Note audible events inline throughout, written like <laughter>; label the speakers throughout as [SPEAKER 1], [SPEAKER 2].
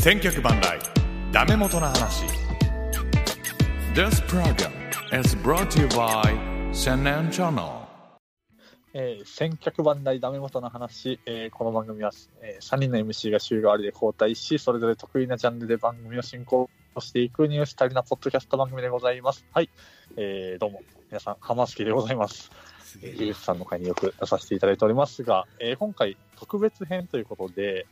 [SPEAKER 1] 千脚万来ダメ元の話 This program is brought to you by Senan Channel
[SPEAKER 2] えー、千客万来ダメ元の話、えーこの番組は、えー3人の MC が週替わりで交代しそれぞれ得意なジャンルで番組を進行していくニュースたりなポッドキャスト番組でございますはい、えーどうも皆さん浜助でございます
[SPEAKER 3] す
[SPEAKER 2] え
[SPEAKER 3] げ
[SPEAKER 2] ー技
[SPEAKER 3] えな
[SPEAKER 2] 術さんの会によく出させていただいておりますが、えー今回特別編ということで、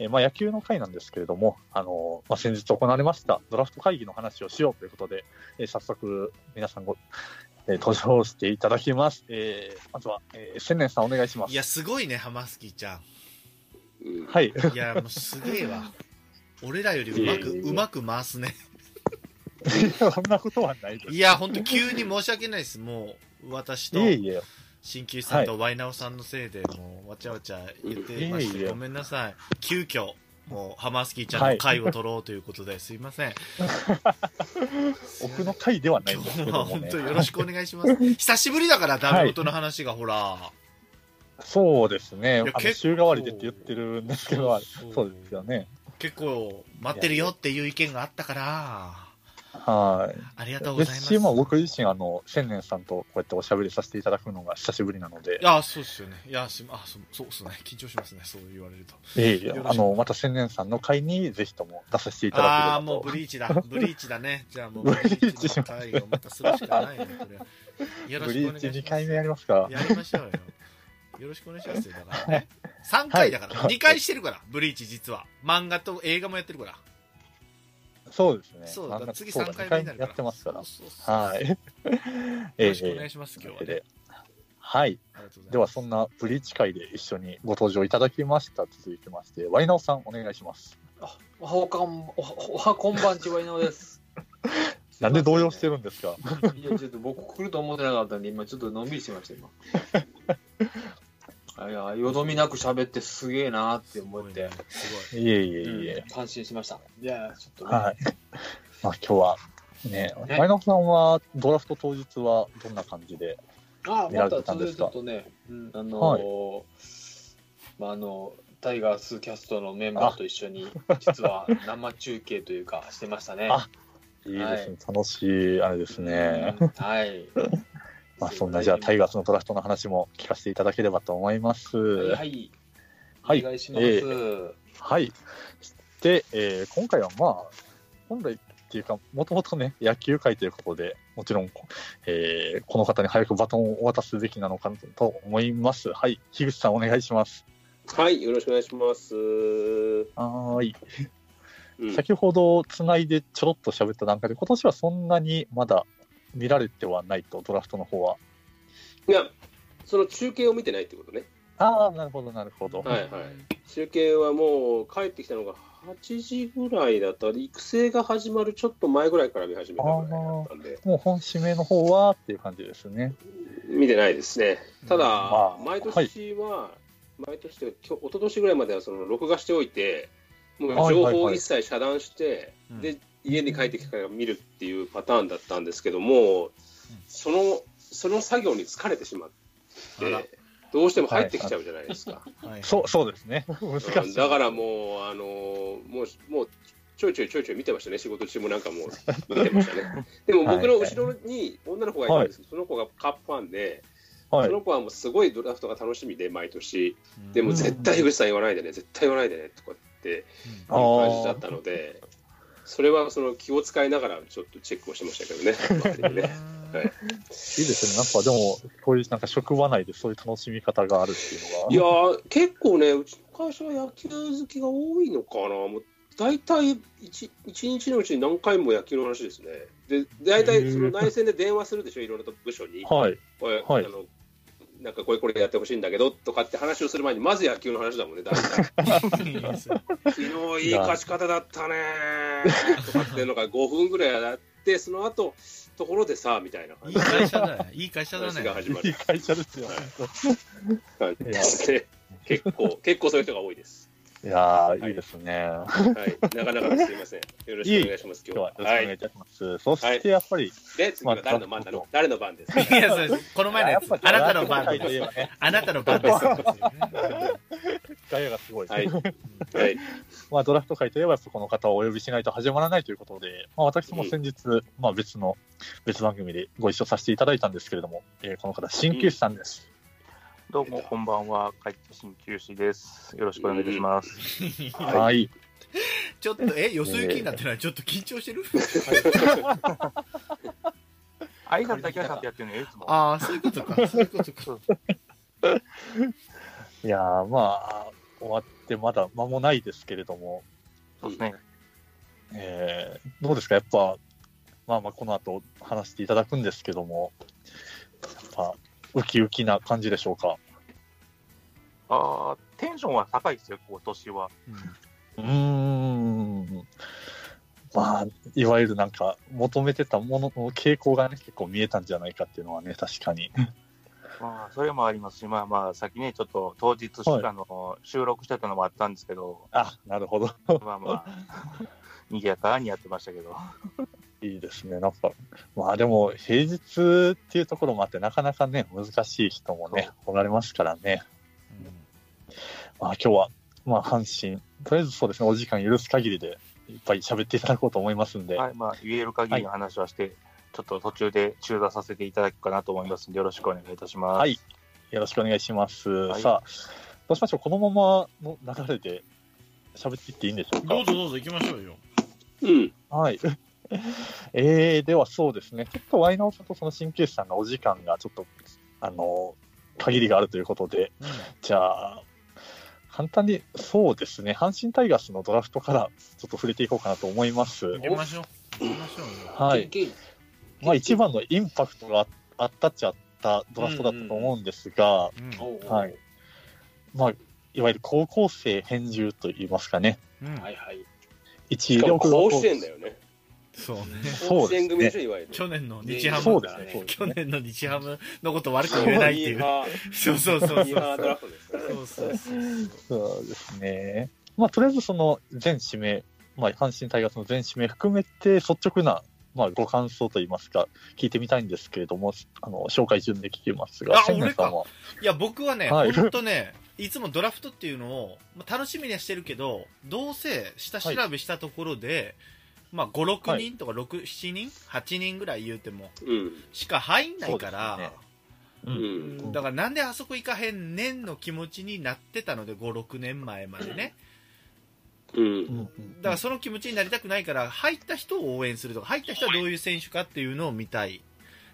[SPEAKER 2] えーまあ、野球の会なんですけれども、あのーまあ、先日行われましたドラフト会議の話をしようということで、えー早速皆さんご、えー登場していただきます、えーまずは、えー千年さんお願いしま
[SPEAKER 3] い
[SPEAKER 2] す
[SPEAKER 3] やすごいねハマスキー
[SPEAKER 2] <laughs>
[SPEAKER 3] ちゃ
[SPEAKER 2] はい <laughs>
[SPEAKER 3] んいやもうすげえわ俺らよりうまく
[SPEAKER 4] いえいえ
[SPEAKER 3] うまく回すね
[SPEAKER 2] そんなことはないです
[SPEAKER 3] いや本当急に申し訳ないですもう私
[SPEAKER 2] い
[SPEAKER 3] と
[SPEAKER 2] えいえ
[SPEAKER 3] 鍼灸師さんとワイナオさんのせいでもうわちゃわちゃ言ってま
[SPEAKER 2] い
[SPEAKER 3] し
[SPEAKER 2] えい
[SPEAKER 3] て
[SPEAKER 2] え
[SPEAKER 3] ごめんなさい急遽もうハマスキーちゃんの回を取ろうということですいません
[SPEAKER 2] 奥の会ではないんです
[SPEAKER 3] 今
[SPEAKER 2] け
[SPEAKER 3] 日
[SPEAKER 2] ど
[SPEAKER 3] は
[SPEAKER 2] も
[SPEAKER 3] 本
[SPEAKER 2] ね
[SPEAKER 3] 当よろしくお願い
[SPEAKER 2] <laughs>
[SPEAKER 3] します久しぶりだからダメ元の話がほら
[SPEAKER 2] そうですね
[SPEAKER 3] いや
[SPEAKER 2] あの
[SPEAKER 3] 結構
[SPEAKER 2] 週替わりでって言ってるんですけど
[SPEAKER 3] そう
[SPEAKER 2] そうですよね
[SPEAKER 3] 結構待ってるよっていう意見があったから
[SPEAKER 2] はい
[SPEAKER 3] ありがとうご
[SPEAKER 2] で
[SPEAKER 3] ざいますす
[SPEAKER 2] し、まあ、僕自身あの、千年さんとこうやっておしゃべりさせていただくのが久しぶりなので
[SPEAKER 3] い、や、そうですよね。いや、すあそうそうっすね。緊張しますね。そう言われると。
[SPEAKER 2] ええ
[SPEAKER 3] よろしく
[SPEAKER 2] あのまた千年さんの会にぜひとも出させていただければと。
[SPEAKER 3] ああー、もうブリーチだ。ブリーチだね。じゃあもう
[SPEAKER 2] ブリーチし
[SPEAKER 3] の
[SPEAKER 2] ま
[SPEAKER 3] 会をまたするしかないね。これはよ
[SPEAKER 2] <laughs>
[SPEAKER 3] ろ
[SPEAKER 2] ブ
[SPEAKER 3] しく
[SPEAKER 2] リ
[SPEAKER 3] お願
[SPEAKER 2] ー
[SPEAKER 3] い
[SPEAKER 2] チ
[SPEAKER 3] します。
[SPEAKER 2] 2回目やりますか。
[SPEAKER 3] やりましょうよ。よろしくお願いしますよ。だからね。3回だから。
[SPEAKER 2] はい
[SPEAKER 3] 2回してるから、ブリーチ実は。漫画と映画もやってるから。
[SPEAKER 2] そうですね。
[SPEAKER 3] そうだ
[SPEAKER 2] なん
[SPEAKER 3] 次
[SPEAKER 2] そうだ
[SPEAKER 3] 三回
[SPEAKER 2] 二
[SPEAKER 3] 目になるから
[SPEAKER 2] やってますから。
[SPEAKER 3] そうそうそう
[SPEAKER 2] はい。
[SPEAKER 3] よ
[SPEAKER 2] <laughs> え
[SPEAKER 3] ろしくお願いします、今日はね。
[SPEAKER 2] ではい。
[SPEAKER 3] ありがとうございます
[SPEAKER 2] では、そんなブリーチ会で一緒にご登場いただきました。続きまして、ワイナオさん、お願いします。
[SPEAKER 4] おはおかん、おはおはこんばんちはいなおです。
[SPEAKER 2] <laughs> なんで動揺してるんですか
[SPEAKER 4] いや、ちょっと僕来ると思ってなかったんで、今ちょっとのんびりしてました、
[SPEAKER 2] <laughs>
[SPEAKER 4] 今。あいや、よどみなく喋ってすげえなーって思って、
[SPEAKER 3] すごいね。す
[SPEAKER 2] いえいえ
[SPEAKER 4] うん
[SPEAKER 2] いえ。
[SPEAKER 4] 感心しました。いや、ちょっとね、
[SPEAKER 2] はい。 <laughs> まあ、今日は、ね、
[SPEAKER 4] ね
[SPEAKER 2] ワイナオさんはドラフト当日はどんな感じで
[SPEAKER 4] あ
[SPEAKER 2] 見られ
[SPEAKER 4] また
[SPEAKER 2] てたん
[SPEAKER 4] 続
[SPEAKER 2] で
[SPEAKER 4] い
[SPEAKER 2] す
[SPEAKER 4] て
[SPEAKER 2] か
[SPEAKER 4] ちょっとね、うんあのー
[SPEAKER 2] はい
[SPEAKER 4] まあ、あの、タイガースキャストのメンバーと一
[SPEAKER 2] <laughs>
[SPEAKER 4] 緒に、実は生中継というか、してましたね。
[SPEAKER 2] あいいですね、楽しいあれですね。
[SPEAKER 4] うんはい。
[SPEAKER 2] <laughs> まあそんなじゃあタイガースのドラフトの話も聞かせていただければと思います。
[SPEAKER 4] はい
[SPEAKER 2] は。
[SPEAKER 4] はいい。
[SPEAKER 2] はい
[SPEAKER 4] お願いします。
[SPEAKER 2] えで、えー今回はまあ本来っていうかもともとね野球界ということでもちろんこ、えーこの方に早くバトンをお渡しすべきなのかと思います。はい、樋口さんお願いします。
[SPEAKER 5] はい、よろしくお願いします。
[SPEAKER 2] はーい。
[SPEAKER 5] うん
[SPEAKER 2] 先ほどつないでちょろっと喋った段階で今年はそんなにまだ見られてはないとドラフトの方は。
[SPEAKER 5] いや、その中継を見てないってことね。
[SPEAKER 2] ああなるほどなるほど。
[SPEAKER 5] はいはい。中継はもう帰ってきたのが8時ぐらいだったり、育成が始まるちょっと前ぐらいから見始めたぐらいだったんで、
[SPEAKER 2] もう本指名の方はっていう感じですね。
[SPEAKER 5] 見てないですね。ただ、
[SPEAKER 2] まあ
[SPEAKER 5] 毎年は、毎年というか今日一昨年ぐらいまではその録画しておいて、もう情報を一切遮断して、
[SPEAKER 3] うん
[SPEAKER 5] で家に帰ってきてから見るっていうパターンだったんですけども、そのその作業に疲れてしまって。
[SPEAKER 3] ごいあ
[SPEAKER 5] どうしても入ってきちゃうじゃないですか。
[SPEAKER 3] らはい
[SPEAKER 2] そう、そうですね。 <laughs> 難し
[SPEAKER 5] うん
[SPEAKER 2] い。
[SPEAKER 5] だからもう、あのーもう、もう、ちょいちょいちょいちょい見てましたね、仕事中もなんかも
[SPEAKER 2] <laughs>
[SPEAKER 5] う、見てましたね。でも僕の後ろに女の子がいたんですけど、その子がカップファンで、
[SPEAKER 2] はい
[SPEAKER 5] そ。の子はもうすごいドラフトが楽しみで、毎年。
[SPEAKER 3] うん
[SPEAKER 5] でも絶対、樋口さん言わないでね、絶対言わないでね、とかっていう
[SPEAKER 2] あ
[SPEAKER 5] 感じだったので、それはその気を使いながらちょっとチェックをしてましたけどね周
[SPEAKER 2] <laughs>
[SPEAKER 5] りにね。
[SPEAKER 3] <laughs>
[SPEAKER 5] はい
[SPEAKER 2] いいですね。なんかでも、こういうなんか職場内でそういう楽しみ方があるっていうのが。
[SPEAKER 5] いやー、結構ね、うちの会社は野球好きが多いのかな、もう大体一一日のうちに何回も野球の話ですね。で、大体その内戦で電話するでしょ、いろんなと部署に。
[SPEAKER 2] はい。
[SPEAKER 5] これ
[SPEAKER 2] はい
[SPEAKER 5] あのなんかこれこれやってほしいんだけどとかって話をする前に、まず野球の話だもんね、大
[SPEAKER 2] <laughs>
[SPEAKER 5] 体。
[SPEAKER 3] いいですね
[SPEAKER 5] 昨日いい勝ち方だったねーとかっていうのが5分ぐらいやって、その後ところでさ、みたいな
[SPEAKER 3] い
[SPEAKER 5] い感じ
[SPEAKER 3] 会社だね。いい会社だ
[SPEAKER 5] 話
[SPEAKER 3] ね。
[SPEAKER 5] が始ま
[SPEAKER 2] い
[SPEAKER 5] る
[SPEAKER 2] い会社ですよ。
[SPEAKER 5] 感じですね。結構、結構そういう人が多いです。
[SPEAKER 2] いやー、いいですね。
[SPEAKER 5] はい、なかなかすいません。よろしくお願いします、
[SPEAKER 2] 今日
[SPEAKER 5] 今日
[SPEAKER 2] は
[SPEAKER 5] は
[SPEAKER 2] よ。ろしくお
[SPEAKER 5] は
[SPEAKER 2] 願いい
[SPEAKER 5] い。
[SPEAKER 2] たします。そして、やっぱり、
[SPEAKER 5] で、次は誰の番なの誰の番です
[SPEAKER 3] いや、そうです。この前のやつ。あなたの番
[SPEAKER 2] といえばね、
[SPEAKER 3] あなたの番ですよ。
[SPEAKER 6] <laughs>
[SPEAKER 2] ガヤがすごい。
[SPEAKER 5] はい。はい。
[SPEAKER 2] まあ、ドラフト会といえば、やっぱこの方をお呼びしないと始まらないということで、まあ、私も先日、まあ、別の、別番組でご一緒させていただいたんですけれども、えーこの方、鍼灸師さんです。
[SPEAKER 6] どうも、こんばんは。帰って鍼灸師です。よろしくお願いいたします。
[SPEAKER 5] うん
[SPEAKER 2] はい。
[SPEAKER 3] ちょっと、え、よそ行きになってないちょっと緊張してる
[SPEAKER 6] 挨拶だけはちゃんとやってるのよ、いつも。
[SPEAKER 3] ああ、そういうことか。そういうことか。
[SPEAKER 2] いやーまあ、終わってまだ間もないですけれども、
[SPEAKER 6] そうですね。
[SPEAKER 2] えーどうですか、やっぱ、まあまあ、この後話していただくんですけども、やっぱ、ウキウキな感じでしょうか。
[SPEAKER 6] ああ、テンションは高いですよ、今年は。
[SPEAKER 2] うーん、まあ、いわゆるなんか、求めてたものの傾向がね、結構見えたんじゃないかっていうのはね、確かに。
[SPEAKER 6] まあ、それもありますし、まあまあ、先ね、ちょっと当日、
[SPEAKER 2] はい
[SPEAKER 6] あの収録してたのもあったんですけど、
[SPEAKER 2] あ、なるほど。
[SPEAKER 6] まあまあ、賑やかにやってましたけど。
[SPEAKER 2] いいですね、なんか、まあでも、平日っていうところもあって、なかなかね、難しい人もね、おられますからね。まあ今日は、まあ阪神、とりあえずそうですね、お時間許す限りで、いっぱい喋っていただこうと思いますんで、
[SPEAKER 6] はい、まあ、言える限りの話はして、ちょっと途中で中断させていただくかなと思いますんで、よろしくお願いいたします。
[SPEAKER 2] はいよろしくお願いします。
[SPEAKER 6] い
[SPEAKER 2] さあ、どうしましょう、このままの流れで喋っていっていいんでしょうか。
[SPEAKER 3] どうぞどうぞ行きましょうよ。
[SPEAKER 5] うん。
[SPEAKER 2] はい。 <laughs> えー、ではそうですね、ちょっとワイナオさんとその鍼灸師さんのお時間がちょっと、あの、限りがあるということで、じゃあ、簡単にそうですね、阪神タイガースのドラフトからちょっと触れていこうかなと思います。
[SPEAKER 3] 行きましょう。行きましょうよ。
[SPEAKER 2] はい。
[SPEAKER 4] けけ
[SPEAKER 2] まあ、一番のインパクトがああったっちゃあったドラフトだったと思うんですが、
[SPEAKER 3] う
[SPEAKER 4] おうおう
[SPEAKER 2] はいまあ、いわゆる高校生編集といいますかね、
[SPEAKER 3] ん。うん
[SPEAKER 4] はいはい。
[SPEAKER 2] 1
[SPEAKER 5] し
[SPEAKER 2] 位
[SPEAKER 5] か
[SPEAKER 2] で
[SPEAKER 5] も
[SPEAKER 2] 奥が
[SPEAKER 5] 甲子園だよね。
[SPEAKER 3] そうね。
[SPEAKER 2] そう
[SPEAKER 5] 甲子園組でしょ、いわゆる。
[SPEAKER 3] 去年の日ハ
[SPEAKER 2] そ
[SPEAKER 3] ム
[SPEAKER 2] うですね、そうです
[SPEAKER 3] 去
[SPEAKER 2] ね。
[SPEAKER 3] 年の日ハムのこと悪く言えないってい
[SPEAKER 5] ミー
[SPEAKER 3] う。
[SPEAKER 5] ハ
[SPEAKER 3] そうそうそうそ
[SPEAKER 5] ー
[SPEAKER 3] う。
[SPEAKER 5] ミーハードラフトですから
[SPEAKER 3] そ
[SPEAKER 5] ね。
[SPEAKER 3] うそうそう。
[SPEAKER 2] そうですね。まあ、とりあえずその全指名、まあ、阪神タイガースの全指名含めて率直な、まあ、ご感想といいますか、聞いてみたいんですけれども、あの紹介順で聞きますが、
[SPEAKER 3] あ
[SPEAKER 2] 千年さんは。
[SPEAKER 3] いや、僕はね、
[SPEAKER 2] はい
[SPEAKER 3] ほんとね、いつもドラフトっていうのを、まあ、楽しみにはしてるけど、どうせ下調べしたところで、まあ、5、6人とか6、7人 ?8 人ぐらい言うても、
[SPEAKER 5] うん。
[SPEAKER 3] しか入んないから、
[SPEAKER 2] そうですね
[SPEAKER 5] う。
[SPEAKER 2] うん
[SPEAKER 3] だからなんであそこ行かへんねんの気持ちになってたので、5、6年前までね。
[SPEAKER 5] うん。
[SPEAKER 3] だからその気持ちになりたくないから、入った人を応援するとか、入った人はどういう選手かっていうのを見たい。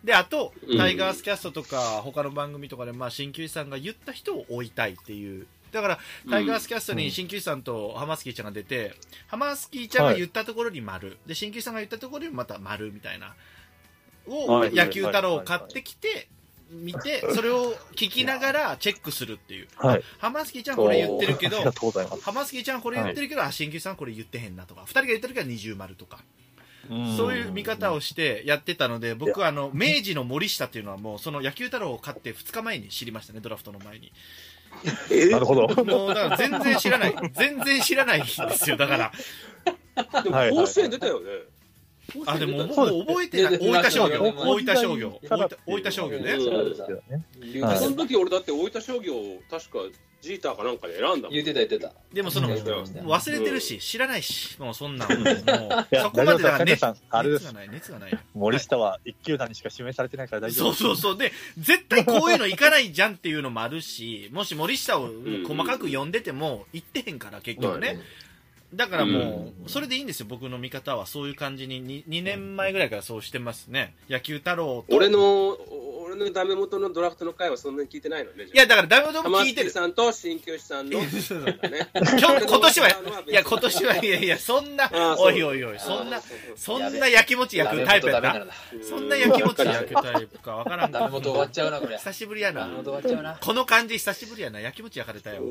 [SPEAKER 3] で、あと、タイガースキャストとか、他の番組とかで、まあ、鍼灸師さんが言った人を追いたいっていう。だから、タイガースキャスト
[SPEAKER 2] うん
[SPEAKER 3] に鍼灸師さんとハマスキーちゃんが出て、ハマスキーちゃんが言ったところに丸、で、鍼灸師さんが言ったところにまた丸みたいな。を、
[SPEAKER 5] はい
[SPEAKER 3] 野球太郎を買ってきて、見て、それを聞きながらチェックするっていう。
[SPEAKER 2] はい
[SPEAKER 3] ハマスキーちゃんこれ言ってるけど
[SPEAKER 2] あり、がとうございます。
[SPEAKER 3] 浜杉ちゃんこれ言ってるけど、あ新球さんこれ言ってへんなとか、二人が言ってるけど二重丸とか、そういう見方をしてやってたので、僕はあの、明治の森下っていうのはもう、その野球太郎を買って2日前に知りましたね、ドラフトの前に。
[SPEAKER 5] え
[SPEAKER 2] なるほど。
[SPEAKER 3] もう、だから全然知らない。全然知らないんですよ、だから。
[SPEAKER 5] で
[SPEAKER 2] はいはい
[SPEAKER 5] も甲子園出たよね。
[SPEAKER 3] あ、でももう
[SPEAKER 5] う
[SPEAKER 3] 覚えてない。大分商業、
[SPEAKER 4] そうです
[SPEAKER 3] 大分商業、
[SPEAKER 2] 高校時代か
[SPEAKER 3] 大
[SPEAKER 2] らっ
[SPEAKER 3] 分
[SPEAKER 2] ていう
[SPEAKER 3] 大分商業ね
[SPEAKER 5] う。ん
[SPEAKER 2] そうですよね。はい
[SPEAKER 5] その時俺だって大分商業を確かジーターかなんかで選んだもん。
[SPEAKER 4] 言ってた言ってた。
[SPEAKER 3] でもその、も
[SPEAKER 4] うん
[SPEAKER 3] う忘れてるし、知らないし、もうそんなの、もう、
[SPEAKER 2] いや
[SPEAKER 3] そこまでだか
[SPEAKER 2] 大丈夫
[SPEAKER 3] ら
[SPEAKER 2] です千年
[SPEAKER 3] 熱
[SPEAKER 2] さんあれで
[SPEAKER 3] 熱が
[SPEAKER 2] す。
[SPEAKER 3] ない、熱がない。
[SPEAKER 2] 森下は一球団にしか指名されてないから大丈
[SPEAKER 3] そ
[SPEAKER 2] 夫。
[SPEAKER 3] うそうそう。で、絶対こういうの行かないじゃんっていうのもあるし、もし森下を細かく呼んでても、行ってへんから、結局ね。だからもう、それでいいんですよ、僕の見方は。そういう感じに、に2年前ぐらいからそうしてますね。野球太郎と。
[SPEAKER 5] 俺
[SPEAKER 3] い
[SPEAKER 5] の、お俺のダメ元のドラフトの回はそんなに聞いてないのね。じゃあ
[SPEAKER 3] や、だから、誰もでも
[SPEAKER 5] 玉
[SPEAKER 3] 聞いて
[SPEAKER 5] 月
[SPEAKER 3] る。
[SPEAKER 5] さんと鍼灸師さんの、ね、
[SPEAKER 3] そうそう今日今年は、いや、今年は、いやいや、そんな
[SPEAKER 5] あー、そう
[SPEAKER 3] おいおいおい、そんな、そん
[SPEAKER 4] やべ
[SPEAKER 3] なやきもち焼くタイプや
[SPEAKER 4] ダメ元ダメな
[SPEAKER 3] な。
[SPEAKER 4] んだ
[SPEAKER 3] そんなやきもち
[SPEAKER 4] や
[SPEAKER 3] 焼くタイプか、わからん
[SPEAKER 4] ダメ元終わっちゃうな、
[SPEAKER 3] <laughs>
[SPEAKER 4] これ。
[SPEAKER 3] 久しぶりや
[SPEAKER 4] ダ
[SPEAKER 3] な
[SPEAKER 4] メ。元終わっちゃうな。
[SPEAKER 3] この感じ久しぶりやなやきもち焼かれたよ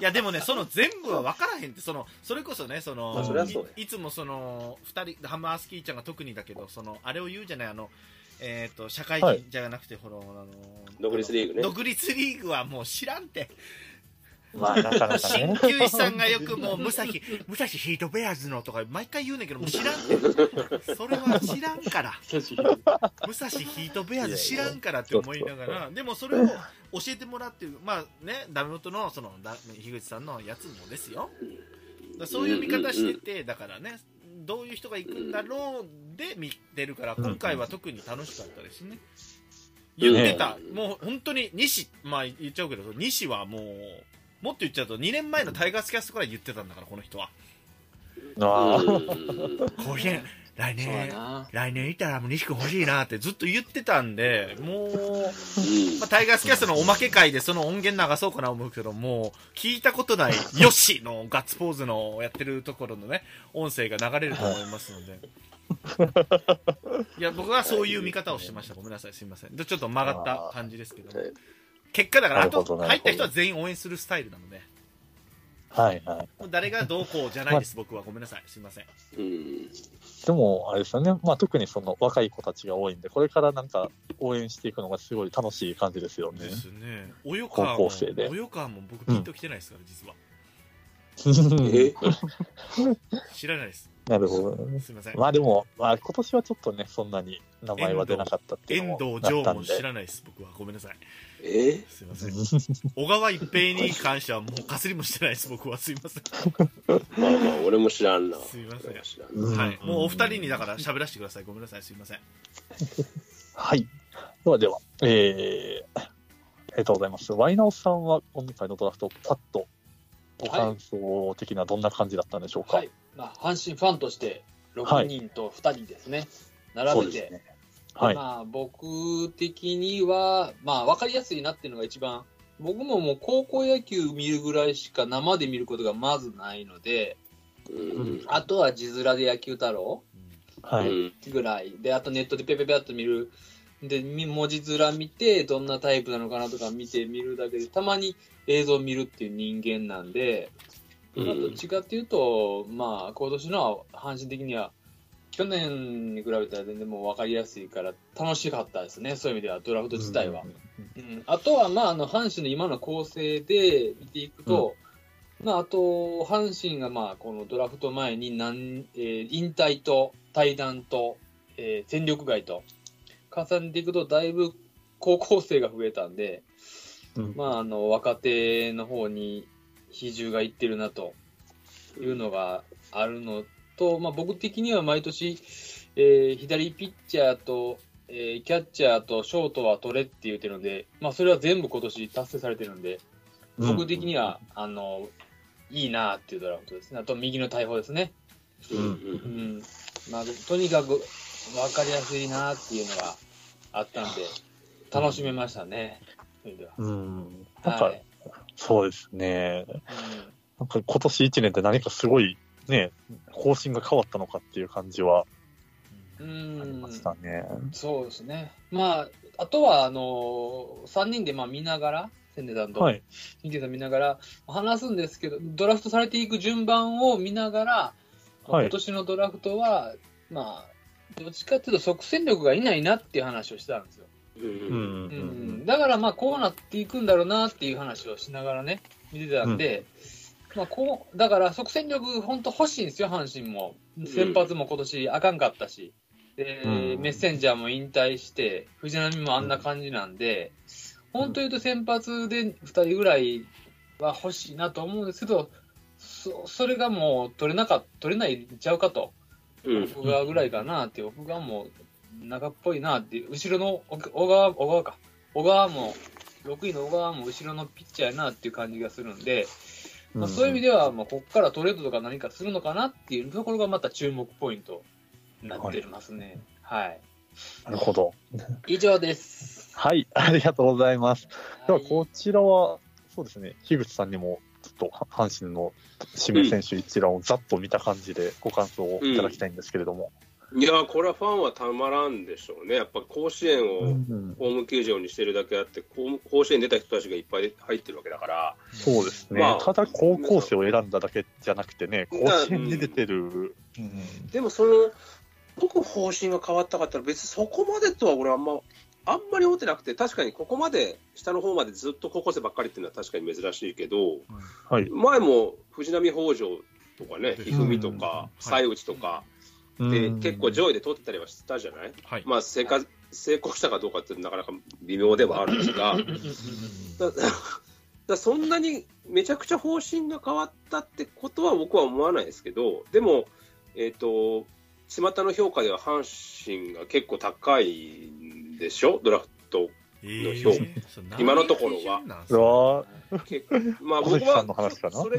[SPEAKER 3] いやでもねその全部は分からへんってそのそれこそねその、
[SPEAKER 2] まあそりゃ
[SPEAKER 5] そうや
[SPEAKER 3] いいつもその2人ハマースキーちゃんが特にだけどそのあれを言うじゃないあのえっ、と社会
[SPEAKER 2] はい
[SPEAKER 3] 人じゃなくて、ほらあの
[SPEAKER 5] 独立リーグね
[SPEAKER 3] 独立リーグはもう知らんて
[SPEAKER 2] まあ、なかなか
[SPEAKER 3] 鍼
[SPEAKER 2] ね。
[SPEAKER 3] 灸師さんがよくもう、武蔵、武蔵ヒートベアーズのとか、毎回言うねんけど、もう知らんって。それは知らんから。武蔵ヒートベアーズ知らんからって思いながら、でもそれを教えてもらってる、まあね、ダメ元の、その、だ樋口さんのやつもですよ。だからそういう見方してて、だからね、どういう人が行くんだろうで見てるから、今回は特に楽しかったですね。言ってた、もう本当に西、まあ言っちゃうけど、西はもう、もっと言っちゃうと、2年前のタイガースキャストからい言ってたんだから、この人は。
[SPEAKER 2] ああ、
[SPEAKER 3] 甲子園、来
[SPEAKER 4] そうや
[SPEAKER 3] 年、
[SPEAKER 4] な。
[SPEAKER 3] 来年いたらもう西君欲しいなってずっと言ってたんで、もう、まあ、タイガースキャストのおまけ会でその音源流そうかな思うけど、もう、聞いたことない、よしのガッツポーズのやってるところのね、音声が流れると思いますので。いや、僕はそういう見方をしてました。ごめんなさい、すいません。でちょっと曲がった感じですけども
[SPEAKER 5] はい。
[SPEAKER 3] 結果だから、あ
[SPEAKER 2] なるほ
[SPEAKER 3] と、
[SPEAKER 2] どなるほど
[SPEAKER 3] 入った人は全員応援するスタイルなので、
[SPEAKER 2] はいはい。
[SPEAKER 3] もう誰がどうこうじゃないです、僕は。ごめんなさい、すいません。
[SPEAKER 5] うん
[SPEAKER 2] でも、あれですよね、まあ、特にその若い子たちが多いんで、これからなんか応援していくのがすごい楽しい感じですよね
[SPEAKER 3] で。すね。およか
[SPEAKER 2] 高
[SPEAKER 3] も
[SPEAKER 2] 校生、で
[SPEAKER 3] およかも僕ピンと来てないですから、実は。
[SPEAKER 5] え
[SPEAKER 3] 知らないです。
[SPEAKER 2] なるほど。
[SPEAKER 3] すいません。
[SPEAKER 2] まあでも、まあ、今年はちょっとね、そんなに名前は出なかったっていうの
[SPEAKER 3] 遠
[SPEAKER 2] も
[SPEAKER 3] 藤
[SPEAKER 2] な
[SPEAKER 3] 城
[SPEAKER 2] った
[SPEAKER 3] も
[SPEAKER 2] ん
[SPEAKER 3] 知
[SPEAKER 2] で。
[SPEAKER 3] らないです、僕は。ごめんなさい。
[SPEAKER 5] え
[SPEAKER 3] すいません。小川一平に関してはもうかすりもしてないです、僕は。すいません。
[SPEAKER 5] まあまあ、俺も知らんな。
[SPEAKER 3] すいません
[SPEAKER 5] 俺も知らん
[SPEAKER 3] はい。もうお二人にだから喋らせてください。ごめんなさい、すいません。
[SPEAKER 2] はい。ではでは、えー、ありがとうございます。ワイナオさんは今回のドラフト、パッとご感想的などんな感じだったんでしょうか。
[SPEAKER 4] はい。まあ、阪神ファンとして、6人と2人ですね。
[SPEAKER 2] そう
[SPEAKER 4] 並べ
[SPEAKER 2] です
[SPEAKER 4] て、
[SPEAKER 2] ね。はい。
[SPEAKER 4] まあ、僕的には、まあ、分かりやすいなっていうのが一番、僕ももう高校野球見るぐらいしか生で見ることがまずないので、
[SPEAKER 5] うん
[SPEAKER 4] あとは字面で野球太郎
[SPEAKER 2] は
[SPEAKER 5] う
[SPEAKER 2] い。
[SPEAKER 5] ん
[SPEAKER 4] ぐらい、で、あとネットでペペペっと見る、で、み文字面見て、どんなタイプなのかなとか見て、見るだけで、たまに映像見るっていう人間なんで、
[SPEAKER 5] うん
[SPEAKER 4] まあ、どっちかっていうと、まあ、今年のは阪神的には、去年に比べたら全然もう分かりやすいから、楽しかったですね、そういう意味では、ドラフト自体は。うんあとは、まあ、あの阪神の今の構成で見ていくと、まあ、あと、阪神がまあこのドラフト前になん、えー引退と対談と、えー戦力外と重ねていくと、だいぶ高校生が増えたんで、
[SPEAKER 2] うん
[SPEAKER 4] まあ、あの若手の方に比重がいってるなというのがあるのと、まあ、僕的には毎年、えー左ピッチャーと、えーキャッチャーとショートは取れって言ってるので、まあ、それは全部今年達成されてるんで、僕的には、あのいいなっていうドラフトですね、あと右の大砲ですね、
[SPEAKER 5] うん
[SPEAKER 4] う。んまあ、とにかく分かりやすいなっていうのがあったんで、楽しめましたね、それでは。
[SPEAKER 2] うん。なん
[SPEAKER 4] は
[SPEAKER 2] か
[SPEAKER 4] い、
[SPEAKER 2] そうですね。
[SPEAKER 4] うん
[SPEAKER 2] なんか今年1年って何かすごい、ね、方針が変わったのかっていう感じは
[SPEAKER 4] う
[SPEAKER 2] あり
[SPEAKER 4] ん
[SPEAKER 2] ましたね。
[SPEAKER 4] そうですね、まあ、あとはあの3人でまあ見ながら、千年さんと、
[SPEAKER 2] はい。
[SPEAKER 4] 新さん見ながら話すんですけど、ドラフトされていく順番を見ながら、まあ
[SPEAKER 2] はい
[SPEAKER 4] 今年のドラフトは、まあ、どっちかっていうと、即戦力がいないなっていう話をしてたんですよ。
[SPEAKER 2] う
[SPEAKER 5] うん
[SPEAKER 2] ん。う
[SPEAKER 4] うん
[SPEAKER 2] ん
[SPEAKER 4] だからまあこうなっていくんだろうなっていう話をしながらね、見てたんで、まあ、こうだから即戦力、本当欲しいんですよ、阪神も。先発も今年あかんかったし、で
[SPEAKER 2] うん
[SPEAKER 4] メッセンジャーも引退して、藤浪もあんな感じなんで、本当言うと先発で2人ぐらいは欲しいなと思うんですけど、そそれがもう取れなか取れないんちゃうかと。
[SPEAKER 5] うん
[SPEAKER 4] 奥川ぐらいかなって、奥川も中っぽいなって、後ろの奥小川、小川か、小川も、6位の小川も後ろのピッチャーやなっていう感じがするんで、まあ、そういう意味では、まあ、ここからトレードとか何かするのかなっていうところがまた注目ポイントになってますね。はい。
[SPEAKER 2] なるほど。
[SPEAKER 4] 以上です。
[SPEAKER 2] はい。 <laughs> ありがとうございます。では、
[SPEAKER 4] はい
[SPEAKER 2] こちらは、そうですね、樋口さんにも、ちょっと阪神の指名選手一覧をざっと見た感じでご感想をいただきたいんですけれども。
[SPEAKER 5] いやー、これはファンはたまらんでしょうね。やっぱ甲子園をホーム球場にしてるだけあって、こう甲子園出た人たちがいっぱい入ってるわけだから、
[SPEAKER 2] そうですね、
[SPEAKER 5] まあ
[SPEAKER 2] ただ高校生を選んだだけじゃなくてね、甲子園に出てる、
[SPEAKER 5] でもその、僕方針が変わったかったら、別にそこまでとは俺、あんまあんまり思ってなくて、確かにここまで、下の方までずっと高校生ばっかりっていうのは確かに珍しいけど、
[SPEAKER 2] はい。
[SPEAKER 5] 前も藤波北条とかね、
[SPEAKER 3] うん
[SPEAKER 5] ひふみとか、
[SPEAKER 3] い
[SPEAKER 5] 西内とか、で結構上位で取ってたりはしたじゃない
[SPEAKER 3] はい。
[SPEAKER 5] まあ成果成功したかどうかってなかなか微妙ではあるんですが、だ <laughs> だだそんなにめちゃくちゃ方針が変わったってことは僕は思わないですけど、でも、えっ、と、巷の評価では阪神が結構高いんでしょ、ドラフト。
[SPEAKER 3] え
[SPEAKER 5] 評
[SPEAKER 3] ーそれ何
[SPEAKER 5] 今のところは
[SPEAKER 3] なんす
[SPEAKER 2] う
[SPEAKER 3] か
[SPEAKER 2] わ
[SPEAKER 5] 結構まあ
[SPEAKER 2] 小
[SPEAKER 5] 僕
[SPEAKER 2] 関さんの
[SPEAKER 5] は
[SPEAKER 2] 話かな
[SPEAKER 5] それ、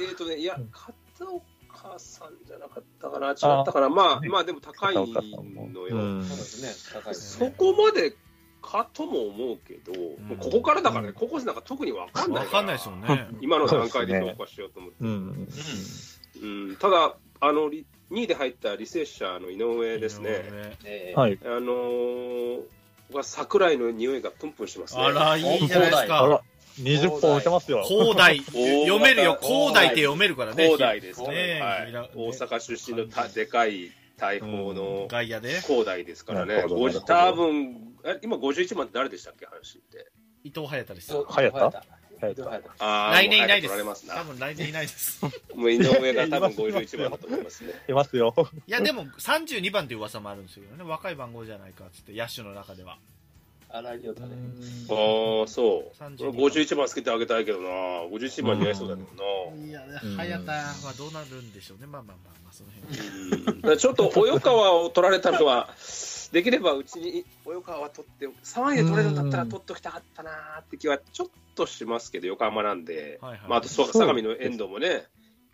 [SPEAKER 5] えっとね、いや
[SPEAKER 2] うん、
[SPEAKER 5] 片岡さんじゃなかったかな、違ったかな、まあ、
[SPEAKER 2] ね
[SPEAKER 5] まあでも高い
[SPEAKER 2] 片岡さんも
[SPEAKER 5] のよ。
[SPEAKER 2] うん
[SPEAKER 4] そうですね、高いです
[SPEAKER 5] そ
[SPEAKER 4] ね。
[SPEAKER 5] こまでかとも思うけど、
[SPEAKER 3] ん
[SPEAKER 5] もうここからだからね、高校生なんか特に分かんない
[SPEAKER 3] わ
[SPEAKER 5] ら
[SPEAKER 3] かんないですもんね。
[SPEAKER 5] 今の段階で評価しようと思って、
[SPEAKER 2] うん。
[SPEAKER 5] うんただあの、り2位で入った履正社の井上です
[SPEAKER 3] 井
[SPEAKER 5] ね、
[SPEAKER 3] 上。
[SPEAKER 4] ええ
[SPEAKER 2] はい。
[SPEAKER 5] あのー、は桜井の匂いがプンプンしますね。
[SPEAKER 3] あら、いいじゃないです
[SPEAKER 2] あ
[SPEAKER 3] か。
[SPEAKER 2] ら、20本打てますよ。
[SPEAKER 3] 広大。
[SPEAKER 5] 大
[SPEAKER 3] 読めるよ。広大って読めるからね。
[SPEAKER 5] 広大ですね
[SPEAKER 3] ね
[SPEAKER 5] はい
[SPEAKER 3] 平ね
[SPEAKER 5] 大阪出身のたでかい大砲の
[SPEAKER 3] 外野で。
[SPEAKER 5] 広大ですから
[SPEAKER 2] なる
[SPEAKER 5] ね、
[SPEAKER 2] ほど
[SPEAKER 5] ご
[SPEAKER 2] なるほど
[SPEAKER 5] 多分え今51番って誰でしたっけ、阪神って。
[SPEAKER 3] 伊藤隼太です。
[SPEAKER 4] そう
[SPEAKER 2] 早田早
[SPEAKER 4] 早田
[SPEAKER 2] 田
[SPEAKER 4] 早田
[SPEAKER 5] あー
[SPEAKER 3] 来年いないで。
[SPEAKER 5] もう早く取られますす
[SPEAKER 3] 多
[SPEAKER 5] な
[SPEAKER 3] 分来年いないです。
[SPEAKER 5] もう井上
[SPEAKER 2] <laughs>
[SPEAKER 5] が多分51番だと思いますね。
[SPEAKER 2] いますよ。
[SPEAKER 3] いや、でも32番っていう噂もあるんですけどね。若い番号じゃないかっつって、野手の中では。
[SPEAKER 4] 荒井亮太ね。
[SPEAKER 5] ああ、そう。
[SPEAKER 3] 32
[SPEAKER 5] 俺51番つけてあげたいけどな。51番似合いそうだけどな。
[SPEAKER 3] いや、
[SPEAKER 2] うん
[SPEAKER 3] 早田はどうなるんでしょうね。まあまあまあまあ、その辺。
[SPEAKER 5] だからちょっと、及川を取られたのは、できればうちに及川は取って、3位で取れるんだったら取っときたかったなーって気はちょっとしますけど、横浜なんで。
[SPEAKER 3] はいはい
[SPEAKER 5] まあ、あと、そうか、相模の遠藤もね。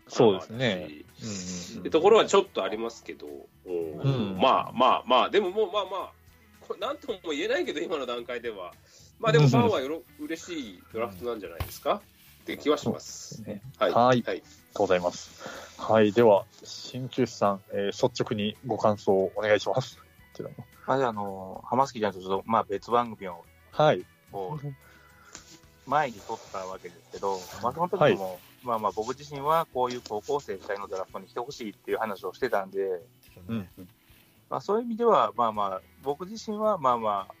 [SPEAKER 2] そうですね
[SPEAKER 5] し。ってところはちょっとありますけど、うん
[SPEAKER 2] うん
[SPEAKER 5] まあまあまあ、でももうまあまあ、これなんとも言えないけど、今の段階では。まあでもファンはよろ嬉しいドラフトなんじゃないですかって気はします。
[SPEAKER 2] ね
[SPEAKER 5] はい。
[SPEAKER 2] はい
[SPEAKER 5] はい
[SPEAKER 2] ありがとうございます。はい、では、鍼灸師さん、えー率直にご感想をお願いします。こちらも
[SPEAKER 6] まずあの、浜崎ちゃんとちょっと、まあ別番組を
[SPEAKER 2] はい。
[SPEAKER 6] こう前に撮ったわけですけど、まあその時も、まあまあ僕自身はこういう高校生主体のドラフトに来てほしいっていう話をしてたんで、
[SPEAKER 2] うん。
[SPEAKER 6] まあそういう意味では、まあまあ僕自身はまあまあ、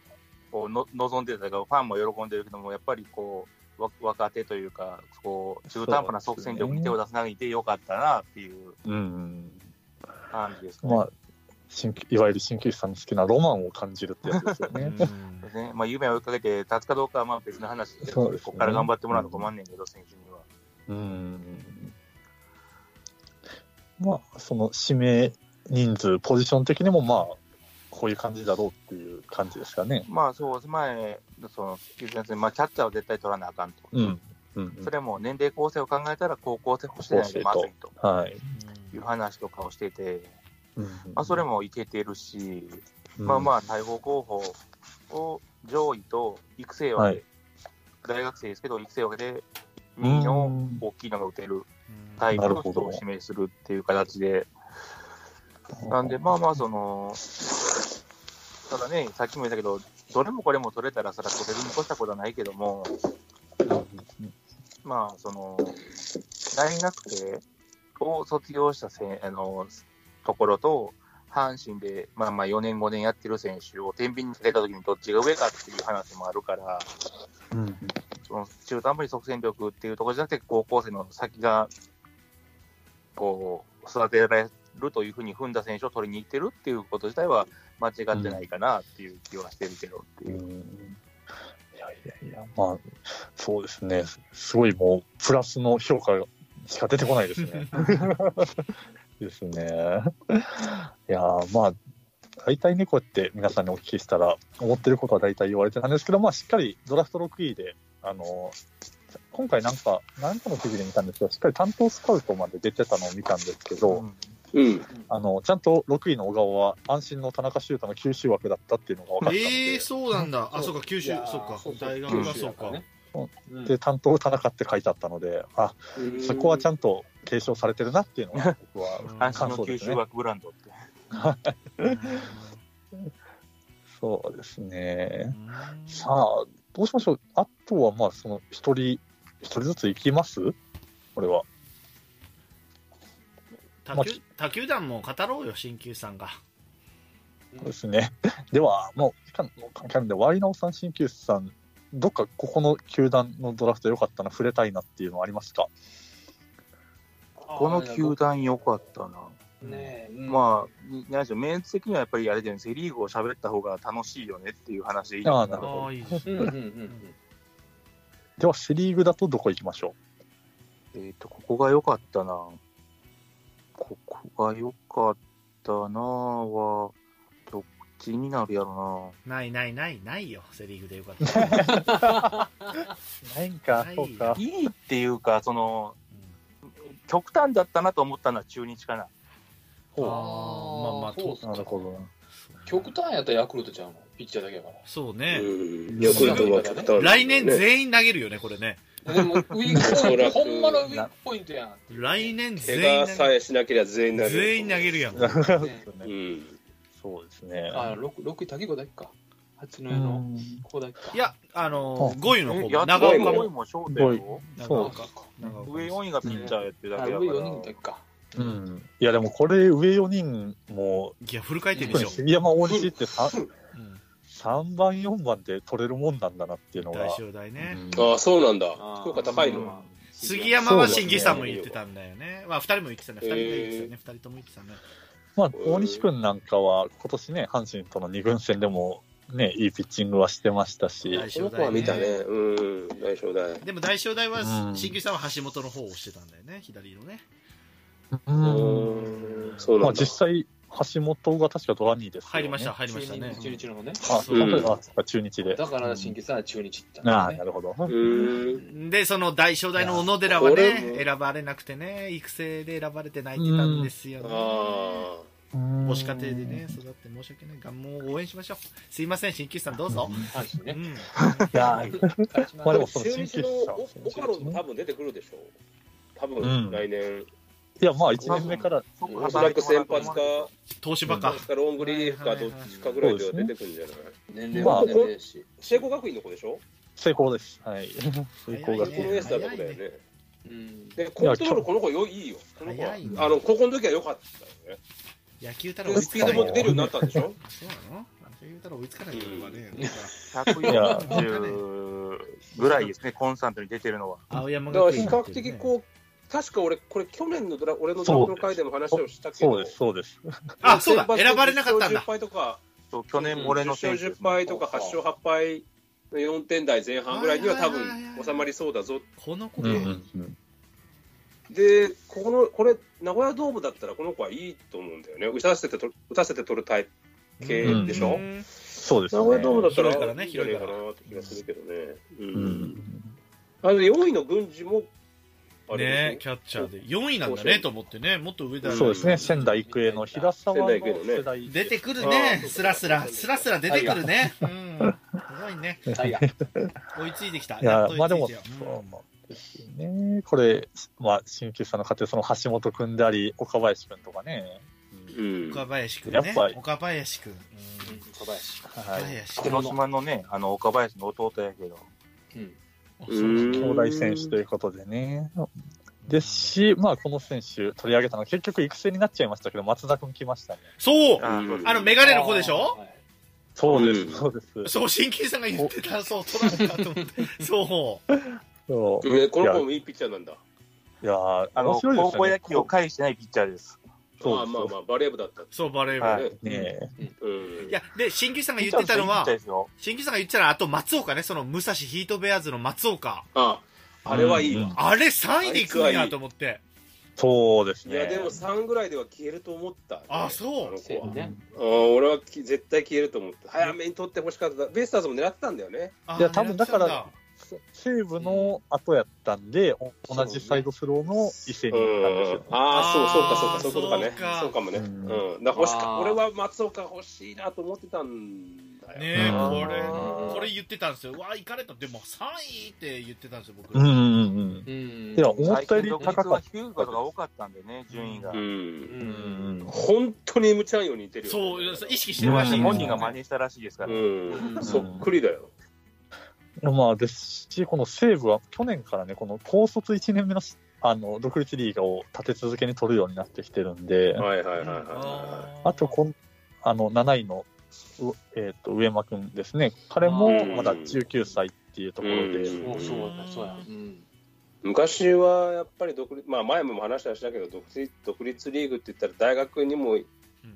[SPEAKER 6] こうの望んでたけど、ファンも喜んでるけども、やっぱりこう、わ若手というか、こう中途半端な即戦力に手を出さないでよかったなっていう
[SPEAKER 2] うん。
[SPEAKER 6] 感じですね。
[SPEAKER 2] まあ、鍼灸いわゆる鍼灸師さんの好きなロマンを感じるってやつですよ <laughs> ね。
[SPEAKER 6] そうですねまあ、夢を追いかけて立つかどうかはまあ別の話ですけど、
[SPEAKER 2] そうですね
[SPEAKER 6] ここから頑張ってもらうと困んねんけど、選手には。
[SPEAKER 2] うん。まあ、その指名人数、ポジション的にも、まあ、こういう感じだろうっていう感じですかね。
[SPEAKER 6] まあそうです、前、その菊池先生、まあ、キャッチャーを絶対取らなあかんと、
[SPEAKER 2] うん。うん。
[SPEAKER 6] それも年齢構成を考えたら、高校生補してないとまずいと
[SPEAKER 2] はい。
[SPEAKER 6] いう話とかをしてて、
[SPEAKER 2] うん
[SPEAKER 6] まあ、それ、もいけてるし、
[SPEAKER 2] うん
[SPEAKER 6] まあまあ、対応候補を上位と育成
[SPEAKER 2] は
[SPEAKER 6] 枠
[SPEAKER 2] い
[SPEAKER 6] で、大学生ですけど、育成枠で、
[SPEAKER 2] う
[SPEAKER 6] 右の
[SPEAKER 2] ん。
[SPEAKER 6] 大きいのが打てる
[SPEAKER 3] うん
[SPEAKER 6] タイプ
[SPEAKER 2] なる
[SPEAKER 6] の
[SPEAKER 2] ほ
[SPEAKER 6] 人
[SPEAKER 2] ど
[SPEAKER 6] を指名するっていう形で。なんで、まあまあ、その、ただね、さっきも言ったけど、どれもこれも取れたら、それは取れるに越したことはないけども、まあ、その、大学生を卒業したせあのところと、阪神で、まあまあ4年、5年やってる選手を天秤にかけたときにどっちが上かっていう話もあるから、
[SPEAKER 2] うん、
[SPEAKER 6] その中途半端に即戦力っていうところじゃなくて、高校生の先が、こう、育てられるというふうに踏んだ選手を取りに行ってるっていうこと自体は間違ってないかなっていう気はしてるけどって
[SPEAKER 2] う
[SPEAKER 6] いう。
[SPEAKER 2] んいやいやいや、まあ、そうですね、すごいもう、プラスの評価しか出てこないです <laughs> ね。ですね。いやー、まあ、大体ね、こうやって皆さんにお聞きしたら、思ってることは大体言われてたんですけど、まあ、しっかりドラフト6位で、あの、今回なんか、何かの記事で見たんですけど、しっかり担当スカウトまで出てたのを見たんですけど、
[SPEAKER 6] うん
[SPEAKER 5] うん。
[SPEAKER 2] あの、ちゃんと6位の小川は、安心の田中修太の九州枠だったっていうのが分かったので。
[SPEAKER 3] えー、そうなんだ。あ、そうか、九
[SPEAKER 4] い
[SPEAKER 3] 州、
[SPEAKER 4] やー
[SPEAKER 3] そうか
[SPEAKER 4] そう、そう
[SPEAKER 3] 大学が
[SPEAKER 4] 九州
[SPEAKER 3] そ
[SPEAKER 4] だ
[SPEAKER 3] う
[SPEAKER 4] から
[SPEAKER 3] か。
[SPEAKER 4] ねうん
[SPEAKER 2] で担当田中って書いてあったので、あそこはちゃんと継承されてるなっていうのが、僕は、
[SPEAKER 3] うん
[SPEAKER 6] 阪神の九州枠ブランドって。
[SPEAKER 2] そうです
[SPEAKER 3] う
[SPEAKER 2] ね。
[SPEAKER 3] ん
[SPEAKER 2] さあ、どうしましょう、あとはまあ、その一人、一人ずついきますこれは。
[SPEAKER 3] 他球他球団も語ろうよ、新球さんが。
[SPEAKER 2] そうですね。 <laughs> では、もう、期間の関係あるんで、ワイナオさん、鍼灸師さん、どっかここの球団のドラフト良かったな、触れたいなっていうのはありますか
[SPEAKER 6] この球団良かったな。
[SPEAKER 4] ねえ、うん
[SPEAKER 6] まあ、なんでしょう、メンツ的にはやっぱりあれじゃないですか、セリーグを喋った方が楽しいよねっていう話でいいのか
[SPEAKER 2] あ
[SPEAKER 6] な
[SPEAKER 2] ーなる
[SPEAKER 3] ああ、いいです。
[SPEAKER 4] うんうんうんうん
[SPEAKER 2] では、セ・リーグだとどこ行きましょ
[SPEAKER 6] えっ、と、ここが良かったな。ここが良かったなは、どっちになるやろ
[SPEAKER 3] ないないないないよ、セ・リーグでよかった。
[SPEAKER 2] うないんか
[SPEAKER 3] は、い
[SPEAKER 2] そうか
[SPEAKER 6] な。。いいっていうか、その、極端だったなと思ったのは中日かな。
[SPEAKER 3] あ
[SPEAKER 2] ほ
[SPEAKER 3] あ、まあまあ、
[SPEAKER 4] そうっ
[SPEAKER 3] と
[SPEAKER 4] す
[SPEAKER 2] うなるほどな。
[SPEAKER 4] 極端やったらヤクルトちゃうのピッチャーだけやか
[SPEAKER 3] そう
[SPEAKER 5] う
[SPEAKER 3] ね。
[SPEAKER 5] ん。ヤクルトは極端だね
[SPEAKER 3] 来年全員投げるよね、これね。
[SPEAKER 4] らでもウィークポイ
[SPEAKER 5] おそ
[SPEAKER 4] ン
[SPEAKER 5] ら
[SPEAKER 4] ト
[SPEAKER 5] く
[SPEAKER 4] <laughs> ほんまのウィークポイントやん
[SPEAKER 3] 来年全
[SPEAKER 5] 怪
[SPEAKER 3] 員
[SPEAKER 5] 我
[SPEAKER 3] 投
[SPEAKER 5] さ
[SPEAKER 3] げ
[SPEAKER 5] えしなければ全員投げ
[SPEAKER 3] る。
[SPEAKER 5] る。
[SPEAKER 3] 全員投げるやん。
[SPEAKER 2] そうです
[SPEAKER 5] う
[SPEAKER 2] ね
[SPEAKER 5] ん。
[SPEAKER 2] そうですね。
[SPEAKER 4] あ六六位滝子だけか八の
[SPEAKER 2] う
[SPEAKER 4] 上の
[SPEAKER 2] ん
[SPEAKER 4] ここだけか
[SPEAKER 3] いや、あの
[SPEAKER 2] う
[SPEAKER 3] ー、5位の
[SPEAKER 6] え、
[SPEAKER 3] 方、
[SPEAKER 6] や
[SPEAKER 3] 長
[SPEAKER 6] っ
[SPEAKER 5] す
[SPEAKER 3] 岡
[SPEAKER 5] ご
[SPEAKER 6] も
[SPEAKER 5] い
[SPEAKER 3] も。
[SPEAKER 6] もショートやろ
[SPEAKER 2] そ
[SPEAKER 4] そううか
[SPEAKER 3] 長岡も
[SPEAKER 6] 上4位がピッチャーやってるだ
[SPEAKER 4] あ
[SPEAKER 6] けだ
[SPEAKER 4] 上
[SPEAKER 6] から
[SPEAKER 4] 4人だけか
[SPEAKER 2] うん、いやでもこれ上4人も
[SPEAKER 3] いや、フル回転で
[SPEAKER 2] 特に
[SPEAKER 3] しょ。
[SPEAKER 2] 杉山大西って 3,
[SPEAKER 3] うん
[SPEAKER 2] 3番4番で取れるもんなんだなっていうのが
[SPEAKER 3] 大、正大ね。
[SPEAKER 5] ああ、そうなんだ。
[SPEAKER 4] あー
[SPEAKER 5] 福岡高いの。
[SPEAKER 4] まあ
[SPEAKER 3] 杉山は新木さんも言ってたんだよね。まあ、2人も言ってたね。2人も言ってたね。二人とも言ってたね。
[SPEAKER 2] まあ、大西君なんかは今年ね阪神との2軍戦でも、ね、いいピッチングはしてましたし、
[SPEAKER 3] 大
[SPEAKER 5] こ
[SPEAKER 3] 正
[SPEAKER 5] の子は
[SPEAKER 3] 大
[SPEAKER 5] 見たね。
[SPEAKER 3] ね。
[SPEAKER 5] うん。大正大。
[SPEAKER 3] でも大正大
[SPEAKER 2] う
[SPEAKER 3] は、
[SPEAKER 2] ん
[SPEAKER 3] 新球さんは橋本の方を押してたんだよね、左のね。
[SPEAKER 2] うん
[SPEAKER 5] うん。そう
[SPEAKER 2] ま
[SPEAKER 5] な
[SPEAKER 2] あ、
[SPEAKER 5] んだ
[SPEAKER 2] 実。際橋本が確かドラ2ですよね
[SPEAKER 3] 入りました、入りましたね。
[SPEAKER 4] 中日の方ね
[SPEAKER 2] あそう
[SPEAKER 5] うん
[SPEAKER 2] あそっか中日で
[SPEAKER 4] だから新規さんは中日って言った
[SPEAKER 2] ああ
[SPEAKER 4] ん
[SPEAKER 2] な
[SPEAKER 4] だね
[SPEAKER 2] るほど、
[SPEAKER 5] うーん。
[SPEAKER 3] で、その大正大の小野寺は
[SPEAKER 5] これ
[SPEAKER 3] ね、
[SPEAKER 5] も
[SPEAKER 3] 選ばれなくてね、育成で選ばれて泣いてたんですよね。
[SPEAKER 5] あ
[SPEAKER 2] う
[SPEAKER 5] あ。
[SPEAKER 2] ん
[SPEAKER 3] 母子家庭でね、育って申し訳ないが、もう応援しましょう。すいません、新球さんどうぞ。
[SPEAKER 4] 阪神
[SPEAKER 3] う
[SPEAKER 4] ね
[SPEAKER 3] ん。
[SPEAKER 2] いやまあでもその
[SPEAKER 5] 中
[SPEAKER 2] 新
[SPEAKER 5] 日
[SPEAKER 2] 規
[SPEAKER 5] の
[SPEAKER 2] 者
[SPEAKER 5] お岡野も多分出てくるでしょう。多
[SPEAKER 2] うん
[SPEAKER 5] 分来年、
[SPEAKER 2] いやまあ1年目から
[SPEAKER 5] おそらく先発か、
[SPEAKER 3] 東芝
[SPEAKER 5] ど
[SPEAKER 3] か
[SPEAKER 5] っ。ちかロングリリーフかどっちかぐらいでは出てくるんじゃない
[SPEAKER 4] 年齢は
[SPEAKER 2] まあ
[SPEAKER 4] 年齢やし
[SPEAKER 5] 聖光学院の子でしょ
[SPEAKER 2] 成功ですはい成功
[SPEAKER 5] こ
[SPEAKER 2] が
[SPEAKER 5] のエースだった子だよね。
[SPEAKER 4] うん
[SPEAKER 5] で、コントロールこの子よいいよ。この子は。
[SPEAKER 3] 早いね
[SPEAKER 5] あの、高校の時は良かったよね。
[SPEAKER 3] 野球たら追
[SPEAKER 5] で
[SPEAKER 3] い
[SPEAKER 5] ス
[SPEAKER 3] つ
[SPEAKER 5] ピ
[SPEAKER 3] か
[SPEAKER 5] ー
[SPEAKER 3] な
[SPEAKER 5] ド
[SPEAKER 3] い
[SPEAKER 5] も出るようになったんでしょ
[SPEAKER 3] そうなの野球たら追いつかないとかね。
[SPEAKER 5] う
[SPEAKER 3] なんか
[SPEAKER 6] 140ぐらいですね、コンスタントに出てるのは。
[SPEAKER 3] 青山
[SPEAKER 5] だから
[SPEAKER 3] 学
[SPEAKER 5] 比
[SPEAKER 3] 院
[SPEAKER 5] 較的こう、確か俺、これ去年のドラ、俺のドラフトの回でも話をしたけど、
[SPEAKER 2] そうですそうです
[SPEAKER 3] あ、そうだ、選ばれなかったん
[SPEAKER 5] 10
[SPEAKER 3] だ。
[SPEAKER 5] 勝10敗とか、
[SPEAKER 6] そう去年俺の
[SPEAKER 5] 10
[SPEAKER 6] 選手
[SPEAKER 5] 勝10敗とか、8勝8敗の4点台前半ぐらいには多分
[SPEAKER 3] はいはいはいはい
[SPEAKER 5] 収まりそうだぞ。
[SPEAKER 3] この子
[SPEAKER 2] う
[SPEAKER 3] が
[SPEAKER 2] んうんうん
[SPEAKER 5] で、ここの、これ、名古屋ドームだったらこの子はいいと思うんだよね。打たせてと、打たせて取るタイプ系でしょ、
[SPEAKER 3] うん
[SPEAKER 2] そうです
[SPEAKER 5] 名
[SPEAKER 2] ね。
[SPEAKER 5] 古屋ドームだったら、
[SPEAKER 3] 広いからね
[SPEAKER 5] いいんじゃないか
[SPEAKER 3] 広
[SPEAKER 5] なって気がするけどね。うん。
[SPEAKER 2] うん。
[SPEAKER 5] あの、4位の軍事も、あれ
[SPEAKER 3] ね
[SPEAKER 5] でし
[SPEAKER 3] キャッチャーで。4位なんだね、と思ってね。もっと上だ
[SPEAKER 2] そうですね。仙台育英の平沢の
[SPEAKER 5] 仙台育英のね
[SPEAKER 2] 世代。
[SPEAKER 3] 出てくる
[SPEAKER 5] あ
[SPEAKER 3] ね
[SPEAKER 5] ー
[SPEAKER 3] スラスラスラスラ出てくるねうんすごいね
[SPEAKER 4] タイガ
[SPEAKER 3] 追いついてきた
[SPEAKER 2] いや
[SPEAKER 3] っ、と
[SPEAKER 2] まあで
[SPEAKER 3] 追い
[SPEAKER 2] も、
[SPEAKER 3] つ
[SPEAKER 2] そ
[SPEAKER 3] いてきたよ
[SPEAKER 2] うなんですよね。これ、まあ、新旧さんの家庭、その橋本くんであり、岡林くんとかね。
[SPEAKER 5] ょ。うん。
[SPEAKER 3] 岡林君
[SPEAKER 2] や
[SPEAKER 3] ね
[SPEAKER 2] っぱり
[SPEAKER 3] 岡林君うん
[SPEAKER 4] 小林
[SPEAKER 2] は
[SPEAKER 3] 岡
[SPEAKER 2] い。
[SPEAKER 3] 林君
[SPEAKER 6] 広島のね、あの岡林の弟やけど、
[SPEAKER 4] うん
[SPEAKER 3] あそうなんだ
[SPEAKER 2] 兄弟選手ということでね。ですし、まあ、この選手取り上げたのは、結局育成になっちゃいましたけど、松田くん来ましたね。
[SPEAKER 3] そう
[SPEAKER 6] あー
[SPEAKER 3] あのメガネの子でしょ
[SPEAKER 4] はい
[SPEAKER 2] そう
[SPEAKER 5] うん
[SPEAKER 2] そうです。
[SPEAKER 3] そう新規さんが言ってたそう取られたと思ってそう
[SPEAKER 2] そう。
[SPEAKER 5] ねこの子もいいピッチャーなんだ。
[SPEAKER 2] いやー
[SPEAKER 6] あの
[SPEAKER 2] 面白いですよね。
[SPEAKER 6] 高校野球を介してないピッチャーです。
[SPEAKER 2] そう
[SPEAKER 5] まあまあまあ、バレー部だったって
[SPEAKER 3] そうバレー
[SPEAKER 6] は
[SPEAKER 3] 部
[SPEAKER 5] ね。
[SPEAKER 2] ねえ。
[SPEAKER 5] うん。
[SPEAKER 3] いやで新規さんが言ってたのは
[SPEAKER 6] ピッチャーですよ
[SPEAKER 3] 新規さんが言ってたのはあと松岡ねその武蔵ヒートベアーズの松岡
[SPEAKER 5] あ、あれはいいわ。
[SPEAKER 3] あれ3位でいくんやと思って
[SPEAKER 2] そうです
[SPEAKER 5] い
[SPEAKER 2] ね。
[SPEAKER 5] や、でも3ぐらいでは消えると思った、
[SPEAKER 3] あそう
[SPEAKER 5] あの
[SPEAKER 4] セー
[SPEAKER 5] 子は
[SPEAKER 4] フね
[SPEAKER 5] あー俺はき絶対消えると思った。早めに取ってほしかった。ベイスターズも狙ってたんだよね。
[SPEAKER 3] あー
[SPEAKER 2] いや多分だから
[SPEAKER 3] 狙ってたん
[SPEAKER 2] 西武の後やったんで、お同じサイドスローの伊勢に行ったんですよ、
[SPEAKER 5] ああ、そう、そうか、そうか、そういうことか
[SPEAKER 3] そうか
[SPEAKER 5] ね。そうかも
[SPEAKER 2] う
[SPEAKER 5] ね。
[SPEAKER 2] ん
[SPEAKER 5] うん。だから欲しか
[SPEAKER 4] あー
[SPEAKER 5] 俺は松岡欲しいなと思ってたんだよ。
[SPEAKER 3] ねえ、
[SPEAKER 2] うん
[SPEAKER 3] これ、
[SPEAKER 4] うん
[SPEAKER 3] これ言ってたんですよ。わあ、行かれた。でも3位って言ってたんですよ、僕。
[SPEAKER 2] うんうんうん。
[SPEAKER 4] うん
[SPEAKER 2] いや、思っ
[SPEAKER 6] 最
[SPEAKER 2] たよ
[SPEAKER 6] 近
[SPEAKER 2] り
[SPEAKER 6] 独
[SPEAKER 2] 高
[SPEAKER 6] 立
[SPEAKER 2] か
[SPEAKER 6] は
[SPEAKER 2] っ
[SPEAKER 6] ヒューガとか多かったんでね、順位が
[SPEAKER 5] う。。
[SPEAKER 4] うんん
[SPEAKER 2] た。
[SPEAKER 5] 本当にムチャンヨに似てる
[SPEAKER 3] そ
[SPEAKER 5] よ
[SPEAKER 3] う
[SPEAKER 5] ね、
[SPEAKER 3] 意識して
[SPEAKER 6] で
[SPEAKER 3] る
[SPEAKER 6] も
[SPEAKER 3] ら
[SPEAKER 6] やっ
[SPEAKER 3] しいです
[SPEAKER 6] ぱ本人が真似したらしいですから。
[SPEAKER 5] うん。
[SPEAKER 4] うん
[SPEAKER 5] そっくりだよ。
[SPEAKER 2] うん、まあ、ですし、この西武は去年からね、この高卒1年目のあの独立リーガーを立て続けに取るようになってきてるんで、
[SPEAKER 5] はいはいはいはいはい。
[SPEAKER 3] あー
[SPEAKER 2] あとこん、あの7位の、うえー、と上間君ですね、彼もまだ19歳っていうところで、
[SPEAKER 5] うん
[SPEAKER 4] もうそうや、そうや。うん。
[SPEAKER 5] 昔はやっぱり独立、まあ、前も話したしだけど独立、独立リーグって言ったら大学にも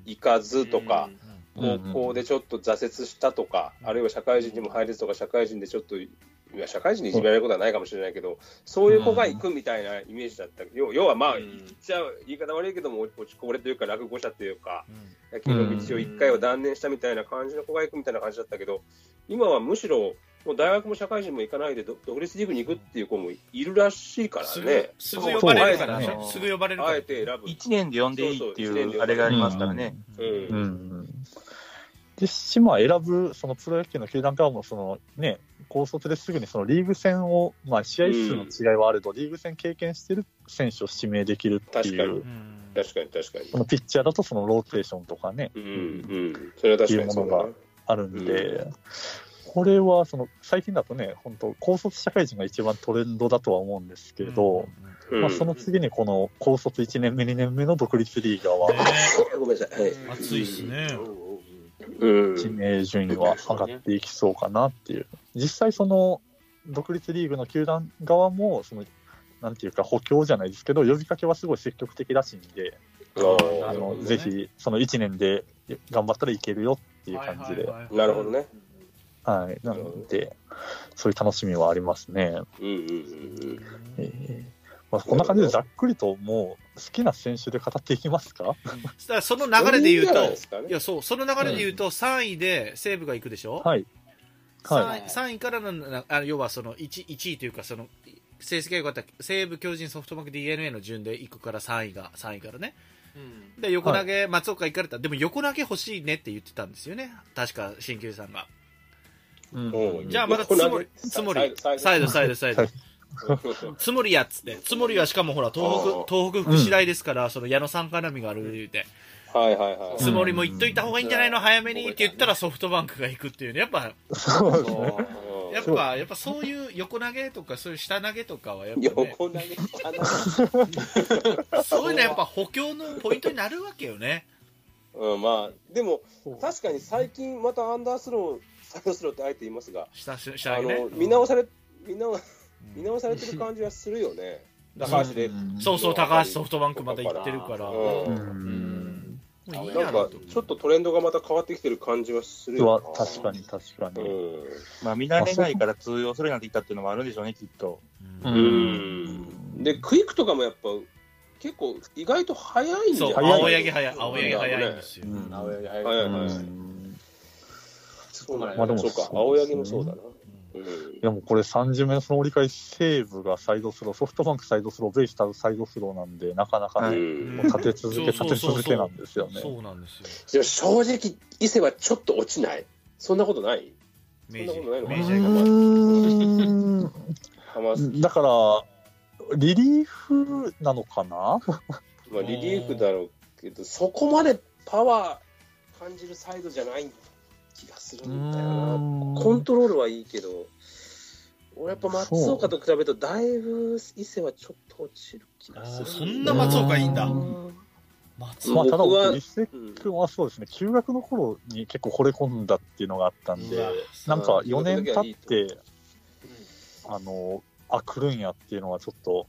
[SPEAKER 5] 行かずとか、高校でちょっと挫折したとか、
[SPEAKER 3] うん
[SPEAKER 5] あるいは社会人にも入れずとか、社会人でちょっと、いや社会人にいじめられることはないかもしれないけど、そういう子が行くみたいなイメージだった、要要はまあ、
[SPEAKER 4] うん
[SPEAKER 5] 言っちゃ言い方悪いけども、落落ちこぼれというか、落語者というか、
[SPEAKER 3] うん
[SPEAKER 5] 野球の道を1回は断念したみたいな感じの子が行くみたいな感じだったけど、今はむしろ、もう大学も社会人も行かないで、ど独立リーグに行くっていう子もいるらしいから
[SPEAKER 3] すぐ
[SPEAKER 5] ね、
[SPEAKER 3] すぐ呼ばれるからね
[SPEAKER 2] そうそう
[SPEAKER 3] すぐ呼ばれるか
[SPEAKER 5] あ
[SPEAKER 3] ら
[SPEAKER 5] えて選ぶ。
[SPEAKER 6] 1年で呼んでいいっていうあれがありますからね。
[SPEAKER 5] うん
[SPEAKER 2] うんですし、まあ、選ぶそのプロ野球の球団側もその、ね、高卒ですぐにそのリーグ戦を、まあ、試合数の違いはあれど、リーグ戦経験してる選手を指名できるってい
[SPEAKER 5] 確かに
[SPEAKER 2] う、
[SPEAKER 3] うん
[SPEAKER 5] 確かに確かに
[SPEAKER 2] そ。のピッチャーだとそのローテーションとかね、
[SPEAKER 5] うん、うん、それは確かにそうだ
[SPEAKER 2] っていうものが。
[SPEAKER 5] な
[SPEAKER 2] あるんで、これはその最近だとね、本当、高卒社会人が一番トレンドだとは思うんですけど、
[SPEAKER 5] うん
[SPEAKER 2] まあ、その次にこの高卒1年目、2年目の独立リーガーは、
[SPEAKER 5] <laughs> ごめんなさい。はい
[SPEAKER 3] 暑いしね
[SPEAKER 5] うん
[SPEAKER 2] 知名順位は上がっていきそうかなっていう、実際、その独立リーグの球団側も、そのなんていうか、補強じゃないですけど、呼びかけはすごい積極的らしいんで、
[SPEAKER 5] あ
[SPEAKER 2] あ
[SPEAKER 3] なるほ
[SPEAKER 2] の
[SPEAKER 3] どね
[SPEAKER 2] ぜひ、その1年で頑張ったらいけるよっていう感じで、
[SPEAKER 3] はいはいはい
[SPEAKER 5] ーなるほどね。
[SPEAKER 2] はい、なので、そういう楽しみはありますね。
[SPEAKER 5] うんうんうん
[SPEAKER 2] えーまあ、こんな感じでざっくりともう好きな選手で語っていきますか、
[SPEAKER 3] だからその
[SPEAKER 5] うん。
[SPEAKER 3] 流れで言う
[SPEAKER 5] いいんじゃない
[SPEAKER 3] と
[SPEAKER 5] ですかね
[SPEAKER 3] いやそうその流れで言うと3位で西武が行くでしょ、
[SPEAKER 2] はい。は
[SPEAKER 4] はい
[SPEAKER 3] 3, 位からのなあの要はその 1, 1位というかその成績が良かった西武、巨人、ソフトバンク d n a の順で行くから3位が3位からね
[SPEAKER 4] うん。
[SPEAKER 3] で横投げ、松岡行かれたでも横投げ欲しいねって言ってたんですよね確か新球さんが
[SPEAKER 2] い。うん
[SPEAKER 5] うん
[SPEAKER 3] じゃあまだつ
[SPEAKER 5] これ
[SPEAKER 3] もりつもり
[SPEAKER 5] サイド
[SPEAKER 3] サイドサイドサイドつもりやっつってつもりはしかもほら東北東北福祉大ですから、その矢野さん絡みがある言うて
[SPEAKER 5] <laughs> はいはいは
[SPEAKER 4] う
[SPEAKER 3] つ
[SPEAKER 4] ん
[SPEAKER 5] い。
[SPEAKER 3] もりも言っといた方がいいんじゃないの早めにって言ったらソフトバンクが行くっていうねやっぱ
[SPEAKER 2] そうですね。
[SPEAKER 4] そう
[SPEAKER 3] やっぱやっぱそういう横投げとかそういう下投げとかはやっぱ、ね、
[SPEAKER 5] 横投げ下投げ
[SPEAKER 3] そういうのはやっぱ補強のポイントになるわけよね。
[SPEAKER 5] うん、まあ、でも、確かに最近またアンダースロー、サイドスローってあえて言いますが、
[SPEAKER 3] 下下
[SPEAKER 5] あ
[SPEAKER 3] 投げね
[SPEAKER 5] の、。見直され、見直
[SPEAKER 3] うん
[SPEAKER 5] 見直されてる感じはするよね。
[SPEAKER 4] だ
[SPEAKER 5] 高橋で。
[SPEAKER 3] そうそう高橋ソフトバンクまた行ってるから。も
[SPEAKER 5] う
[SPEAKER 2] うんん。
[SPEAKER 3] ういい
[SPEAKER 5] な
[SPEAKER 3] や
[SPEAKER 5] ん
[SPEAKER 3] ろ
[SPEAKER 5] か
[SPEAKER 3] と思う
[SPEAKER 5] ちょっとトレンドがまた変わってきてる感じはする
[SPEAKER 2] では
[SPEAKER 5] よな
[SPEAKER 2] 確かに確かに。
[SPEAKER 6] まあ見慣れないから通用するようになってきたっていうのもあるんでしょうね、きっと。
[SPEAKER 5] う、
[SPEAKER 2] うん
[SPEAKER 5] うん、でクイックとかもやっぱ結構意外と早いんじ
[SPEAKER 3] そ
[SPEAKER 5] ゃ
[SPEAKER 3] う
[SPEAKER 5] ない
[SPEAKER 2] 早い
[SPEAKER 3] 青柳早い青柳早いんですよ。
[SPEAKER 2] うん
[SPEAKER 4] 青柳早い。
[SPEAKER 5] 早い
[SPEAKER 2] うん
[SPEAKER 5] 早い、そうだね
[SPEAKER 2] まあでも
[SPEAKER 5] そうか
[SPEAKER 2] そう
[SPEAKER 5] 青柳もそうだな、うん
[SPEAKER 2] いやもうこれ30面その折り返し、西武がサイドスロー、ソフトバンクサイドスロー、ベイスターズサイドスローなんで、なかなか
[SPEAKER 6] は
[SPEAKER 2] ね、
[SPEAKER 6] い
[SPEAKER 5] うん
[SPEAKER 2] もう立て続け、
[SPEAKER 3] うんそ
[SPEAKER 2] 立て
[SPEAKER 3] うそうそう
[SPEAKER 2] 続けなんですよね。
[SPEAKER 3] そうなんですよ。
[SPEAKER 5] でも正直伊勢はちょっと落ちないそんなことない
[SPEAKER 3] 明
[SPEAKER 5] そんなことないのか
[SPEAKER 3] 治
[SPEAKER 5] な
[SPEAKER 3] 明治
[SPEAKER 5] う
[SPEAKER 3] が
[SPEAKER 2] う
[SPEAKER 5] 浜松
[SPEAKER 2] ーんだから、リリーフなのかな
[SPEAKER 5] まあ、リリーフだろうけどそこまでパワー感じるサイドじゃない気がするんだよなコントロールはいいけど、俺やっぱ松岡と比べると、だいぶ伊勢はちょっと落ちる気がす
[SPEAKER 3] あー
[SPEAKER 5] る。
[SPEAKER 3] そんな松岡いいんだ
[SPEAKER 5] うん
[SPEAKER 3] 松
[SPEAKER 2] まあ、ただ
[SPEAKER 5] 僕は
[SPEAKER 2] 僕、一石君はそうですね、休学の頃に結構惚れ込んだっていうのがあったんで
[SPEAKER 3] うわ、
[SPEAKER 2] なんか4年
[SPEAKER 5] そう
[SPEAKER 2] 経って、あの、あ、来るんやっていうのはちょっと、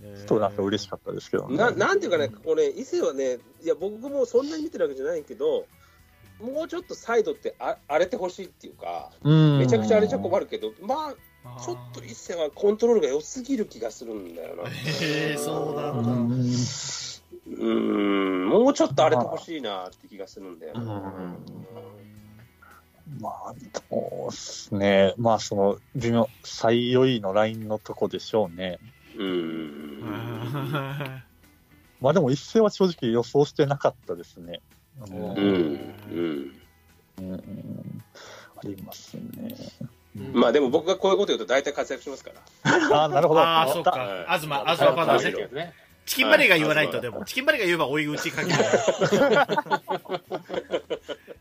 [SPEAKER 2] ちょっとなんか嬉しかったですけどね。
[SPEAKER 5] ななんていうかね、これ、伊勢はね、いや、僕もそんなに見てるわけじゃないけど、もうちょっとサイドってあ荒れてほしいっていうか、
[SPEAKER 2] うん
[SPEAKER 5] めちゃくちゃ荒れちゃ困るけど、ま
[SPEAKER 3] あ
[SPEAKER 5] あ、
[SPEAKER 3] ー
[SPEAKER 5] ちょっと伊勢はコントロールが良すぎる気がするんだよな。
[SPEAKER 3] へえそうな
[SPEAKER 2] うん
[SPEAKER 3] だ。
[SPEAKER 2] ん
[SPEAKER 5] うん、もうちょっと荒れてほしいなって気がするんだよな。
[SPEAKER 2] うんまあ、そうですね。まあ、その、微妙、最良いのラインのとこでしょうね。
[SPEAKER 5] うん
[SPEAKER 2] まあでも、一斉は正直予想してなかったですね。うんうん
[SPEAKER 5] うんうん
[SPEAKER 2] うんありますね。
[SPEAKER 5] まあでも僕がこういうこと言うと大体活躍しますから。
[SPEAKER 2] ああ、なるほど。
[SPEAKER 3] ああ、そう
[SPEAKER 2] ま
[SPEAKER 3] か。
[SPEAKER 5] あ
[SPEAKER 3] 東、東ファン
[SPEAKER 5] あ
[SPEAKER 3] だ
[SPEAKER 5] そう
[SPEAKER 3] ね
[SPEAKER 5] だ。
[SPEAKER 4] ね。
[SPEAKER 3] チキンバレーが言わないと、でも、チキンバレーが言えば追い打ちかける。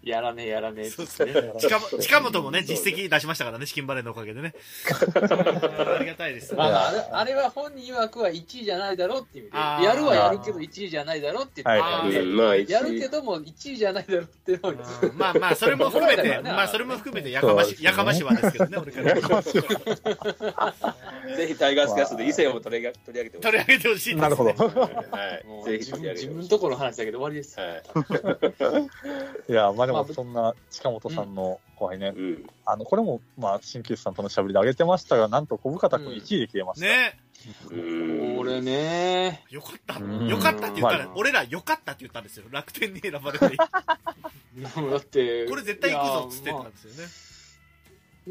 [SPEAKER 4] やらねえ、やらねえっ
[SPEAKER 3] そ
[SPEAKER 4] て
[SPEAKER 3] うですね。近本近本もね、実績出しましたからね、チキンバレーのおかげでね。ありがたいです。
[SPEAKER 4] まあまああれ、あれは本人曰くは1位じゃないだろうっていう意
[SPEAKER 3] あ
[SPEAKER 4] 味
[SPEAKER 3] ー
[SPEAKER 4] で、やるはやるけど1位じゃないだろうって言ってた
[SPEAKER 3] は
[SPEAKER 4] ん
[SPEAKER 3] い
[SPEAKER 4] で、
[SPEAKER 5] うんまあ、一
[SPEAKER 4] やるけども1位じゃないだろうっていうのに
[SPEAKER 3] うんまあまあ、それも含めて、
[SPEAKER 4] うん
[SPEAKER 3] まあ、それも含めて、やかま
[SPEAKER 2] そう
[SPEAKER 3] し
[SPEAKER 2] で、すね
[SPEAKER 3] やかましはですけどね、俺から。
[SPEAKER 5] ぜひタイガースキャストで異性を取り上げ取り上げてほし
[SPEAKER 3] 取り上げてほしいです、ね。
[SPEAKER 2] なるほど。
[SPEAKER 4] も
[SPEAKER 5] は
[SPEAKER 4] う
[SPEAKER 5] い。ぜ
[SPEAKER 4] 自
[SPEAKER 5] ひ
[SPEAKER 4] 分
[SPEAKER 5] 取り上
[SPEAKER 4] 自
[SPEAKER 5] げてほ
[SPEAKER 4] 分
[SPEAKER 5] しい。
[SPEAKER 4] とこの話だけど終わりです。
[SPEAKER 5] は
[SPEAKER 2] <laughs>
[SPEAKER 5] い。
[SPEAKER 2] いや、まあでも
[SPEAKER 4] まあ
[SPEAKER 2] そんな近本さんの後輩ね、
[SPEAKER 5] うん。
[SPEAKER 2] あの、これも、まあ、新旧さんとのしゃべりで挙げてましたが、なんと小深田君
[SPEAKER 4] うん
[SPEAKER 2] 1位で消えました。
[SPEAKER 3] ね
[SPEAKER 5] うん
[SPEAKER 4] 俺ね、
[SPEAKER 3] よかった。
[SPEAKER 2] うん
[SPEAKER 3] よかったって言ったら、
[SPEAKER 4] まあ
[SPEAKER 3] 俺らよかったって言ったんですよ。楽天に選ばれて。こ
[SPEAKER 4] もうだって、
[SPEAKER 3] れ絶対行くぞっつっ
[SPEAKER 4] い
[SPEAKER 3] て
[SPEAKER 4] や
[SPEAKER 3] た
[SPEAKER 4] ま
[SPEAKER 3] んですよね。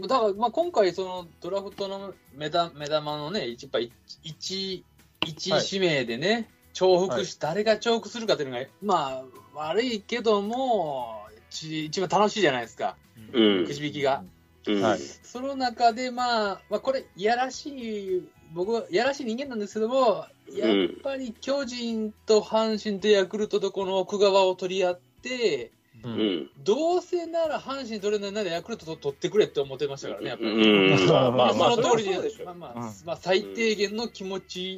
[SPEAKER 4] あだから、まあ、今回、そのドラフトの目だ目玉のね、一番一一
[SPEAKER 2] はい
[SPEAKER 4] 指名でね、重複し、誰が重複するかっていうのが、まあ、悪いけども、一一番楽しいじゃないですか、
[SPEAKER 5] う
[SPEAKER 4] く
[SPEAKER 5] ん。
[SPEAKER 4] じ引きが。
[SPEAKER 5] うん
[SPEAKER 2] はい
[SPEAKER 4] その中で、まあ、まあ、これ、いやらしい、僕は、いやらしい人間なんですけども、やっぱり巨人と阪神とヤクルトとこの奥側を取り合って、
[SPEAKER 5] う
[SPEAKER 2] うん
[SPEAKER 5] ん。
[SPEAKER 4] どうせなら阪神取れないならヤクルトと取ってくれって思ってましたからね、やっぱり。
[SPEAKER 5] うん。
[SPEAKER 2] まあまあ
[SPEAKER 4] その通り
[SPEAKER 5] それはそうで
[SPEAKER 4] で
[SPEAKER 5] しょ
[SPEAKER 4] まあまあ、
[SPEAKER 6] うん
[SPEAKER 4] まあ最低限の気持ち、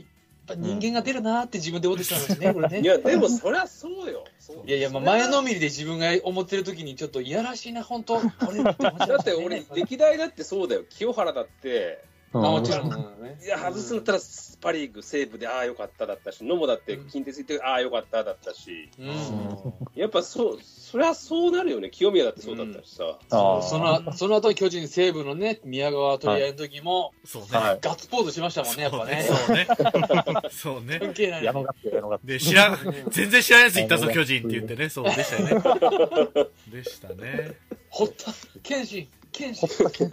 [SPEAKER 4] やっぱ人間が出るなーって自分で思ってたんですね、これね。
[SPEAKER 5] いや、でもそりゃそうよ。そう
[SPEAKER 4] いやいや、まあ、前のめりで自分が思ってる時に、ちょっといやらしいな、本当、俺だって思ちゃ
[SPEAKER 5] だ
[SPEAKER 4] ま
[SPEAKER 5] っ
[SPEAKER 4] してたね
[SPEAKER 5] 俺、歴代だってそうだよ。清原だって、
[SPEAKER 4] あ
[SPEAKER 2] うん
[SPEAKER 4] もちろん、ね
[SPEAKER 5] いや、外すんだったらパ・リーグ、西武で、ああ、よかっただったし、野茂だって、近鉄行って、ああ、よかっただったし、
[SPEAKER 4] うん、
[SPEAKER 5] やっぱそう、そりゃそうなるよね。清宮だってそうだったしさ。
[SPEAKER 2] あー
[SPEAKER 4] そのその後巨人西武のね宮川取り合いの時も、
[SPEAKER 3] そうね。
[SPEAKER 2] はい。
[SPEAKER 4] ガッツポーズしましたもんねやっぱね
[SPEAKER 3] そうね。そうね。
[SPEAKER 4] 関係ない
[SPEAKER 2] 矢野がって、矢野がって。
[SPEAKER 3] で、知らん、全然知らないやつ行ったぞ、巨人って言ってね。そう、でしたよね。でしたね。
[SPEAKER 4] 堀田謙信謙
[SPEAKER 2] ほ
[SPEAKER 4] 信
[SPEAKER 2] ったけんう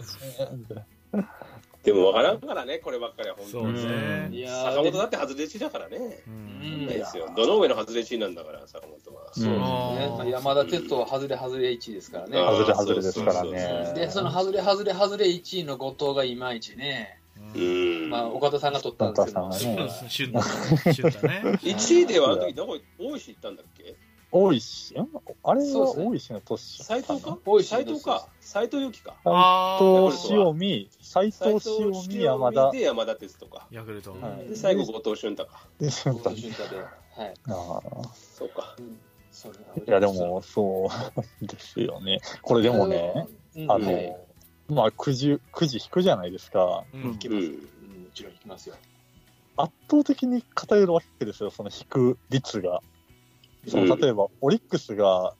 [SPEAKER 2] ん
[SPEAKER 5] でも分からんからね、こればっかりは、本
[SPEAKER 3] そ
[SPEAKER 5] 当
[SPEAKER 3] う
[SPEAKER 5] に。
[SPEAKER 3] ね。
[SPEAKER 4] いやー
[SPEAKER 5] 坂本だって外れ値だからね。
[SPEAKER 3] う
[SPEAKER 4] うんん
[SPEAKER 5] ないですよ。どの上の外れ値なんだから、坂本は。
[SPEAKER 4] そうですね
[SPEAKER 3] うん
[SPEAKER 4] まあ山田哲人は外れ外れ1位ですからね
[SPEAKER 2] 外れ外れですからね。
[SPEAKER 4] でその外れ外れ外れ1位の後藤がいまいちね、
[SPEAKER 5] う
[SPEAKER 3] うん
[SPEAKER 5] ん。
[SPEAKER 4] まあ、岡田さんが取ったんですけど
[SPEAKER 2] 岡田さんがね
[SPEAKER 3] シ
[SPEAKER 4] <laughs>
[SPEAKER 3] ュンタ、シュンタね。
[SPEAKER 5] 1位ではあの時どこ大石行ったんだっけ
[SPEAKER 2] 大石、んあれ
[SPEAKER 4] そう
[SPEAKER 2] は
[SPEAKER 4] ですね
[SPEAKER 2] 大石の年。
[SPEAKER 5] 斎藤か
[SPEAKER 4] 大石
[SPEAKER 5] 斎藤か斎藤由紀か
[SPEAKER 3] あ
[SPEAKER 2] と
[SPEAKER 5] ー
[SPEAKER 2] 塩見、斎藤塩見、山田
[SPEAKER 5] 斎藤、で山田哲人か
[SPEAKER 3] ヤクルト。
[SPEAKER 4] はい
[SPEAKER 5] で最後後藤俊太か
[SPEAKER 2] で、
[SPEAKER 4] 後
[SPEAKER 2] 俊太
[SPEAKER 4] 藤。俊太ではい、
[SPEAKER 2] あ
[SPEAKER 5] そうか
[SPEAKER 4] うんそれが
[SPEAKER 2] <laughs> ーいや、でも、そうですよね。これでもね、
[SPEAKER 4] うん
[SPEAKER 2] あ
[SPEAKER 4] は
[SPEAKER 2] の
[SPEAKER 4] い、
[SPEAKER 2] まあ、くじ、くじ引くじゃないですか。
[SPEAKER 3] う
[SPEAKER 4] い
[SPEAKER 3] ん
[SPEAKER 4] け
[SPEAKER 5] う
[SPEAKER 4] ます、う
[SPEAKER 5] ん
[SPEAKER 4] ん、もちろんいきますよ
[SPEAKER 2] 圧倒的に偏るわけですよ、その引く率が。その
[SPEAKER 5] うん
[SPEAKER 2] 例えば、オリックスが、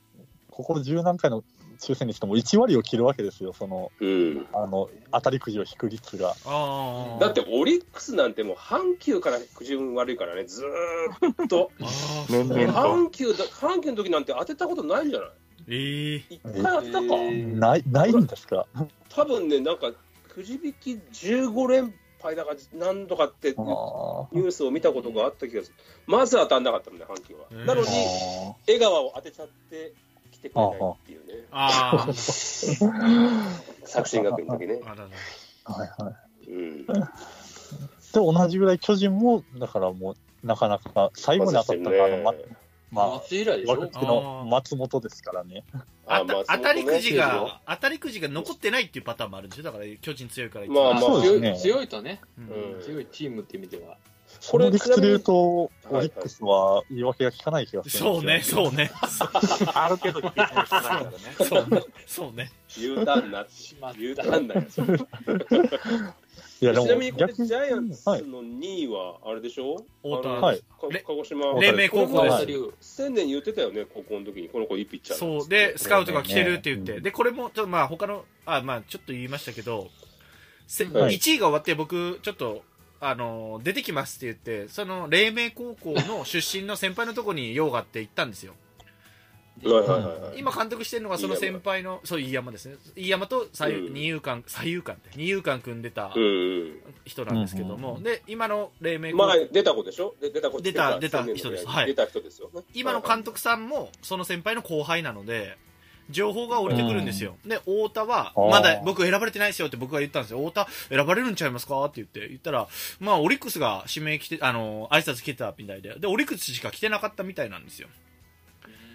[SPEAKER 2] ここ十何回の抽選にしても1割を切るわけですよ、その、
[SPEAKER 5] うん
[SPEAKER 2] あの、当たりくじを引く率が。
[SPEAKER 3] ああ。
[SPEAKER 5] だってオリックスなんてもう阪急から苦渋悪いからねずーっと
[SPEAKER 3] あー、
[SPEAKER 6] 面
[SPEAKER 3] そう
[SPEAKER 6] 々と。
[SPEAKER 5] 阪急だ阪急の時なんて当てたことないんじゃない
[SPEAKER 3] ええ。
[SPEAKER 5] 一回当てたか、
[SPEAKER 4] えー
[SPEAKER 2] ない、ないんですか
[SPEAKER 5] 多分ねなんかくじ引き15連敗だからなんとかって
[SPEAKER 2] あー
[SPEAKER 5] ニュースを見たことがあった気がするまず当たんなかったもんね阪急は、
[SPEAKER 3] うん
[SPEAKER 5] なのに
[SPEAKER 2] あー。
[SPEAKER 5] 江川を当てちゃって来てくれないっていうね
[SPEAKER 3] ああ。
[SPEAKER 5] 作新学院の時ね
[SPEAKER 3] あらら。
[SPEAKER 2] はいはい。
[SPEAKER 5] う
[SPEAKER 2] で、
[SPEAKER 5] ん
[SPEAKER 2] 同じぐらい巨人も、だからもう、なかなか、最後に当たったのが、あのまま
[SPEAKER 4] 松井以来で
[SPEAKER 2] あ、
[SPEAKER 4] しょ
[SPEAKER 2] 若手の松本ですからね。
[SPEAKER 3] あ
[SPEAKER 5] まあ
[SPEAKER 3] た当たりくじ
[SPEAKER 5] そうね
[SPEAKER 3] が、当たりくじが残ってないっていうパターンもあるんですよ。だから、巨人強いからいつ
[SPEAKER 5] まあ
[SPEAKER 3] も。
[SPEAKER 5] まあ
[SPEAKER 2] そうですね
[SPEAKER 4] 強い強いとね、
[SPEAKER 3] うん
[SPEAKER 5] うん
[SPEAKER 4] 強いチームって意味では。
[SPEAKER 2] これ理屈で言うと、オ
[SPEAKER 5] なみに
[SPEAKER 2] リックスは言い訳が効かない気がする
[SPEAKER 3] そうん
[SPEAKER 2] で
[SPEAKER 3] ね、
[SPEAKER 2] すよ。
[SPEAKER 3] そうね。
[SPEAKER 6] あるけど、引きないからね。
[SPEAKER 3] そうね。そうね。
[SPEAKER 5] U ターンなって
[SPEAKER 4] しまった
[SPEAKER 5] U ターンだよちない
[SPEAKER 2] や、で
[SPEAKER 5] みに
[SPEAKER 2] も
[SPEAKER 5] これ
[SPEAKER 2] 逆
[SPEAKER 5] ジャイアンツ
[SPEAKER 2] はい。
[SPEAKER 5] の2位はあれでしょ
[SPEAKER 3] 太田
[SPEAKER 5] あの
[SPEAKER 2] はい
[SPEAKER 5] か鹿児島
[SPEAKER 2] ね
[SPEAKER 3] 黎明高校
[SPEAKER 2] は
[SPEAKER 3] で
[SPEAKER 2] い
[SPEAKER 4] 大
[SPEAKER 3] す
[SPEAKER 4] 田。流
[SPEAKER 5] 千年言ってたよね高校の時にこの子いいピッチャーだ
[SPEAKER 3] そうで、スカウトが来てるって言っ
[SPEAKER 2] う
[SPEAKER 3] て、
[SPEAKER 2] ん
[SPEAKER 3] で、これも、ちょっとまあ、他の、あ、まあ、ちょっと言いましたけど、せ
[SPEAKER 4] はい
[SPEAKER 3] 1位が終わって、僕、ちょっと、あの、出てきますって言って、その、黎明高校の出身の先輩のとこに用があって行ったんですよ。
[SPEAKER 5] はいはいはいはい
[SPEAKER 3] 今監督してるのがその先輩の、そう、飯山ですね。飯山と左右
[SPEAKER 5] うん
[SPEAKER 3] 二遊間、左右間って、二遊間組んでた
[SPEAKER 5] うんうん
[SPEAKER 3] 人なんですけども、
[SPEAKER 2] うん
[SPEAKER 3] で、今の黎明高校
[SPEAKER 5] 前出た子でしょで出た子
[SPEAKER 3] 出た
[SPEAKER 5] っていうか
[SPEAKER 3] 出た人です
[SPEAKER 5] 千年の
[SPEAKER 3] はい
[SPEAKER 5] 出た人ですよね
[SPEAKER 3] 今の監督さんもその先輩の後輩なので、情報が降りてくるんですよ。で、太田は、
[SPEAKER 2] あー
[SPEAKER 3] まだ僕選ばれてないですよって僕が言ったんですよ。太田選ばれるんちゃいますかって言って、言ったら、まあ、オリックスが指名来て、あの、挨拶来てたみたいで、で、オリックスしか来てなかったみたいなんですよ。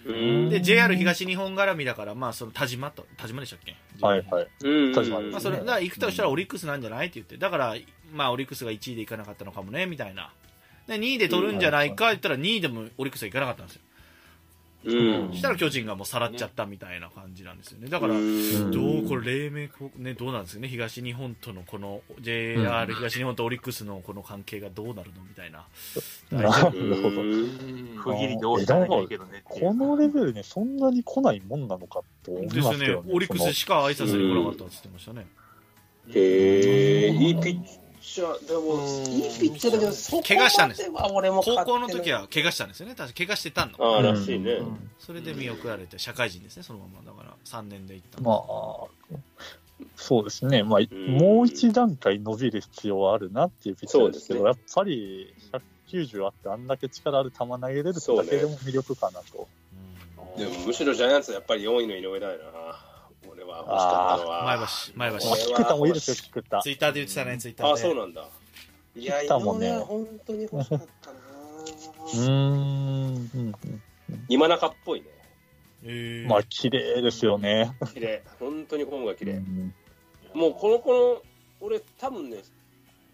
[SPEAKER 5] うん
[SPEAKER 3] で、JR 東日本絡みだから、まあ、その田島と、田島でしたっけ
[SPEAKER 2] はいはい。
[SPEAKER 5] うん
[SPEAKER 2] 確かに
[SPEAKER 3] まあ、それ、だから行くとしたらオリックスなんじゃないって言って、だから、まあ、オリックスが1位で行かなかったのかもね、みたいな。で、2位で取るんじゃないか、言ったら2位でもオリックスは行かなかったんですよ。
[SPEAKER 5] うん
[SPEAKER 3] したら巨人がもうさらっちゃったみたいな感じなんですよね。だから、
[SPEAKER 5] う
[SPEAKER 3] ど
[SPEAKER 5] ん
[SPEAKER 3] う、これ、黎明こう、ね、どうなんですかね、東日本とのこの、JR 東日本とオリックスのこの関係がどうなるのみ
[SPEAKER 5] <laughs>
[SPEAKER 3] たいな。
[SPEAKER 2] <laughs> なるほど。
[SPEAKER 5] うん
[SPEAKER 6] 区切りどうしたらいいけどねっていう
[SPEAKER 2] このレベルにそんなに来ないもんなのかと思い
[SPEAKER 3] で
[SPEAKER 2] ますすけ
[SPEAKER 3] ね、
[SPEAKER 2] どね。
[SPEAKER 3] オリックスしか挨拶に来なかったって言ってましたね。
[SPEAKER 5] へえ、いいピッチャー、でも、いいピッチャーだけど、そこ
[SPEAKER 3] 怪我したんです
[SPEAKER 5] まは俺も
[SPEAKER 3] 高
[SPEAKER 5] 勝
[SPEAKER 3] 校の
[SPEAKER 5] 手な
[SPEAKER 3] 時。は怪我したんですよね、確か怪我してたの。
[SPEAKER 5] ああ、らしいね。
[SPEAKER 2] うん
[SPEAKER 3] それで見送られて、社会人ですね、そのまま。だから、3年で行ったんで
[SPEAKER 2] まあ、そうですね、まあ、
[SPEAKER 5] ん
[SPEAKER 2] もう一段階伸びる必要はあるなっていうピッチャーですけど、
[SPEAKER 5] そう
[SPEAKER 2] やっぱり190あって、あんだけ力ある球投げれるだけでも魅力かなと。
[SPEAKER 3] うん
[SPEAKER 5] でも、むしろジャイアンツはやっぱり4位の井上だよな。俺は欲しかったのは。
[SPEAKER 3] 前橋、前橋
[SPEAKER 5] そ。う
[SPEAKER 2] まあ、
[SPEAKER 5] ね
[SPEAKER 2] 菊田もいいですよ、菊田
[SPEAKER 3] ツイ。ッターで言ってたね、ツイッタ
[SPEAKER 5] あ
[SPEAKER 3] ー
[SPEAKER 5] あ、
[SPEAKER 3] で。
[SPEAKER 5] そうなんだ。いや、井
[SPEAKER 2] 来たもんね
[SPEAKER 5] 上は本当に欲しかったな。
[SPEAKER 2] うーん、うん
[SPEAKER 5] 今中っぽいね。
[SPEAKER 3] え
[SPEAKER 2] う
[SPEAKER 3] ー
[SPEAKER 2] んまあ、綺麗ですよね。
[SPEAKER 5] 綺麗。本当にフォームが綺
[SPEAKER 2] う
[SPEAKER 5] 麗。
[SPEAKER 2] ん
[SPEAKER 5] もう、この子の、俺、多分ね、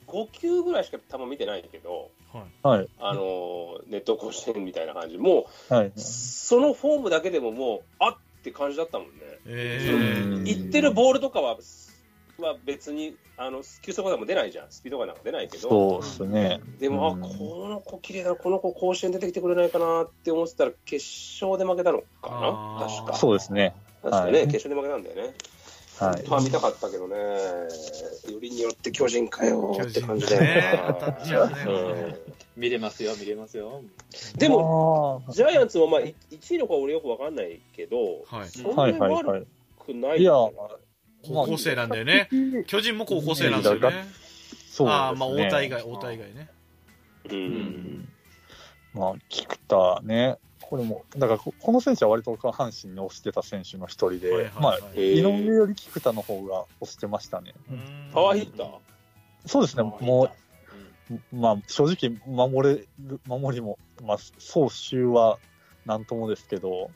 [SPEAKER 5] 5球ぐらいしか球見てないけど、
[SPEAKER 3] はい
[SPEAKER 2] はい、
[SPEAKER 5] あのー、ネット甲子園みたいな感じ。も
[SPEAKER 2] はい。
[SPEAKER 5] う、そのフォームだけでももう、あって感じだったもんね。
[SPEAKER 3] えー
[SPEAKER 2] うん
[SPEAKER 5] 行ってるボールとかは、は別に、あの、球速でも出ないじゃん。スピードがなんか出ないけ
[SPEAKER 2] そ
[SPEAKER 5] ど、
[SPEAKER 2] うですね。
[SPEAKER 5] でも、
[SPEAKER 2] うん
[SPEAKER 5] あ、この子綺麗だな、この子甲子園出てきてくれないかなって思ってたら、決勝で負けたのか
[SPEAKER 3] あ
[SPEAKER 5] な
[SPEAKER 3] ー
[SPEAKER 5] 確か。
[SPEAKER 2] そうですね。
[SPEAKER 5] 確かね、
[SPEAKER 2] はい
[SPEAKER 5] 決勝で負けたんだよね。
[SPEAKER 2] は。
[SPEAKER 5] 本当はい見たかったけどね、よりによって巨人かよ
[SPEAKER 3] 巨
[SPEAKER 5] って
[SPEAKER 3] 人
[SPEAKER 5] 感じ
[SPEAKER 3] ね
[SPEAKER 5] だよ
[SPEAKER 3] 当たっちゃうね
[SPEAKER 5] な。うん
[SPEAKER 4] 見れますよ、見れますよ。
[SPEAKER 5] でも、
[SPEAKER 2] も
[SPEAKER 5] ジャイアンツもまあい1位の子は俺よくわかんないけど、
[SPEAKER 3] はい
[SPEAKER 5] そんな
[SPEAKER 2] はい
[SPEAKER 5] に
[SPEAKER 2] はいは
[SPEAKER 5] 悪
[SPEAKER 2] い。
[SPEAKER 5] くない
[SPEAKER 2] いや
[SPEAKER 3] 高校生なんだよね。巨人も高校生なんですよ
[SPEAKER 2] だそ
[SPEAKER 3] ね。
[SPEAKER 2] うですね。
[SPEAKER 3] ああ、まあ、太田以外、太田以外ね。
[SPEAKER 5] う
[SPEAKER 2] うんんまあ、菊田ね、これも、だからここの選手は割と僕は阪神に推してた選手の一人で、
[SPEAKER 3] はい
[SPEAKER 2] ま
[SPEAKER 3] は
[SPEAKER 2] あ
[SPEAKER 3] い、は
[SPEAKER 5] え
[SPEAKER 3] い。
[SPEAKER 5] ー
[SPEAKER 2] 井上より菊田の方が推してましたね。
[SPEAKER 3] うん
[SPEAKER 5] パワーヒッター
[SPEAKER 2] そうですね、もう、まあ、正直、守れる、守りも、まあ、総集はなんともですけど、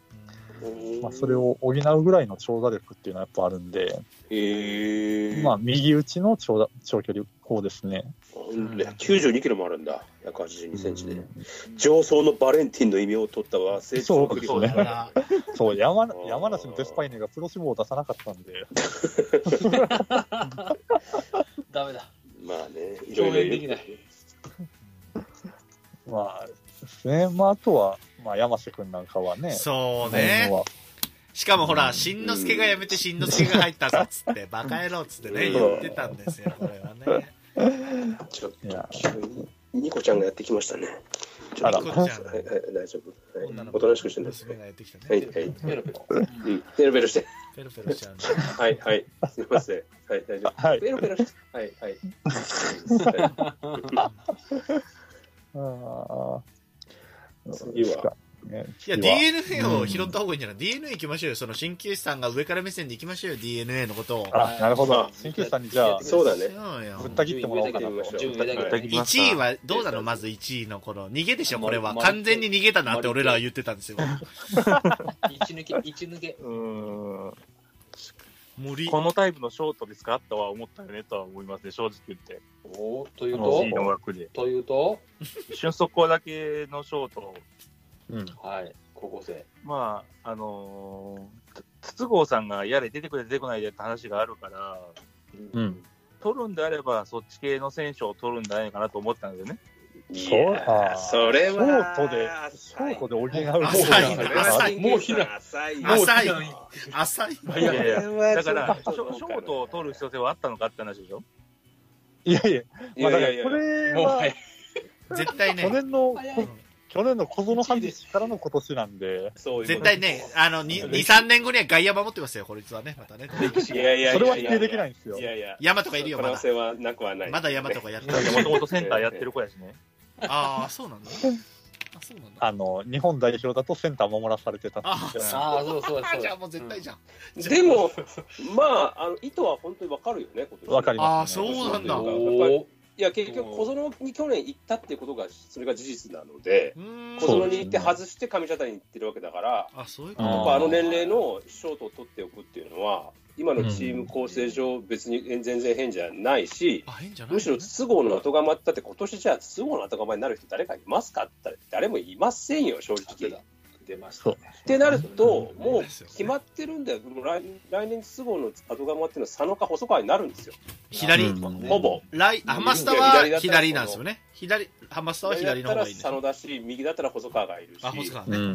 [SPEAKER 2] まあ、それを補うぐらいの長打力っていうのはやっぱあるんで、
[SPEAKER 5] えー、
[SPEAKER 2] まあ、右打ちの長打長距離砲ですね。
[SPEAKER 5] 92キロもあるんだ、182センチで。
[SPEAKER 2] うん
[SPEAKER 5] 上層のバレンティンの異名を取ったわ、成長クリ
[SPEAKER 2] そう
[SPEAKER 3] だから、
[SPEAKER 2] そう山
[SPEAKER 5] ー
[SPEAKER 2] 山梨のデスパイネがプロ志望を出さなかったんで、
[SPEAKER 4] ダメだ。
[SPEAKER 5] まあね、いろ
[SPEAKER 4] 共
[SPEAKER 5] いろ
[SPEAKER 4] 演で
[SPEAKER 5] い
[SPEAKER 4] き
[SPEAKER 5] る
[SPEAKER 4] ない。
[SPEAKER 2] まあ、ですね、まあ、あとは、まあ、山瀬君なんかはね、
[SPEAKER 3] そう
[SPEAKER 2] あ
[SPEAKER 3] ね
[SPEAKER 2] の。は
[SPEAKER 3] しかもほら、しんのすけが辞めてしんのすけが入ったぞっつって、バカ野郎っつってね、言ってたんですよ、これはね。
[SPEAKER 5] ちょっ
[SPEAKER 2] いや
[SPEAKER 5] と、ニコちゃんがやってきましたね。ちょっと
[SPEAKER 2] あら
[SPEAKER 3] ニコちゃん
[SPEAKER 5] はいはい大丈夫。はい
[SPEAKER 3] 女の子
[SPEAKER 5] おとなしくしてね。
[SPEAKER 3] 娘がやってきた
[SPEAKER 5] はい
[SPEAKER 3] ね。
[SPEAKER 5] はい。
[SPEAKER 4] ペロペロ。
[SPEAKER 5] <laughs> うんペロペロして。
[SPEAKER 3] ペロペロしちゃうんだ。
[SPEAKER 5] はいはい。すみません。はい大丈
[SPEAKER 2] は
[SPEAKER 5] 夫。
[SPEAKER 2] い
[SPEAKER 5] ペロペロして。はいはい。
[SPEAKER 2] あー
[SPEAKER 5] 次
[SPEAKER 2] で
[SPEAKER 5] は
[SPEAKER 2] すかね
[SPEAKER 3] い
[SPEAKER 2] 次
[SPEAKER 3] や、
[SPEAKER 2] は
[SPEAKER 3] DNA を拾った方がいいんじゃない ?DNA 行きましょうよ。その鍼灸師さんが上から目線で行きましょうよ、DNA のことを。
[SPEAKER 2] あ、なるほ
[SPEAKER 5] あ
[SPEAKER 2] ど。新旧さんにじゃあ、
[SPEAKER 5] そうだね。
[SPEAKER 3] そうよ
[SPEAKER 2] ぶった切ってもらおうかなと。
[SPEAKER 4] 順位上だけど
[SPEAKER 6] はい
[SPEAKER 4] ね。
[SPEAKER 3] 1位はどうなのまず1位の頃逃げでしょこれは
[SPEAKER 4] ま
[SPEAKER 3] 完全に逃げたなって俺らは言ってたんですよ
[SPEAKER 4] 一抜け、一抜け。
[SPEAKER 6] うーん
[SPEAKER 3] 森
[SPEAKER 6] このタイプのショートですかとは思ったよねとは思いますね、正直言って。
[SPEAKER 4] おおという
[SPEAKER 6] 楽
[SPEAKER 4] と
[SPEAKER 6] しい能楽で。
[SPEAKER 4] というと
[SPEAKER 6] 瞬足校だけのショート、
[SPEAKER 2] うん
[SPEAKER 4] はい、高校生。
[SPEAKER 6] まあ、あのー、つ筒香さんがやれ出てくれ出てこないでって話があるから、
[SPEAKER 2] う
[SPEAKER 4] うんん。
[SPEAKER 6] 取るんであれば、そっち系の選手を取るんじゃないかなと思ったんだよね。
[SPEAKER 2] そう
[SPEAKER 5] いやーそれ
[SPEAKER 2] シ
[SPEAKER 5] は
[SPEAKER 2] ョートで、ショートで補う方が
[SPEAKER 3] 浅いな浅
[SPEAKER 4] いもうひな
[SPEAKER 5] 浅い
[SPEAKER 4] もう
[SPEAKER 3] 浅い
[SPEAKER 4] もう
[SPEAKER 3] 浅い
[SPEAKER 6] いやいやだから、シ
[SPEAKER 5] そ
[SPEAKER 6] ョ
[SPEAKER 5] う
[SPEAKER 6] ショートを取る必要性はあったのかって話でしょ。
[SPEAKER 2] いやいや、
[SPEAKER 5] い
[SPEAKER 2] まあ、だ
[SPEAKER 5] やい
[SPEAKER 2] か
[SPEAKER 5] や
[SPEAKER 2] ら
[SPEAKER 5] い
[SPEAKER 2] こ
[SPEAKER 5] や
[SPEAKER 2] れ
[SPEAKER 4] もう
[SPEAKER 2] は
[SPEAKER 4] 早、い。
[SPEAKER 3] 絶対
[SPEAKER 2] 去
[SPEAKER 3] ね
[SPEAKER 2] 年の、
[SPEAKER 4] 早
[SPEAKER 3] うん
[SPEAKER 4] い。
[SPEAKER 2] 去年の小園判事からの今年なんで、
[SPEAKER 5] そういうこと
[SPEAKER 3] 絶対ねあの23年後には外野守ってますよこいつはねまたね
[SPEAKER 5] いやいやいやいや
[SPEAKER 2] それは否定できないんですよ
[SPEAKER 5] い。やいや
[SPEAKER 3] 山とかいるよ
[SPEAKER 5] 可
[SPEAKER 3] ま
[SPEAKER 5] 能
[SPEAKER 3] だ
[SPEAKER 5] 性はなくはない
[SPEAKER 6] <laughs>
[SPEAKER 3] まだ山とかやってる
[SPEAKER 6] もともとセンターやってる子やしね。
[SPEAKER 3] ああそうなんだあ、そうなんだ。
[SPEAKER 2] あの日本代表だとセンター守らされてたん
[SPEAKER 3] あ
[SPEAKER 2] ですよ
[SPEAKER 4] ああ、そうそうそ
[SPEAKER 3] あ、
[SPEAKER 4] う
[SPEAKER 3] じゃあ。もう絶対じゃん。
[SPEAKER 5] <laughs> でも、まあ、あの意図は本当にわかるよね、今年
[SPEAKER 2] わかり
[SPEAKER 3] ああ、
[SPEAKER 2] ます、ね、
[SPEAKER 3] そうなんだ。う
[SPEAKER 4] おお。
[SPEAKER 5] いや、結局、小園に去年行ったってことが、それが事実なので、
[SPEAKER 3] ーん
[SPEAKER 5] 小園に行って外して上茶谷に行ってるわけだから、
[SPEAKER 3] あ、そういうこ
[SPEAKER 2] うん
[SPEAKER 5] 僕
[SPEAKER 3] と
[SPEAKER 5] はあの年齢のショートを取っておくっていうのは、今のチーム構成上、別に全然変じゃないし、
[SPEAKER 3] あ、変じゃない
[SPEAKER 5] むしろ筒香の後釜って、だって今年じゃあ筒香の後釜になる人誰かいますかって言ったら誰もいませんよ、正直。っ
[SPEAKER 4] 出ましたね。
[SPEAKER 5] てなると、もう
[SPEAKER 3] ですよね
[SPEAKER 5] 決まってるんだよ、もう来来年筒香の後釜っていうのは佐野か細川になるんですよ、
[SPEAKER 3] 左、
[SPEAKER 2] うん
[SPEAKER 5] ほぼ。
[SPEAKER 3] 来、ハマスタは左なんですよね。左、ハマスタは左の方
[SPEAKER 5] だったら
[SPEAKER 3] がいいんで
[SPEAKER 5] 佐
[SPEAKER 3] すよ
[SPEAKER 5] 野だし、右だったら細川がいるし、
[SPEAKER 3] あ、細川
[SPEAKER 2] う
[SPEAKER 3] ね。
[SPEAKER 4] うん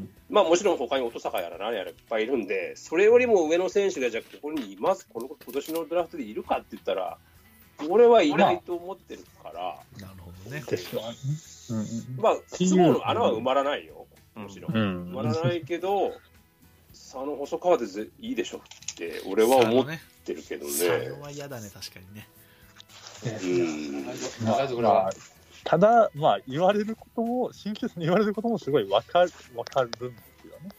[SPEAKER 4] ん。
[SPEAKER 5] まあ、もちろん他に音坂やら何やらいっぱいいるんで、それよりも上の選手がじゃあここにいます、この今年のドラフトでいるかって言ったら、俺はいないと思ってるから、
[SPEAKER 3] なるほどね。
[SPEAKER 2] ですよねうん
[SPEAKER 5] まあ、筒香の穴は埋まらないよ、もちろん。
[SPEAKER 2] うん
[SPEAKER 5] 埋まらないけど、佐野細川でぜいいでしょって、俺は思
[SPEAKER 3] 佐
[SPEAKER 5] っ
[SPEAKER 3] 野ね。
[SPEAKER 5] てるけどね。
[SPEAKER 3] 佐野は嫌だね、確かにね。
[SPEAKER 5] うん
[SPEAKER 4] 大丈夫
[SPEAKER 2] まあただ、まあ、言われることも、新旧さんに言われることもすごいわかる、わかるんですよね。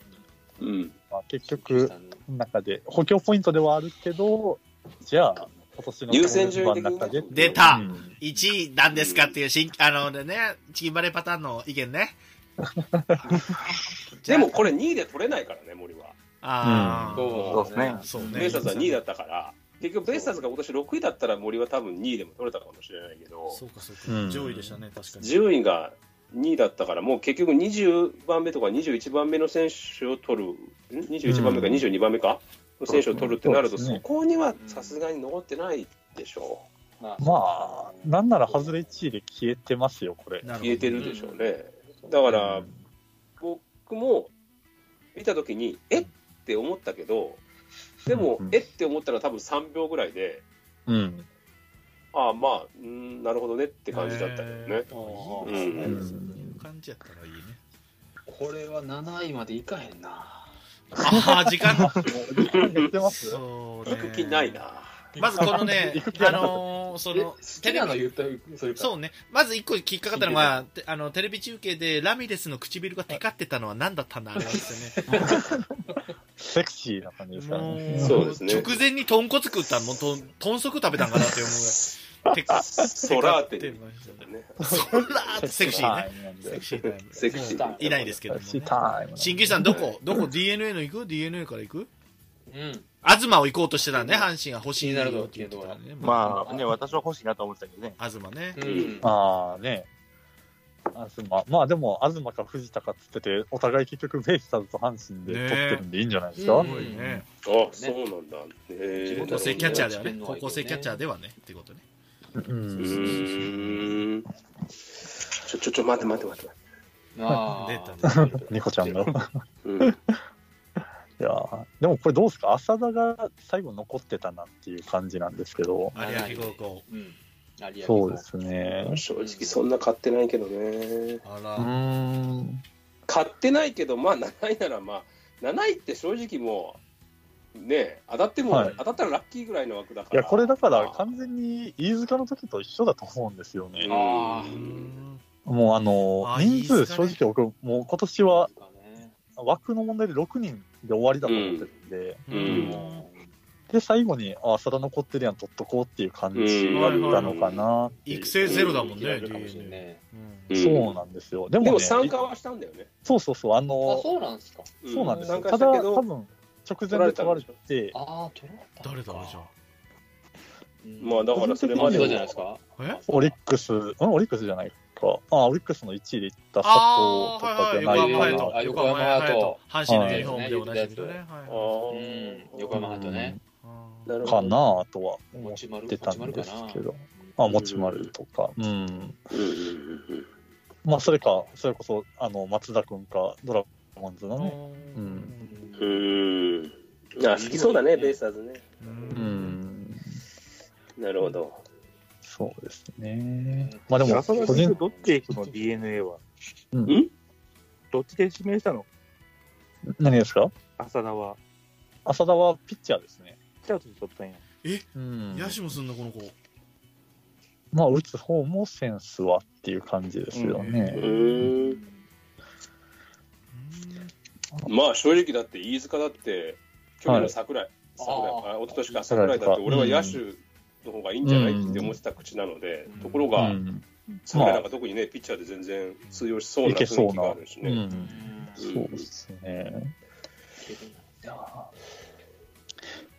[SPEAKER 5] うん
[SPEAKER 2] まあ、結局、中で、補強ポイントではあるけど、じゃあ、今年の
[SPEAKER 5] 優先順位的
[SPEAKER 2] の
[SPEAKER 5] に
[SPEAKER 2] 中で
[SPEAKER 5] ね。
[SPEAKER 3] 出
[SPEAKER 2] う
[SPEAKER 3] た
[SPEAKER 2] ん
[SPEAKER 3] 1位なんですかっていう新、あのね、チキンバレーパターンの意見ね。
[SPEAKER 5] でもこれ2位で取れないからね、森は。
[SPEAKER 3] ああ、
[SPEAKER 6] そうですね。
[SPEAKER 3] そうね。
[SPEAKER 5] ベイスターズは2位だったから、結局ベイスターズが今年6位だったら森は多分2位でも取れたかもしれないけど、
[SPEAKER 3] そうか、そう
[SPEAKER 2] う
[SPEAKER 3] か。
[SPEAKER 2] ん
[SPEAKER 3] 上位でしたね、確かに。
[SPEAKER 5] 順位が2位だったから、もう結局20番目とか21番目の選手を取る、ん21番目か
[SPEAKER 2] うん
[SPEAKER 5] 22番目か、の選手を取るってなる
[SPEAKER 2] そうで
[SPEAKER 5] と、
[SPEAKER 2] す
[SPEAKER 5] そ
[SPEAKER 2] ね
[SPEAKER 5] こにはさすがに残ってないでしょ
[SPEAKER 2] まあ、なんなら外れ1位で消えてますよ、これ。
[SPEAKER 3] な
[SPEAKER 5] う、
[SPEAKER 3] ほど
[SPEAKER 5] 消えてるでしょうね。だから、僕も見たときに、えって思ったけど、でも
[SPEAKER 2] うん、
[SPEAKER 5] えって思ったら、多分3秒ぐらいで、
[SPEAKER 2] うん。
[SPEAKER 5] ああ、まあ、うーん、なるほどねって感じだったけどね
[SPEAKER 3] え。ー
[SPEAKER 5] うん
[SPEAKER 3] いいですねそういう感じやったらいいね。
[SPEAKER 4] これは7位までいかへんな。
[SPEAKER 3] ああ、時間。
[SPEAKER 2] 減ってます
[SPEAKER 3] そう
[SPEAKER 5] 行
[SPEAKER 3] ね
[SPEAKER 5] く気ない。な。
[SPEAKER 3] <laughs> まずこのね、あのー、そ
[SPEAKER 4] え好
[SPEAKER 3] の、
[SPEAKER 4] きなの言ったそれか。
[SPEAKER 3] そうね。まず一個きっかかったのが、てあの、テレビ中継でラミレスの唇がテカってたのは何だったんだ、あれはですよね。
[SPEAKER 2] セクシーな感じですから
[SPEAKER 3] も
[SPEAKER 2] ね。
[SPEAKER 5] そうですね
[SPEAKER 3] 直前に豚骨食ったのもうとん、豚足食べたんかなって思うぐらい。テカ
[SPEAKER 5] ソラーテ
[SPEAKER 3] テ
[SPEAKER 5] に
[SPEAKER 3] カましたね
[SPEAKER 5] ね。
[SPEAKER 3] ソラーって <laughs> セクシーね。セ
[SPEAKER 2] セ
[SPEAKER 3] クシータイム。
[SPEAKER 5] セクシ
[SPEAKER 3] も
[SPEAKER 5] ー。
[SPEAKER 3] ういないですけども、
[SPEAKER 2] クシー
[SPEAKER 3] ね。
[SPEAKER 2] タイム。
[SPEAKER 3] 新球さん、どこどこ ?DNA の行く ?DNA から行く
[SPEAKER 4] うん。
[SPEAKER 3] 東を行こうとしてたね、阪神が欲しいね。
[SPEAKER 6] まあね、私は欲しいなと思ってたけどね。
[SPEAKER 3] あ、東ね。
[SPEAKER 4] うん。
[SPEAKER 2] ああね。東。まあでも、東か藤田かっつってて、お互い結局ベイスターズと阪神で取ってるんでいいんじゃないですか、
[SPEAKER 4] ね
[SPEAKER 3] すごいね。
[SPEAKER 5] あ、そうなんだ。え
[SPEAKER 4] 自
[SPEAKER 5] ー、
[SPEAKER 4] 分
[SPEAKER 3] 高
[SPEAKER 4] の
[SPEAKER 3] 校生キャッチャーでは
[SPEAKER 4] う
[SPEAKER 3] ね
[SPEAKER 4] ん。
[SPEAKER 3] 高校生キャッチャーではね。ってことね。
[SPEAKER 2] うん
[SPEAKER 5] うーん。ちょ、ちょ、ちょ、待って待って待って。
[SPEAKER 4] あ
[SPEAKER 3] <laughs> 出
[SPEAKER 4] あ。
[SPEAKER 3] たね。
[SPEAKER 2] ニコちゃん <laughs> の。
[SPEAKER 5] うん、
[SPEAKER 2] いやーでもこれどうですか浅田が最後残ってたなっていう感じなんですけど。
[SPEAKER 3] 有明高校。
[SPEAKER 4] うん。有明
[SPEAKER 2] そうですね。
[SPEAKER 5] 正直そんな買ってないけどね。
[SPEAKER 3] あ
[SPEAKER 2] うー
[SPEAKER 3] ら。
[SPEAKER 2] ん。
[SPEAKER 5] 買ってないけど、まあ7位ならまあ、7位って正直もう、ねえ、当たっても、
[SPEAKER 2] はい
[SPEAKER 5] 当たったらラッキーぐらいの枠だか
[SPEAKER 2] い
[SPEAKER 5] ら。
[SPEAKER 2] や、これだから完全に飯塚の時と一緒だと思うんですよね。
[SPEAKER 4] あ
[SPEAKER 2] もうあの
[SPEAKER 3] あ
[SPEAKER 2] 人
[SPEAKER 3] 飯
[SPEAKER 2] 数
[SPEAKER 3] 塚
[SPEAKER 2] 正
[SPEAKER 3] ね
[SPEAKER 2] 直僕、もう今年は枠の問題で6人で終わりだと思ってるんで、
[SPEAKER 5] う
[SPEAKER 3] うんん。
[SPEAKER 2] で、最後に、あ、浅田残ってるやん、取っとこうっていう感じだったのかなっていう
[SPEAKER 3] 育成ゼロだもんね、DNA。
[SPEAKER 4] ね。
[SPEAKER 5] うん
[SPEAKER 2] そうなんですよ。でも,、ね、
[SPEAKER 5] でも参加はしたんだよね。
[SPEAKER 2] そうそうそう、あ
[SPEAKER 4] あ、
[SPEAKER 2] の、
[SPEAKER 4] そうなんですか。
[SPEAKER 2] そうなんですよ。
[SPEAKER 5] 参加
[SPEAKER 2] た
[SPEAKER 5] し
[SPEAKER 2] だ、
[SPEAKER 5] たけ
[SPEAKER 2] 多
[SPEAKER 5] ど、
[SPEAKER 2] 分直前で取られて、
[SPEAKER 4] ああ、取られた。
[SPEAKER 3] 誰だ、あれじゃ
[SPEAKER 5] まあだからそれ
[SPEAKER 4] マ
[SPEAKER 5] ま
[SPEAKER 4] ジ
[SPEAKER 5] で
[SPEAKER 4] だ
[SPEAKER 5] は
[SPEAKER 4] じゃないですか。
[SPEAKER 3] え
[SPEAKER 2] オリックス、うん、オリックスじゃないか。あ、オリックスの1位でいった佐
[SPEAKER 3] あ
[SPEAKER 2] 藤と
[SPEAKER 3] あ
[SPEAKER 2] か
[SPEAKER 3] ー、
[SPEAKER 2] じ
[SPEAKER 3] は
[SPEAKER 2] ゃ
[SPEAKER 3] い
[SPEAKER 2] な
[SPEAKER 3] はいい。
[SPEAKER 2] か
[SPEAKER 3] 横
[SPEAKER 2] な
[SPEAKER 3] 浜隼人。横浜隼人。阪神のユニフォームでおなじみだね。
[SPEAKER 5] あ
[SPEAKER 3] は
[SPEAKER 5] ー
[SPEAKER 4] うん。横浜ハントね。
[SPEAKER 3] い。
[SPEAKER 5] なる
[SPEAKER 2] か
[SPEAKER 5] ほど。
[SPEAKER 2] なとは思
[SPEAKER 4] 持
[SPEAKER 2] っ
[SPEAKER 4] ち丸。
[SPEAKER 2] て
[SPEAKER 4] 持
[SPEAKER 2] た
[SPEAKER 4] ち
[SPEAKER 2] ん
[SPEAKER 4] 丸か
[SPEAKER 2] で
[SPEAKER 4] な
[SPEAKER 2] す。けど。あ、持ち丸とか。うん。
[SPEAKER 5] うんうんうんうん
[SPEAKER 2] まあ、それか、それこそ、あの、松田君か、ドラゴンズのね。
[SPEAKER 3] う
[SPEAKER 2] うん
[SPEAKER 5] うーん。あ、好きそうだね、ベイスターズね。
[SPEAKER 2] う。ん。
[SPEAKER 5] なるほど。
[SPEAKER 2] そうですね。まあでも、
[SPEAKER 6] 浅田
[SPEAKER 2] 個
[SPEAKER 6] 君
[SPEAKER 2] 人、
[SPEAKER 6] どっちへ行くの ?DNA は。
[SPEAKER 2] うん
[SPEAKER 5] ん
[SPEAKER 6] どっちで指名したの
[SPEAKER 2] 何ですか
[SPEAKER 6] 浅田は。
[SPEAKER 2] 浅田はピッチャーですね。
[SPEAKER 6] じゃあ、ちょっと取ったんや。
[SPEAKER 2] うん。
[SPEAKER 3] 野手もすんの、この子。
[SPEAKER 2] まあ、打つ方もセンスはっていう感じですよね。
[SPEAKER 5] うーん。まあ正直だって飯塚だって去年の桜井、桜井
[SPEAKER 4] あ
[SPEAKER 5] あ一昨年か桜井だって俺は
[SPEAKER 2] うん
[SPEAKER 5] 野手の方がいいんじゃないって思ってた口なので、ところ
[SPEAKER 2] う
[SPEAKER 5] が、
[SPEAKER 2] ん
[SPEAKER 5] 桜井なんか特にねピッチャーで全然通用しそう
[SPEAKER 2] い
[SPEAKER 5] な
[SPEAKER 2] け
[SPEAKER 5] 雰
[SPEAKER 2] そ
[SPEAKER 5] 囲
[SPEAKER 2] う
[SPEAKER 5] 気
[SPEAKER 2] な
[SPEAKER 5] があるし
[SPEAKER 2] う
[SPEAKER 5] ね。
[SPEAKER 2] ん、
[SPEAKER 5] う
[SPEAKER 2] そ
[SPEAKER 5] ん
[SPEAKER 2] うですね。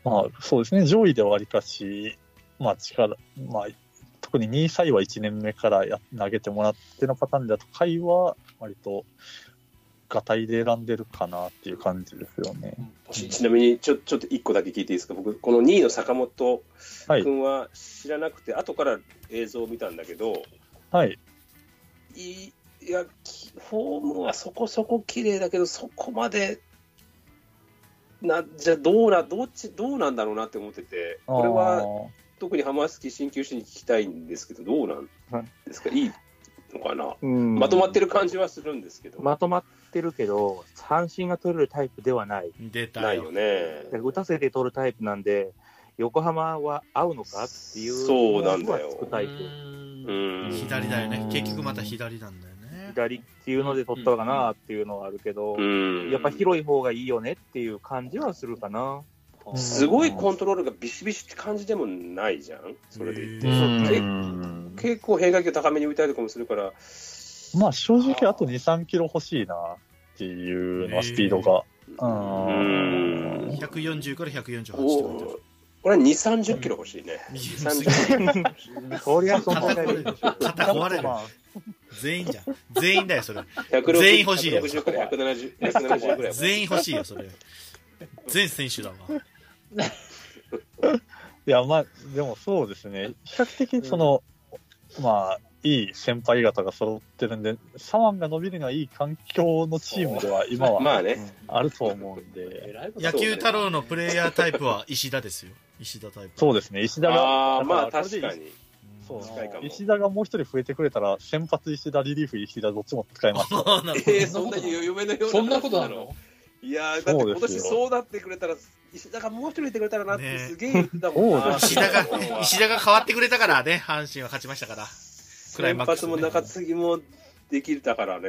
[SPEAKER 2] まあ、そうですね、上位ではわりかし、まあ、力、まあ、特に2位、3位は1年目からや投げてもらってのパターンだと、下位は割と、がたいで選んでるかなっていう感じですよね。
[SPEAKER 5] ちちなみにちょちょっと1個だけ聞いていいですか僕この2位の坂本
[SPEAKER 2] はい、
[SPEAKER 5] 君は知らなくて、後から映像を見たんだけど
[SPEAKER 2] はい、
[SPEAKER 5] いいやきフォームはそこそこ綺麗だけどそこまでなじゃあどうなどっちどうなんだろうなって思っててこれは特に浜崎鍼灸師に聞きたいんですけどどうなんですかいいのかな
[SPEAKER 6] うん
[SPEAKER 5] まとまってる感じはするんですけど、
[SPEAKER 6] まとまってるけど、三振が取れるタイプではない。
[SPEAKER 3] 出た
[SPEAKER 5] ないよ
[SPEAKER 3] よ。
[SPEAKER 5] ね
[SPEAKER 6] で打たせて取るタイプなんで、横浜は合うのかっていう、
[SPEAKER 5] そうなんだよ
[SPEAKER 6] つくタイプ
[SPEAKER 5] うん
[SPEAKER 3] 左だよね
[SPEAKER 2] う。ん
[SPEAKER 3] 結局また左なんだよね。
[SPEAKER 6] 左っていうので取ったのかなっていうのはあるけど、
[SPEAKER 5] うん
[SPEAKER 6] やっぱ広い方がいいよねっていう感じはするかな。
[SPEAKER 2] うん
[SPEAKER 5] すごいコントロールがビシビシって感じでもないじゃん、それで言って。
[SPEAKER 3] う
[SPEAKER 5] け
[SPEAKER 2] ん
[SPEAKER 5] 結構変化球高めに浮いたりとかもするから、
[SPEAKER 2] まあ、正直、あと2、3キロ欲しいなっていうのは、スピードが。
[SPEAKER 5] う
[SPEAKER 2] うん
[SPEAKER 5] ん。
[SPEAKER 3] 140から148って
[SPEAKER 5] お
[SPEAKER 3] こ
[SPEAKER 5] ー俺は2、30キロ欲しいね。
[SPEAKER 3] と。右
[SPEAKER 5] 2、
[SPEAKER 3] 左
[SPEAKER 5] 30キロ。
[SPEAKER 6] そりゃそん
[SPEAKER 3] 肩
[SPEAKER 6] な
[SPEAKER 3] 壊れる。肩壊れる。
[SPEAKER 2] まあ
[SPEAKER 3] 全員じゃん。全員だよ、それ。
[SPEAKER 5] 160
[SPEAKER 3] 全員欲しいよ
[SPEAKER 5] 160から170、170ぐらい。
[SPEAKER 3] 全員欲しいよ、それ。全選手だわ。
[SPEAKER 2] いや、まあ、でもそうですね、比較的、その、まあ、いい先輩方が揃ってるんで、左腕が伸びるにはいい環境のチームでは、今は
[SPEAKER 5] まあね。
[SPEAKER 2] あると思うんで、
[SPEAKER 3] 野球太郎のプレイヤータイプは石田ですよ。石田タイプ。
[SPEAKER 2] そうですね、石田が、
[SPEAKER 5] ああ、まあ
[SPEAKER 2] だからこれ
[SPEAKER 5] 確
[SPEAKER 2] で
[SPEAKER 5] かに。
[SPEAKER 2] そう
[SPEAKER 5] 近いかも
[SPEAKER 2] 石田がもう一人増えてくれたら、先発石田、リリーフ石田、どっちも使います。
[SPEAKER 3] あーなるほど
[SPEAKER 5] えー、そんな夢のような。
[SPEAKER 4] そんなことなの
[SPEAKER 5] いやー、だって今
[SPEAKER 2] そう
[SPEAKER 5] 年
[SPEAKER 2] ですよ
[SPEAKER 5] そうなってくれたら、石田がもう一人いてくれたらなって
[SPEAKER 3] ね
[SPEAKER 5] すげえ言ってたもん
[SPEAKER 2] そう
[SPEAKER 5] な。
[SPEAKER 2] です
[SPEAKER 3] 石田が、石田が変わってくれたからね、阪神は勝ちましたから。クライ
[SPEAKER 5] 先
[SPEAKER 3] マックス
[SPEAKER 5] 発
[SPEAKER 3] ね
[SPEAKER 5] も中継ぎもできたからね。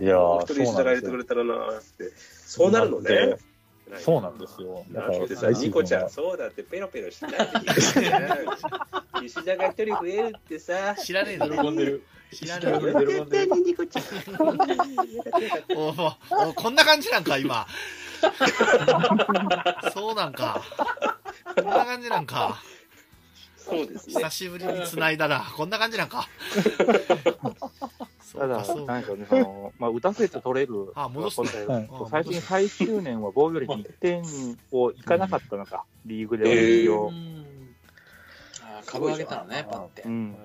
[SPEAKER 2] いやー
[SPEAKER 5] もう一人石田が入れてくれたらなーって。そうなるのね。
[SPEAKER 2] そうなんですよ。だか
[SPEAKER 5] な
[SPEAKER 2] ら
[SPEAKER 5] んでさ、ニコちゃん、
[SPEAKER 2] は
[SPEAKER 5] そうだってペロペロしないって聞 <laughs> いてる石田が一人増えるってさ。
[SPEAKER 3] 知らねえだろ。
[SPEAKER 4] 喜んでる。
[SPEAKER 3] 知らねえだろ。
[SPEAKER 4] 喜んでる。
[SPEAKER 5] ニコちゃん。
[SPEAKER 3] <laughs> おーおーこんな感じなんか、今。そうなんか。こんな感じなんか。
[SPEAKER 5] そうですね
[SPEAKER 3] 久。しぶりに繋いだら、こんな感じなんか。そ
[SPEAKER 6] た
[SPEAKER 3] う
[SPEAKER 6] だ、
[SPEAKER 3] か、そうか。
[SPEAKER 6] なんかね、その、まあ、打たせて取れる。
[SPEAKER 3] あ戻すね
[SPEAKER 2] い
[SPEAKER 3] あ
[SPEAKER 6] 最近最終年は防御率1点をいかなかったのか、リーグでは
[SPEAKER 5] えー
[SPEAKER 6] 一
[SPEAKER 4] う
[SPEAKER 6] 応。
[SPEAKER 4] んあー株上げたのね、パンって
[SPEAKER 6] う。ん。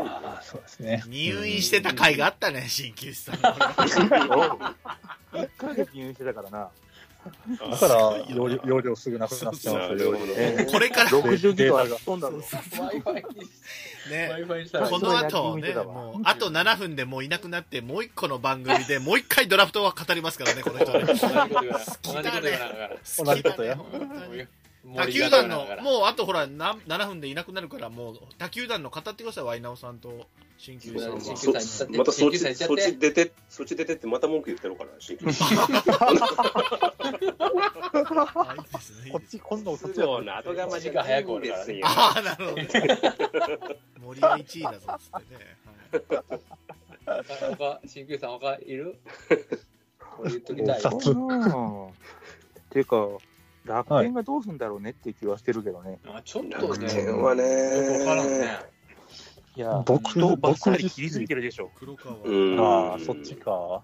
[SPEAKER 2] ああそうですね。
[SPEAKER 3] 入院してた回があったね、鍼灸師さんの。
[SPEAKER 6] 1ヶ月入院してたからな。
[SPEAKER 2] だ
[SPEAKER 5] <laughs>
[SPEAKER 2] から、容量容量すぐなくなってます
[SPEAKER 5] な
[SPEAKER 2] よ。
[SPEAKER 5] るほど
[SPEAKER 6] え
[SPEAKER 3] これから
[SPEAKER 6] 60ギガは飛んだの。
[SPEAKER 4] Wi-Fi に、
[SPEAKER 3] ね、
[SPEAKER 4] Wi-Fi にしたら、
[SPEAKER 3] この後ね、もう、あと7分でもういなくなって、もう一個の番組
[SPEAKER 2] <laughs>
[SPEAKER 3] でもう一回ドラフトは語りますからね、この人ね。
[SPEAKER 4] 同じこと言
[SPEAKER 2] 同じことや
[SPEAKER 3] きだね
[SPEAKER 4] わない同じこと言わないから。
[SPEAKER 3] 好きだね本当に他
[SPEAKER 4] 他
[SPEAKER 3] 球団の、もうあとほら、な7分でいなくなるから、もう、他球団の語ってください、ワイナオさんと、新球さん
[SPEAKER 4] 鍼灸
[SPEAKER 3] は。
[SPEAKER 4] 師さん行っちゃって
[SPEAKER 5] またそっ
[SPEAKER 4] 鍼灸師さ
[SPEAKER 5] ち
[SPEAKER 4] ん行っちゃって
[SPEAKER 5] そっち出て、そっち出てってまた文句言ってるから、新規。
[SPEAKER 3] あ、いいですね、いい
[SPEAKER 2] こっ
[SPEAKER 3] です
[SPEAKER 2] ち、
[SPEAKER 3] ね。
[SPEAKER 2] 今度そっち
[SPEAKER 5] そ
[SPEAKER 2] は
[SPEAKER 5] う、後釜
[SPEAKER 4] 時間早く俺からね
[SPEAKER 5] よ
[SPEAKER 3] ああ、なるほど。森は1位だぞ、つってね。はい
[SPEAKER 4] 他、新宮さん他いるこれ言っときたい。
[SPEAKER 2] 二つ
[SPEAKER 6] うんっていうか、楽天がどうするんだろうねっていう気はしてるけどね。
[SPEAKER 4] まあちょっと
[SPEAKER 5] 楽
[SPEAKER 4] ね、
[SPEAKER 5] 天
[SPEAKER 4] よ
[SPEAKER 5] はね
[SPEAKER 4] くわからんね。
[SPEAKER 6] いや、
[SPEAKER 2] 僕
[SPEAKER 6] とばっさり切りすぎてるでしょ。
[SPEAKER 3] 黒川。
[SPEAKER 5] うん
[SPEAKER 2] ああ、そっちか。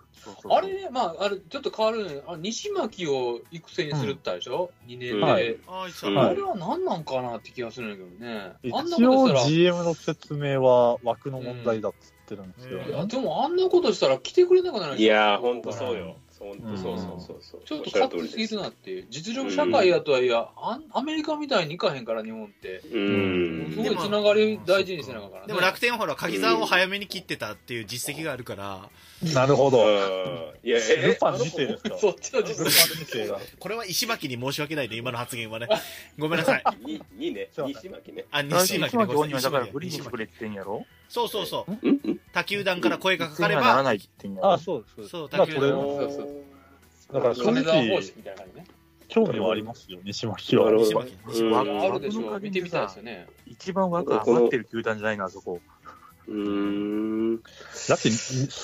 [SPEAKER 4] あれね、まあ、あれ、ちょっと変わるね。あ西巻を育成にするってあれでしょ ?2 年
[SPEAKER 5] は
[SPEAKER 4] で
[SPEAKER 5] い。
[SPEAKER 3] ああ、い
[SPEAKER 5] うん
[SPEAKER 4] こ
[SPEAKER 2] は
[SPEAKER 4] れは何なんかなって気がするんだけどね。あんな
[SPEAKER 2] 一
[SPEAKER 4] こと
[SPEAKER 2] 応
[SPEAKER 4] したら
[SPEAKER 2] GM の説明は枠の問題だっつってるんですよ
[SPEAKER 3] う
[SPEAKER 4] い
[SPEAKER 2] ね。
[SPEAKER 4] や、でもあんなことしたら来てくれなくなる
[SPEAKER 5] いやー、ほんとそうよ。ほん
[SPEAKER 2] う
[SPEAKER 5] と
[SPEAKER 2] ん
[SPEAKER 5] そうそうそうそう。
[SPEAKER 4] ちょっ
[SPEAKER 5] お
[SPEAKER 4] と
[SPEAKER 5] し
[SPEAKER 4] カ
[SPEAKER 5] ゃ
[SPEAKER 4] ッ
[SPEAKER 5] る通
[SPEAKER 4] ト
[SPEAKER 5] り
[SPEAKER 4] す
[SPEAKER 5] で
[SPEAKER 4] ぎ
[SPEAKER 5] す
[SPEAKER 4] るなっていう、実力社会やとはいや、あんアメリカみたいにいかへんから、日本って。
[SPEAKER 5] う
[SPEAKER 4] す
[SPEAKER 5] ん
[SPEAKER 4] ご。いつながり大事にせなあかんからね。
[SPEAKER 3] でも楽天はほら、鍵沢を早めに切ってたっていう実績があるから、
[SPEAKER 2] なるほど。
[SPEAKER 5] いや、え
[SPEAKER 2] ルパン2世ですか
[SPEAKER 4] <laughs> そっちの実
[SPEAKER 2] ルパン
[SPEAKER 4] 力
[SPEAKER 2] 2世が。
[SPEAKER 3] これは石巻に申し訳ないね、今の発言はね。ごめんな
[SPEAKER 6] <laughs>
[SPEAKER 3] さい。
[SPEAKER 5] ににね、西巻ね。
[SPEAKER 3] あ、
[SPEAKER 6] 西
[SPEAKER 3] 西
[SPEAKER 6] 巻
[SPEAKER 3] 巻ね。
[SPEAKER 6] の
[SPEAKER 3] ご
[SPEAKER 6] 本
[SPEAKER 3] めんな
[SPEAKER 6] 人は
[SPEAKER 3] さ
[SPEAKER 6] だ
[SPEAKER 3] い西
[SPEAKER 6] からフリーにしてく
[SPEAKER 3] 巻
[SPEAKER 6] れって言うんやろ
[SPEAKER 3] そうそうそう。
[SPEAKER 5] うんうん
[SPEAKER 3] 他球団から声がかかれ
[SPEAKER 6] なら
[SPEAKER 3] ば、
[SPEAKER 6] ないって言うんや
[SPEAKER 2] あ
[SPEAKER 6] ろ
[SPEAKER 2] あ、そうです。
[SPEAKER 3] そう
[SPEAKER 2] まあ
[SPEAKER 3] だけ
[SPEAKER 2] 取
[SPEAKER 3] ど
[SPEAKER 2] れる
[SPEAKER 5] そうそう
[SPEAKER 2] だから正
[SPEAKER 4] 米沢方
[SPEAKER 2] 直
[SPEAKER 4] 式、みたいな感じね。
[SPEAKER 2] 興味はありますよ、西巻は。
[SPEAKER 5] なるほ
[SPEAKER 3] 西
[SPEAKER 5] ど
[SPEAKER 3] 巻
[SPEAKER 6] うん
[SPEAKER 3] 西巻
[SPEAKER 4] あ
[SPEAKER 6] うん
[SPEAKER 4] あるでしょう。見てみたいですよね。
[SPEAKER 6] 一番枠余ってる球団じゃないな、そこ。
[SPEAKER 5] うーん。
[SPEAKER 2] だって、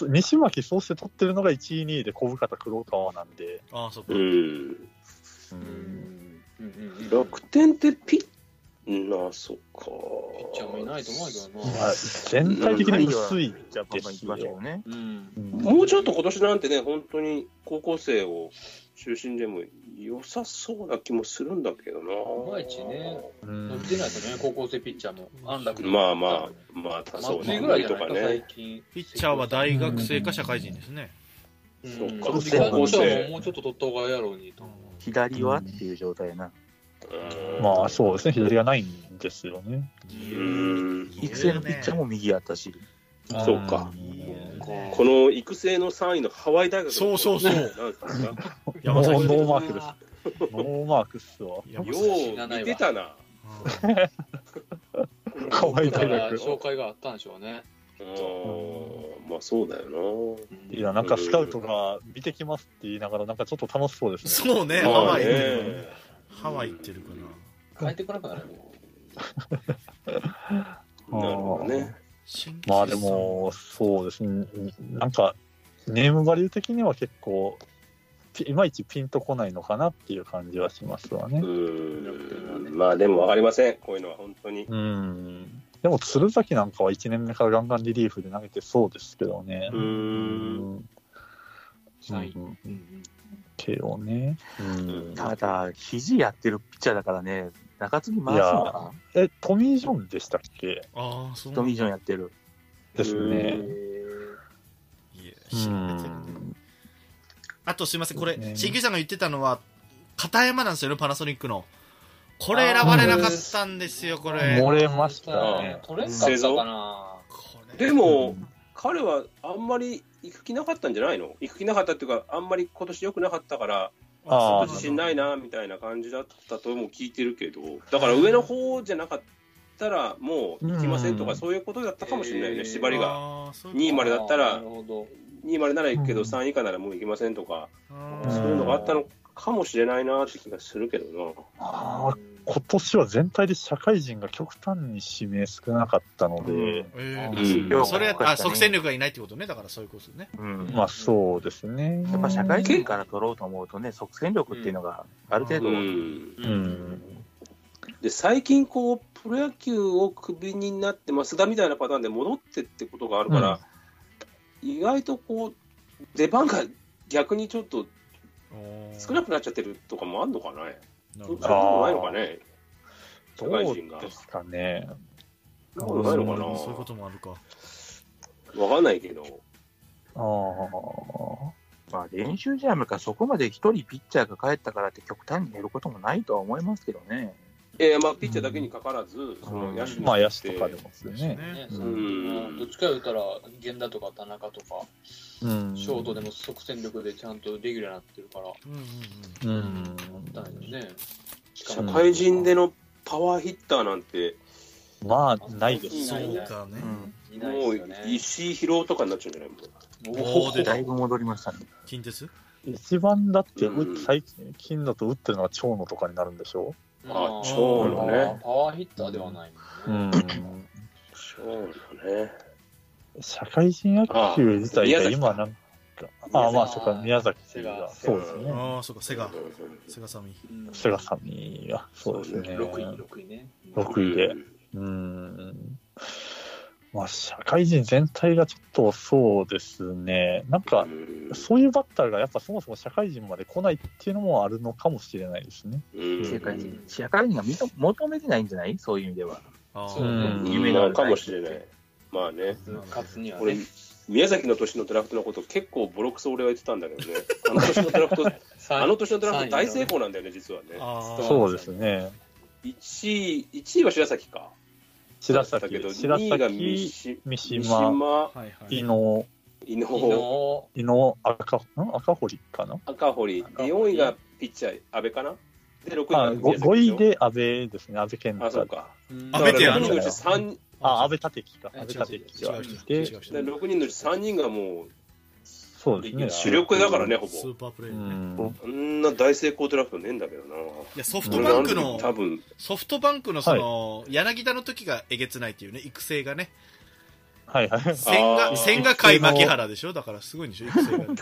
[SPEAKER 2] 西巻そうして取ってるのが1位、2位で小深田、黒川なんで。
[SPEAKER 3] ああそうか、
[SPEAKER 5] うん。
[SPEAKER 2] う
[SPEAKER 4] うんんうんうんうん。ピッ
[SPEAKER 5] 楽天ってピッ、なあ、そっか。
[SPEAKER 4] チャーもいないと思うけど
[SPEAKER 2] ま
[SPEAKER 4] な
[SPEAKER 2] あ。全体的に薄い。
[SPEAKER 6] じゃあ、パパ行きましょうね。
[SPEAKER 4] うん。
[SPEAKER 2] うん
[SPEAKER 5] もうちょっと今年なんてね、本当に高校生を中心でも良さそうな気もするんだけどな。
[SPEAKER 4] いまいちね。
[SPEAKER 2] うん
[SPEAKER 4] 伸びてないですよね、高校生ピッチャーも。安楽
[SPEAKER 5] まあまあ、まあ、そう
[SPEAKER 4] 松
[SPEAKER 5] ね
[SPEAKER 4] 井ぐらいじゃ
[SPEAKER 5] と
[SPEAKER 4] ないか、
[SPEAKER 5] かね
[SPEAKER 4] 最。近。
[SPEAKER 3] ピッチャーは大学生か社会人ですね、
[SPEAKER 5] そうか
[SPEAKER 4] 高校
[SPEAKER 2] 高校
[SPEAKER 4] 生
[SPEAKER 5] 生
[SPEAKER 4] ももうちょっと取った方がええやろうにと思う。
[SPEAKER 6] 左はっていう状態やな。
[SPEAKER 5] うん
[SPEAKER 2] まあそうですね、左がないんですよね。
[SPEAKER 5] うん
[SPEAKER 6] 育成のピッチャーも右やったし。
[SPEAKER 5] そうか
[SPEAKER 3] うん
[SPEAKER 5] この育成の3位のハワイ大学の
[SPEAKER 3] そうそうそう
[SPEAKER 5] なんですか
[SPEAKER 3] 山崎
[SPEAKER 2] ノーマークです。ノーマークっすわ。
[SPEAKER 3] 山
[SPEAKER 5] よ
[SPEAKER 3] 崎
[SPEAKER 5] う見てたな。
[SPEAKER 3] うん
[SPEAKER 2] かわいい
[SPEAKER 4] だ
[SPEAKER 2] 大
[SPEAKER 4] から
[SPEAKER 2] 学。
[SPEAKER 4] 紹介があったんでしょうね。
[SPEAKER 5] うんまあそうだよ
[SPEAKER 2] いや、なんかスカウトが見てきますって言いながら、なんかちょっと楽しそうですね。
[SPEAKER 3] そうね
[SPEAKER 5] な。
[SPEAKER 3] ハ
[SPEAKER 5] まあ
[SPEAKER 3] ワイ行ってるからね
[SPEAKER 5] ね
[SPEAKER 3] ハワイ行ってるから
[SPEAKER 4] 帰ってこなくなるもん。
[SPEAKER 5] なるほどね。
[SPEAKER 2] まあでも、そうですね、なんか、ネームバリュー的には結構、ピいまいちピンとこないのかなっていう感じはしますわね
[SPEAKER 5] う。
[SPEAKER 4] うん
[SPEAKER 5] んまあでも分かりません、こういうのは本当に。
[SPEAKER 2] うん。でも、鶴崎なんかは1年目からガンガンリリーフで投げてそうですけどね。
[SPEAKER 5] うん。
[SPEAKER 4] 3位
[SPEAKER 2] う。ん
[SPEAKER 4] うんうん
[SPEAKER 2] けどね。
[SPEAKER 5] ん
[SPEAKER 6] ただ、肘やってるピッチャーだからね、中継ぎ回すのか
[SPEAKER 2] え、トミー・ジョンでしたっけ
[SPEAKER 3] ああそうな
[SPEAKER 6] な。ト
[SPEAKER 3] んだ
[SPEAKER 6] ミー・ジョンやってる。
[SPEAKER 2] です
[SPEAKER 4] へ
[SPEAKER 2] ね。
[SPEAKER 4] ー
[SPEAKER 3] いや
[SPEAKER 2] う
[SPEAKER 3] 知られてるね
[SPEAKER 2] ん。
[SPEAKER 3] あとすいませんこれ
[SPEAKER 2] ね
[SPEAKER 3] CQ さんが言ってたのは片山なんですよねパナソニックのこれ選ばれなかったんですよこれ
[SPEAKER 2] 漏れました
[SPEAKER 4] さあ
[SPEAKER 2] ね。
[SPEAKER 4] 取れんかったかな。
[SPEAKER 3] これ
[SPEAKER 5] でも、彼はあんまり行く気なかったんじゃないの行く気なかったっていうか、あんまり今年良くなかったから、
[SPEAKER 2] あ
[SPEAKER 5] あ
[SPEAKER 2] あ
[SPEAKER 5] 自信ないなみたいな感じだったとも聞いてるけど、だから上の方じゃなかったら、もう行きませんと
[SPEAKER 2] う
[SPEAKER 5] か、
[SPEAKER 2] ん
[SPEAKER 5] そういうことだったかもしれないよ
[SPEAKER 4] え
[SPEAKER 5] ね、
[SPEAKER 4] ー
[SPEAKER 5] 縛りが。
[SPEAKER 3] あーそういうこ
[SPEAKER 5] 2位までだった
[SPEAKER 4] あーな
[SPEAKER 5] ら
[SPEAKER 4] る、ほど。
[SPEAKER 5] 2位までなら行くけ
[SPEAKER 2] う
[SPEAKER 5] ど、
[SPEAKER 2] ん
[SPEAKER 5] 3位以下ならもう行きませんとか、
[SPEAKER 3] と
[SPEAKER 4] うん
[SPEAKER 5] そういうのがあったのかもしれないなって気がするけど
[SPEAKER 2] ああ今年は全体で社会人が極端に指名少なかったので、
[SPEAKER 3] え
[SPEAKER 4] うん
[SPEAKER 3] ー
[SPEAKER 5] うん
[SPEAKER 3] それやったあ即戦力がいないってことねだからそういうことね
[SPEAKER 6] うん。
[SPEAKER 2] まあそうですね。
[SPEAKER 6] やっぱ社会人から取ろうと思うとね、即戦力っていうのがある程
[SPEAKER 5] な。
[SPEAKER 6] 度、
[SPEAKER 5] うん
[SPEAKER 2] う。
[SPEAKER 4] うん
[SPEAKER 5] で最近こう、プロ野球をクビになって、増田みたいなパターンで戻ってってことがあるから、意外とこう、出番が逆にちょっと少なくなっちゃってるとかもあるのかね、
[SPEAKER 3] な
[SPEAKER 5] そ
[SPEAKER 3] る
[SPEAKER 5] う
[SPEAKER 3] ほ
[SPEAKER 5] いうこ
[SPEAKER 3] ど
[SPEAKER 5] ともないのかね、
[SPEAKER 2] ど
[SPEAKER 5] 社会
[SPEAKER 2] う
[SPEAKER 5] 人が。
[SPEAKER 2] ですかね。
[SPEAKER 5] そんなことないのかな
[SPEAKER 3] そういうこともあるか
[SPEAKER 5] わかんないけど、
[SPEAKER 2] ああ。
[SPEAKER 6] まあ、練習試合もか、そこまで一人ピッチャーが帰ったからって極端に減ることもないとは思いますけどね。
[SPEAKER 5] えーまあ、ピッチャーだけにかからず、その野手
[SPEAKER 2] まあ野
[SPEAKER 5] と
[SPEAKER 2] 手
[SPEAKER 5] して
[SPEAKER 2] とかでもですよね。
[SPEAKER 4] ね
[SPEAKER 3] ね
[SPEAKER 4] そううんうんどっちか言うたら、源田とか田中とか、
[SPEAKER 2] うん。
[SPEAKER 4] ショートでも即戦力でちゃんとレギュラーになってるから、
[SPEAKER 3] うんうんうん
[SPEAKER 2] うん。
[SPEAKER 4] だよね。
[SPEAKER 5] 社会人でのパワーヒッターなんて、
[SPEAKER 2] まあ、ないで
[SPEAKER 4] い
[SPEAKER 2] す。
[SPEAKER 4] ない
[SPEAKER 3] そ
[SPEAKER 4] ね
[SPEAKER 3] うかね
[SPEAKER 6] うん。
[SPEAKER 4] いないで
[SPEAKER 5] も
[SPEAKER 4] す
[SPEAKER 5] う
[SPEAKER 4] よね。
[SPEAKER 5] 石井宏とかになっちゃうんじゃないもん。
[SPEAKER 3] おー出
[SPEAKER 6] だ
[SPEAKER 3] た
[SPEAKER 6] いぶ戻りましたね。
[SPEAKER 3] 近鉄
[SPEAKER 2] 一番だって、
[SPEAKER 5] うん
[SPEAKER 2] 最近だと打ってるのは長野とかになるんでしょ
[SPEAKER 5] あ
[SPEAKER 4] あ、
[SPEAKER 5] 長
[SPEAKER 2] 野
[SPEAKER 5] ね
[SPEAKER 4] パワーヒッターではないもんね。
[SPEAKER 2] ん。
[SPEAKER 5] そうだね。
[SPEAKER 2] 社会人野球自体が今なんか、あ
[SPEAKER 5] あ
[SPEAKER 2] あ、まあ、そうか、宮崎
[SPEAKER 4] 瀬
[SPEAKER 2] が、
[SPEAKER 4] 川
[SPEAKER 2] そうですね。
[SPEAKER 3] ああそうかセガセガサミ
[SPEAKER 4] うん
[SPEAKER 2] 菅さんには、そうですね。
[SPEAKER 4] 六位、六位ね。
[SPEAKER 2] 六位で。うん。まあ、社会人全体がちょっとそうですね。なんか、そういうバッターがやっぱそもそも社会人まで来ないっていうのもあるのかもしれないですね。
[SPEAKER 6] 社会
[SPEAKER 5] う。
[SPEAKER 6] 人、社会人がみと求めてないんじゃないそういう意味では。
[SPEAKER 3] あ
[SPEAKER 4] そう
[SPEAKER 3] ー
[SPEAKER 2] う
[SPEAKER 4] ね
[SPEAKER 2] んん
[SPEAKER 5] 夢なのかもしれない。まあね。
[SPEAKER 4] 勝つには
[SPEAKER 5] これ
[SPEAKER 4] ね。
[SPEAKER 5] 宮崎の年のドラフトのこと結構ボロクソ俺は言ってたんだけどね。あの年のドラフト、あの年のドラフト大成功なんだよね、実はね。
[SPEAKER 3] あー
[SPEAKER 2] そうですね。
[SPEAKER 5] 1位、一位は白崎か。
[SPEAKER 2] 白
[SPEAKER 5] だけど、
[SPEAKER 2] 崎、白
[SPEAKER 5] 2位が
[SPEAKER 2] 崎、
[SPEAKER 5] 三島、
[SPEAKER 2] 三
[SPEAKER 5] 三
[SPEAKER 2] 島、
[SPEAKER 5] 島、
[SPEAKER 3] はいはい
[SPEAKER 2] 伊野、
[SPEAKER 5] 伊野、
[SPEAKER 4] 昨日、
[SPEAKER 2] 伊野赤、ん赤堀かな
[SPEAKER 5] 赤堀、
[SPEAKER 4] 赤堀
[SPEAKER 5] 4位がピッチャー、阿部かな。で、6位
[SPEAKER 2] あ
[SPEAKER 5] が
[SPEAKER 2] 5,
[SPEAKER 5] 宮崎
[SPEAKER 2] 位。で安倍ですね、安倍健
[SPEAKER 5] あ、そう
[SPEAKER 2] 太。
[SPEAKER 5] か。
[SPEAKER 3] あ安倍ってやる
[SPEAKER 5] 6
[SPEAKER 3] の
[SPEAKER 5] 人のうち3、
[SPEAKER 2] あ、安倍立樹か。
[SPEAKER 4] え
[SPEAKER 2] 安倍立樹
[SPEAKER 3] 違
[SPEAKER 2] が
[SPEAKER 3] う
[SPEAKER 2] い
[SPEAKER 3] 人違
[SPEAKER 2] て
[SPEAKER 3] う、人
[SPEAKER 5] 6人のうち3人がもう、
[SPEAKER 2] そうですね。
[SPEAKER 5] 主力だからね、ほ
[SPEAKER 3] スーパ
[SPEAKER 5] ぼ。
[SPEAKER 3] ープレイ
[SPEAKER 2] う
[SPEAKER 3] ヤーね、い
[SPEAKER 2] ん。
[SPEAKER 5] あんな大成功ドラフトねえんだけどな。
[SPEAKER 3] やソフトバンク
[SPEAKER 5] 俺
[SPEAKER 3] の
[SPEAKER 5] あ多分、
[SPEAKER 3] ソフトバンクのその、柳田の時がえげつないっていうね育成がね
[SPEAKER 2] はいはい。
[SPEAKER 3] 千
[SPEAKER 5] あー
[SPEAKER 3] 賀千賀海牧原でしょだからすごいんでしょ育成が
[SPEAKER 2] 育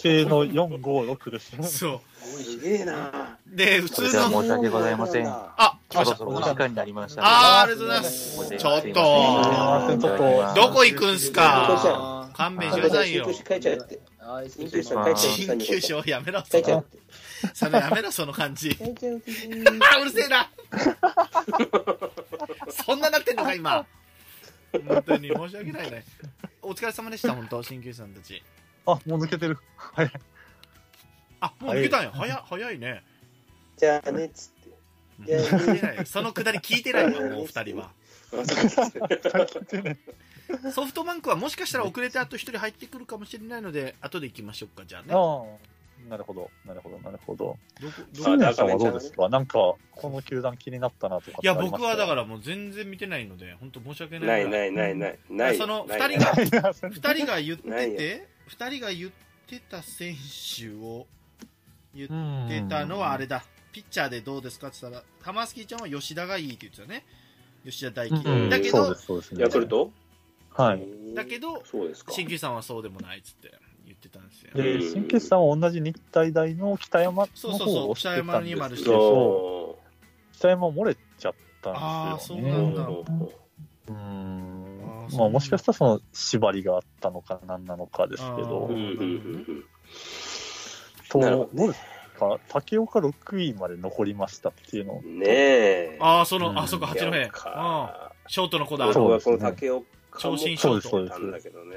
[SPEAKER 2] 成の4、5、6ですね。
[SPEAKER 3] そ
[SPEAKER 5] すげえな。
[SPEAKER 3] うで普
[SPEAKER 6] それ
[SPEAKER 3] 通
[SPEAKER 6] では
[SPEAKER 3] の
[SPEAKER 6] 申し訳ございま
[SPEAKER 5] <laughs>
[SPEAKER 6] せん。
[SPEAKER 3] あ来
[SPEAKER 6] そ
[SPEAKER 3] まし
[SPEAKER 6] ろ
[SPEAKER 3] た
[SPEAKER 6] そろお時間になりました。
[SPEAKER 3] あーありがとうございますちょっとどこ行くんすか勘弁してくださいよ
[SPEAKER 7] 書いちゃうって。
[SPEAKER 6] 失礼します
[SPEAKER 3] 鍼灸師をやめろ
[SPEAKER 7] 書
[SPEAKER 3] そ
[SPEAKER 7] いちゃう
[SPEAKER 3] の
[SPEAKER 7] って。
[SPEAKER 3] そのやめろその感じ
[SPEAKER 7] 書いちゃうって。
[SPEAKER 3] あーうるせえなそんななってんのか今本当に申し訳ないねお疲れ様でした本当鍼灸師さんたち
[SPEAKER 2] あ、もう抜けてる。はい。
[SPEAKER 3] あもう抜けたんや早早いね
[SPEAKER 7] じゃあねっつっ
[SPEAKER 3] う
[SPEAKER 7] て。
[SPEAKER 3] ん
[SPEAKER 7] いや
[SPEAKER 3] 聞いてないそのくだり聞いてないわもうお二人はソフトバンクはもしかしたら遅れてあと一人入ってくるかもしれないので後で行きましょうかじゃあね
[SPEAKER 2] ああ。なるほど。なるほど、なるほど。
[SPEAKER 3] どこどこ
[SPEAKER 2] 新年さんはどうですかなんか、この球団気になったなとか。。
[SPEAKER 3] いや僕はだかららもう全然見てないので本当申し訳ない
[SPEAKER 5] な
[SPEAKER 3] ぐ
[SPEAKER 5] い
[SPEAKER 3] ら
[SPEAKER 5] ないないない。ない。
[SPEAKER 3] その
[SPEAKER 5] な
[SPEAKER 3] 二
[SPEAKER 5] い
[SPEAKER 3] 人が
[SPEAKER 2] いや、
[SPEAKER 3] 2人が言って
[SPEAKER 5] ないよ
[SPEAKER 3] て2人が言ってた選手を
[SPEAKER 2] うん
[SPEAKER 3] 出たのはあれだ、ピッチャーでどうですかって言ったら玉月ちゃんは吉田がいいって言ってたね吉田大輝、
[SPEAKER 5] うん
[SPEAKER 3] だけ
[SPEAKER 2] そう
[SPEAKER 3] ど
[SPEAKER 2] です、そうですね。
[SPEAKER 5] ヤクルト
[SPEAKER 2] はい。
[SPEAKER 3] だけど
[SPEAKER 5] そうですか。
[SPEAKER 3] 新球さんはそうでもないっつって言ってたんですよ、
[SPEAKER 2] で、新血さんは同じ日体大の北山
[SPEAKER 3] そう
[SPEAKER 2] の
[SPEAKER 3] そうそう
[SPEAKER 2] 方を推してたん
[SPEAKER 3] 北山
[SPEAKER 2] で
[SPEAKER 3] に
[SPEAKER 2] すけど、
[SPEAKER 5] そ
[SPEAKER 2] 北山漏れちゃったん
[SPEAKER 3] ああ
[SPEAKER 2] です
[SPEAKER 3] そ
[SPEAKER 2] よ
[SPEAKER 3] う
[SPEAKER 2] ね。
[SPEAKER 3] なんだ、
[SPEAKER 2] うーん
[SPEAKER 3] あーそう
[SPEAKER 2] まあもしかしたらその縛りがあったのか何なのかですけ
[SPEAKER 5] う。うん
[SPEAKER 2] ど、
[SPEAKER 5] うんうん
[SPEAKER 2] と
[SPEAKER 5] なるほ
[SPEAKER 2] どうですか、竹岡6位まで残りましたっていうの
[SPEAKER 5] うん。ねえ。
[SPEAKER 3] ああその、
[SPEAKER 2] うん
[SPEAKER 3] あそっか八戸あ
[SPEAKER 5] やっ
[SPEAKER 3] あ
[SPEAKER 5] か。
[SPEAKER 3] ショートの子だ
[SPEAKER 5] 僕
[SPEAKER 2] そう
[SPEAKER 5] はこの竹岡も買
[SPEAKER 2] そうです、そう
[SPEAKER 5] っ
[SPEAKER 2] で
[SPEAKER 5] た
[SPEAKER 2] す。
[SPEAKER 5] んだけどね。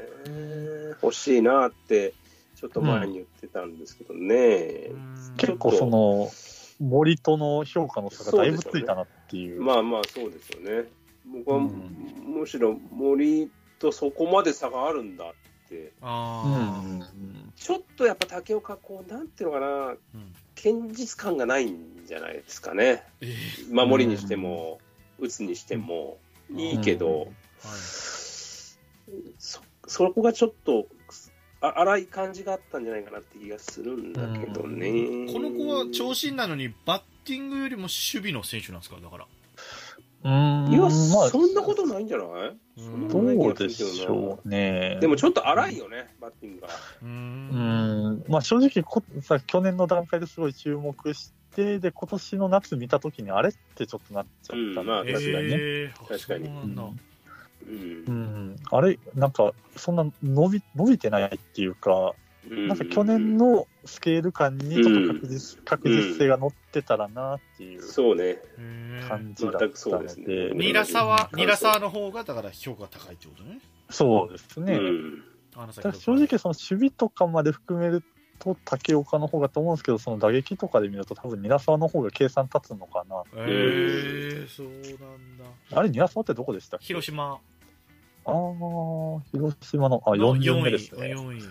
[SPEAKER 5] 欲しいなって、ちょっと前に言ってたんですけどね。
[SPEAKER 2] 結構その、森との評価の差がだいぶついたなっていう。
[SPEAKER 5] まあまあそうですよね。僕は、
[SPEAKER 2] うん
[SPEAKER 5] むしろ森とそこまで差があるんだって、
[SPEAKER 3] あ
[SPEAKER 2] うん
[SPEAKER 5] ちょっとやっぱ竹岡、こうなんていうのかな、
[SPEAKER 3] ーうん
[SPEAKER 5] 堅実感がないんじゃないですかね、
[SPEAKER 3] えー
[SPEAKER 5] 守りにしても、打つにしても、
[SPEAKER 3] うん
[SPEAKER 5] いいけど、
[SPEAKER 3] はい
[SPEAKER 5] そそこがちょっとあ荒い感じがあったんじゃないかなって気がするんだけどね。
[SPEAKER 3] この子は長身なのにバッティングよりも守備の選手なんですかだから
[SPEAKER 2] うん
[SPEAKER 5] いや、
[SPEAKER 2] まあ、
[SPEAKER 5] そんなことないんじゃない
[SPEAKER 2] どうでしょうね。
[SPEAKER 5] でもちょっと荒いよね、バッティングが。
[SPEAKER 3] う
[SPEAKER 2] うんんまあ、正直こさ、去年の段階ですごい注目して、で今年の夏見たときに、あれってちょっとなっちゃった
[SPEAKER 5] うん
[SPEAKER 2] ん
[SPEAKER 5] まあ
[SPEAKER 2] で
[SPEAKER 3] え
[SPEAKER 2] すよね。
[SPEAKER 3] ーあ
[SPEAKER 5] 確かに
[SPEAKER 3] そうなんだ
[SPEAKER 5] うん
[SPEAKER 2] うん、あれ、なんか、そんな伸び伸びてないっていうか、なんか去年のスケール感にちょっと確実,、確実性が乗ってたらなっていう
[SPEAKER 5] そうね、
[SPEAKER 3] へー
[SPEAKER 2] 感じだった
[SPEAKER 5] 全くそう
[SPEAKER 2] の
[SPEAKER 5] です
[SPEAKER 2] で、
[SPEAKER 5] ね
[SPEAKER 3] ニラサはニラサの方がだから評価高いってことね
[SPEAKER 2] そうですね。
[SPEAKER 5] うん
[SPEAKER 3] あの先
[SPEAKER 2] ただ
[SPEAKER 3] ほど
[SPEAKER 2] 正直、その守備とかまで含めると、竹岡の方がと思うんですけど、その打撃とかで見ると、多分韮沢の方が計算立つのかな。
[SPEAKER 3] えー、そうなんだ
[SPEAKER 2] あれ、韮沢ってどこでしたっけ
[SPEAKER 3] 広島
[SPEAKER 2] ああ、広島の、あ、
[SPEAKER 3] の
[SPEAKER 2] 4巡目です
[SPEAKER 3] 4位
[SPEAKER 2] ね。
[SPEAKER 3] 4位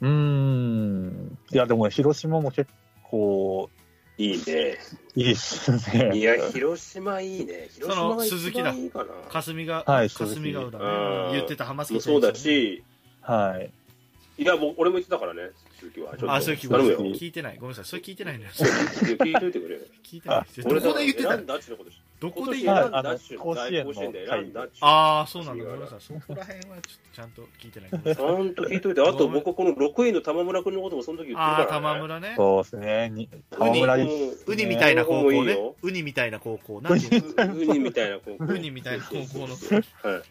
[SPEAKER 2] うーん。いや、でもね、広島も結構
[SPEAKER 5] いいね。
[SPEAKER 2] いいっすね。
[SPEAKER 5] いや、広島いいね。広島が
[SPEAKER 3] その鈴
[SPEAKER 5] 一
[SPEAKER 3] 木だ
[SPEAKER 5] 番いいかな。
[SPEAKER 3] 霞が、
[SPEAKER 2] はい
[SPEAKER 3] 霞ヶ浦
[SPEAKER 5] う
[SPEAKER 3] ね
[SPEAKER 5] ん
[SPEAKER 3] 言ってた浜
[SPEAKER 5] も
[SPEAKER 3] 崎
[SPEAKER 5] うそうだ
[SPEAKER 3] 選手ね
[SPEAKER 5] し、
[SPEAKER 2] はい。
[SPEAKER 5] いや、僕、俺も言ってたからね、鈴木は。ちょっと
[SPEAKER 3] あそういう聞
[SPEAKER 5] 頼むよ。
[SPEAKER 3] 聞いてないごめんなさいそれ聞いてないのよ
[SPEAKER 5] そう聞いといてくれよ。
[SPEAKER 3] 聞いてないですよ
[SPEAKER 5] 俺
[SPEAKER 3] ど
[SPEAKER 5] だ
[SPEAKER 3] こで言ってた
[SPEAKER 5] 選んだっちゅうことし
[SPEAKER 3] どこで言う
[SPEAKER 5] 今
[SPEAKER 2] は
[SPEAKER 5] 年
[SPEAKER 2] い
[SPEAKER 5] 選んだっち
[SPEAKER 2] あの甲子
[SPEAKER 5] ゅう
[SPEAKER 2] 園の
[SPEAKER 5] 甲子園で選んだっちゅう
[SPEAKER 3] ああ、そうなんだ。ごめんなさい。そこら辺はちょっとちゃんと聞いてない。ごめんな
[SPEAKER 5] ち
[SPEAKER 3] さい
[SPEAKER 5] ゃんと聞いといて、あと僕、この6位の玉村君のこともその時言って
[SPEAKER 3] ああ、
[SPEAKER 5] るから、ね。
[SPEAKER 3] 玉村ね。
[SPEAKER 2] そうですね。に河村いいっすね
[SPEAKER 3] ウニみたいな高校
[SPEAKER 5] いい
[SPEAKER 3] ね
[SPEAKER 5] よ。
[SPEAKER 3] ウニみたいな高校。なんて
[SPEAKER 5] <laughs>
[SPEAKER 3] いうの
[SPEAKER 5] ウニみたいな高校。
[SPEAKER 3] ウニみたいな高校の
[SPEAKER 5] そうそうそうはい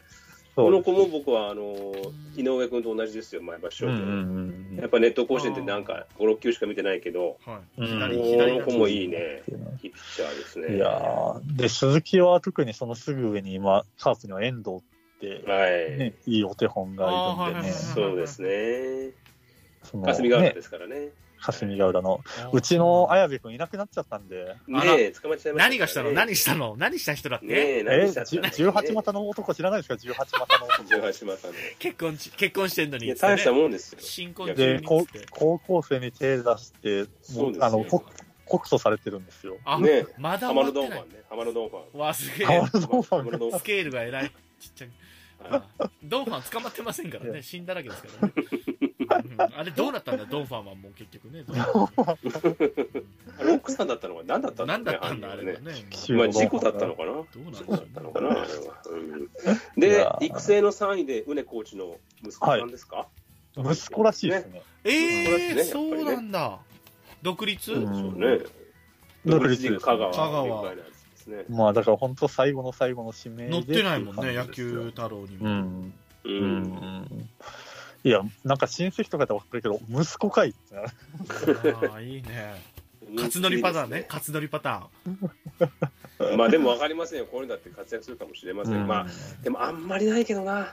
[SPEAKER 2] そ
[SPEAKER 5] こ
[SPEAKER 2] う
[SPEAKER 5] の子も僕は、あのー、井上君と同じですよ、前橋商
[SPEAKER 2] うんう
[SPEAKER 5] 業。
[SPEAKER 2] ん
[SPEAKER 5] やっぱネット甲子園ってなんか5、6球しか見てないけど、
[SPEAKER 3] はい。
[SPEAKER 2] うん
[SPEAKER 5] こ
[SPEAKER 3] 左、左
[SPEAKER 5] の
[SPEAKER 3] だ
[SPEAKER 5] 子もいいね。
[SPEAKER 2] うん
[SPEAKER 5] いいピッチャーですね。
[SPEAKER 2] いやーで、鈴木は特にそのすぐ上に今、カープには遠藤って、
[SPEAKER 5] はい、
[SPEAKER 2] ね、いいお手本がいるんでね
[SPEAKER 3] あーはいはいはい、
[SPEAKER 5] そうですね。
[SPEAKER 2] その
[SPEAKER 5] 霞ヶ浦
[SPEAKER 2] ね
[SPEAKER 5] ですからね。
[SPEAKER 2] 霞ヶ浦の、うちの綾部君いなくなっちゃったんで、
[SPEAKER 3] あ
[SPEAKER 5] ねえ、捕まっちゃいました、ね。
[SPEAKER 3] 何がしたの何したの何した人だっ
[SPEAKER 5] ね
[SPEAKER 3] て
[SPEAKER 5] え、何
[SPEAKER 2] え、
[SPEAKER 5] した <laughs>
[SPEAKER 2] じゅ18股
[SPEAKER 5] の。
[SPEAKER 2] の男知らないですか、18股の
[SPEAKER 5] <laughs>
[SPEAKER 2] 男。
[SPEAKER 5] 18股の。
[SPEAKER 3] 結婚し、結婚してんの
[SPEAKER 5] い
[SPEAKER 3] に
[SPEAKER 5] や、
[SPEAKER 3] っつってね。
[SPEAKER 5] 大したもんですよ。
[SPEAKER 3] 新婚中
[SPEAKER 2] で
[SPEAKER 3] にっ
[SPEAKER 2] 高
[SPEAKER 3] つって。
[SPEAKER 2] 高校生に手出して、
[SPEAKER 5] そ
[SPEAKER 2] も
[SPEAKER 5] う
[SPEAKER 2] う
[SPEAKER 5] ですよ
[SPEAKER 2] あのこ告訴されてるんですよ。
[SPEAKER 3] あ
[SPEAKER 5] ねえ、
[SPEAKER 3] まだ
[SPEAKER 5] 浜
[SPEAKER 3] 終わ
[SPEAKER 5] 野
[SPEAKER 3] って
[SPEAKER 5] ドンフ
[SPEAKER 3] な
[SPEAKER 5] ァ
[SPEAKER 3] い
[SPEAKER 5] ン。ね。浜野ドンファン。
[SPEAKER 3] わあ、すげ
[SPEAKER 2] 変
[SPEAKER 3] え
[SPEAKER 2] わ。らそう
[SPEAKER 5] 浜野ドンファ
[SPEAKER 3] スケールが偉い。ちっちゃい。
[SPEAKER 5] ン。 <laughs>
[SPEAKER 3] あードンファン捕まってませんからね。死んだらけですからね。あれどうなったんだ、ドンファンはもう結局ね。
[SPEAKER 5] あれ奥さんだったのか何だったんだ
[SPEAKER 3] 何
[SPEAKER 5] ろう
[SPEAKER 3] だったんだ、あ
[SPEAKER 5] 犯人
[SPEAKER 3] れ
[SPEAKER 5] は
[SPEAKER 3] は
[SPEAKER 5] ね
[SPEAKER 3] ね。
[SPEAKER 5] まあ事故だったのかな
[SPEAKER 3] どうなんでし
[SPEAKER 5] 事
[SPEAKER 3] ょう
[SPEAKER 5] 故だっ
[SPEAKER 3] ね
[SPEAKER 5] たのかなあれは、うん
[SPEAKER 2] い
[SPEAKER 5] で
[SPEAKER 2] やー
[SPEAKER 5] 育成の3位で畝コーチの息子さんですか、
[SPEAKER 2] 息子らしいです
[SPEAKER 5] <laughs>
[SPEAKER 2] ね。
[SPEAKER 3] ええー、
[SPEAKER 5] そ
[SPEAKER 3] そう
[SPEAKER 5] ですねやっぱりね
[SPEAKER 3] うなんだ。独立、
[SPEAKER 2] うん
[SPEAKER 5] そうね
[SPEAKER 2] 独
[SPEAKER 5] 独
[SPEAKER 2] 立
[SPEAKER 5] 立
[SPEAKER 2] リ
[SPEAKER 5] リ
[SPEAKER 2] ーグ
[SPEAKER 5] ーグ
[SPEAKER 2] 香
[SPEAKER 5] 香
[SPEAKER 2] 川
[SPEAKER 5] 川
[SPEAKER 3] 香川
[SPEAKER 5] みたいなやつですね
[SPEAKER 2] まあだから本当最後の最後の指名で
[SPEAKER 3] 載ってないもんね、野
[SPEAKER 2] っていう
[SPEAKER 3] 球
[SPEAKER 2] 感
[SPEAKER 3] 太郎に
[SPEAKER 2] じですよ。う
[SPEAKER 3] も。
[SPEAKER 2] ん。
[SPEAKER 5] う
[SPEAKER 2] うんん。いや、なんか親戚とかだったら分かるけど、息子かいってなる。
[SPEAKER 3] ああ、いいね。勝ち乗りパターンね、勝ち乗りパタ
[SPEAKER 5] まあでも分かりませんよこういうのだって活躍するかもしれません、まあでもあんまりないけどな
[SPEAKER 3] ーン。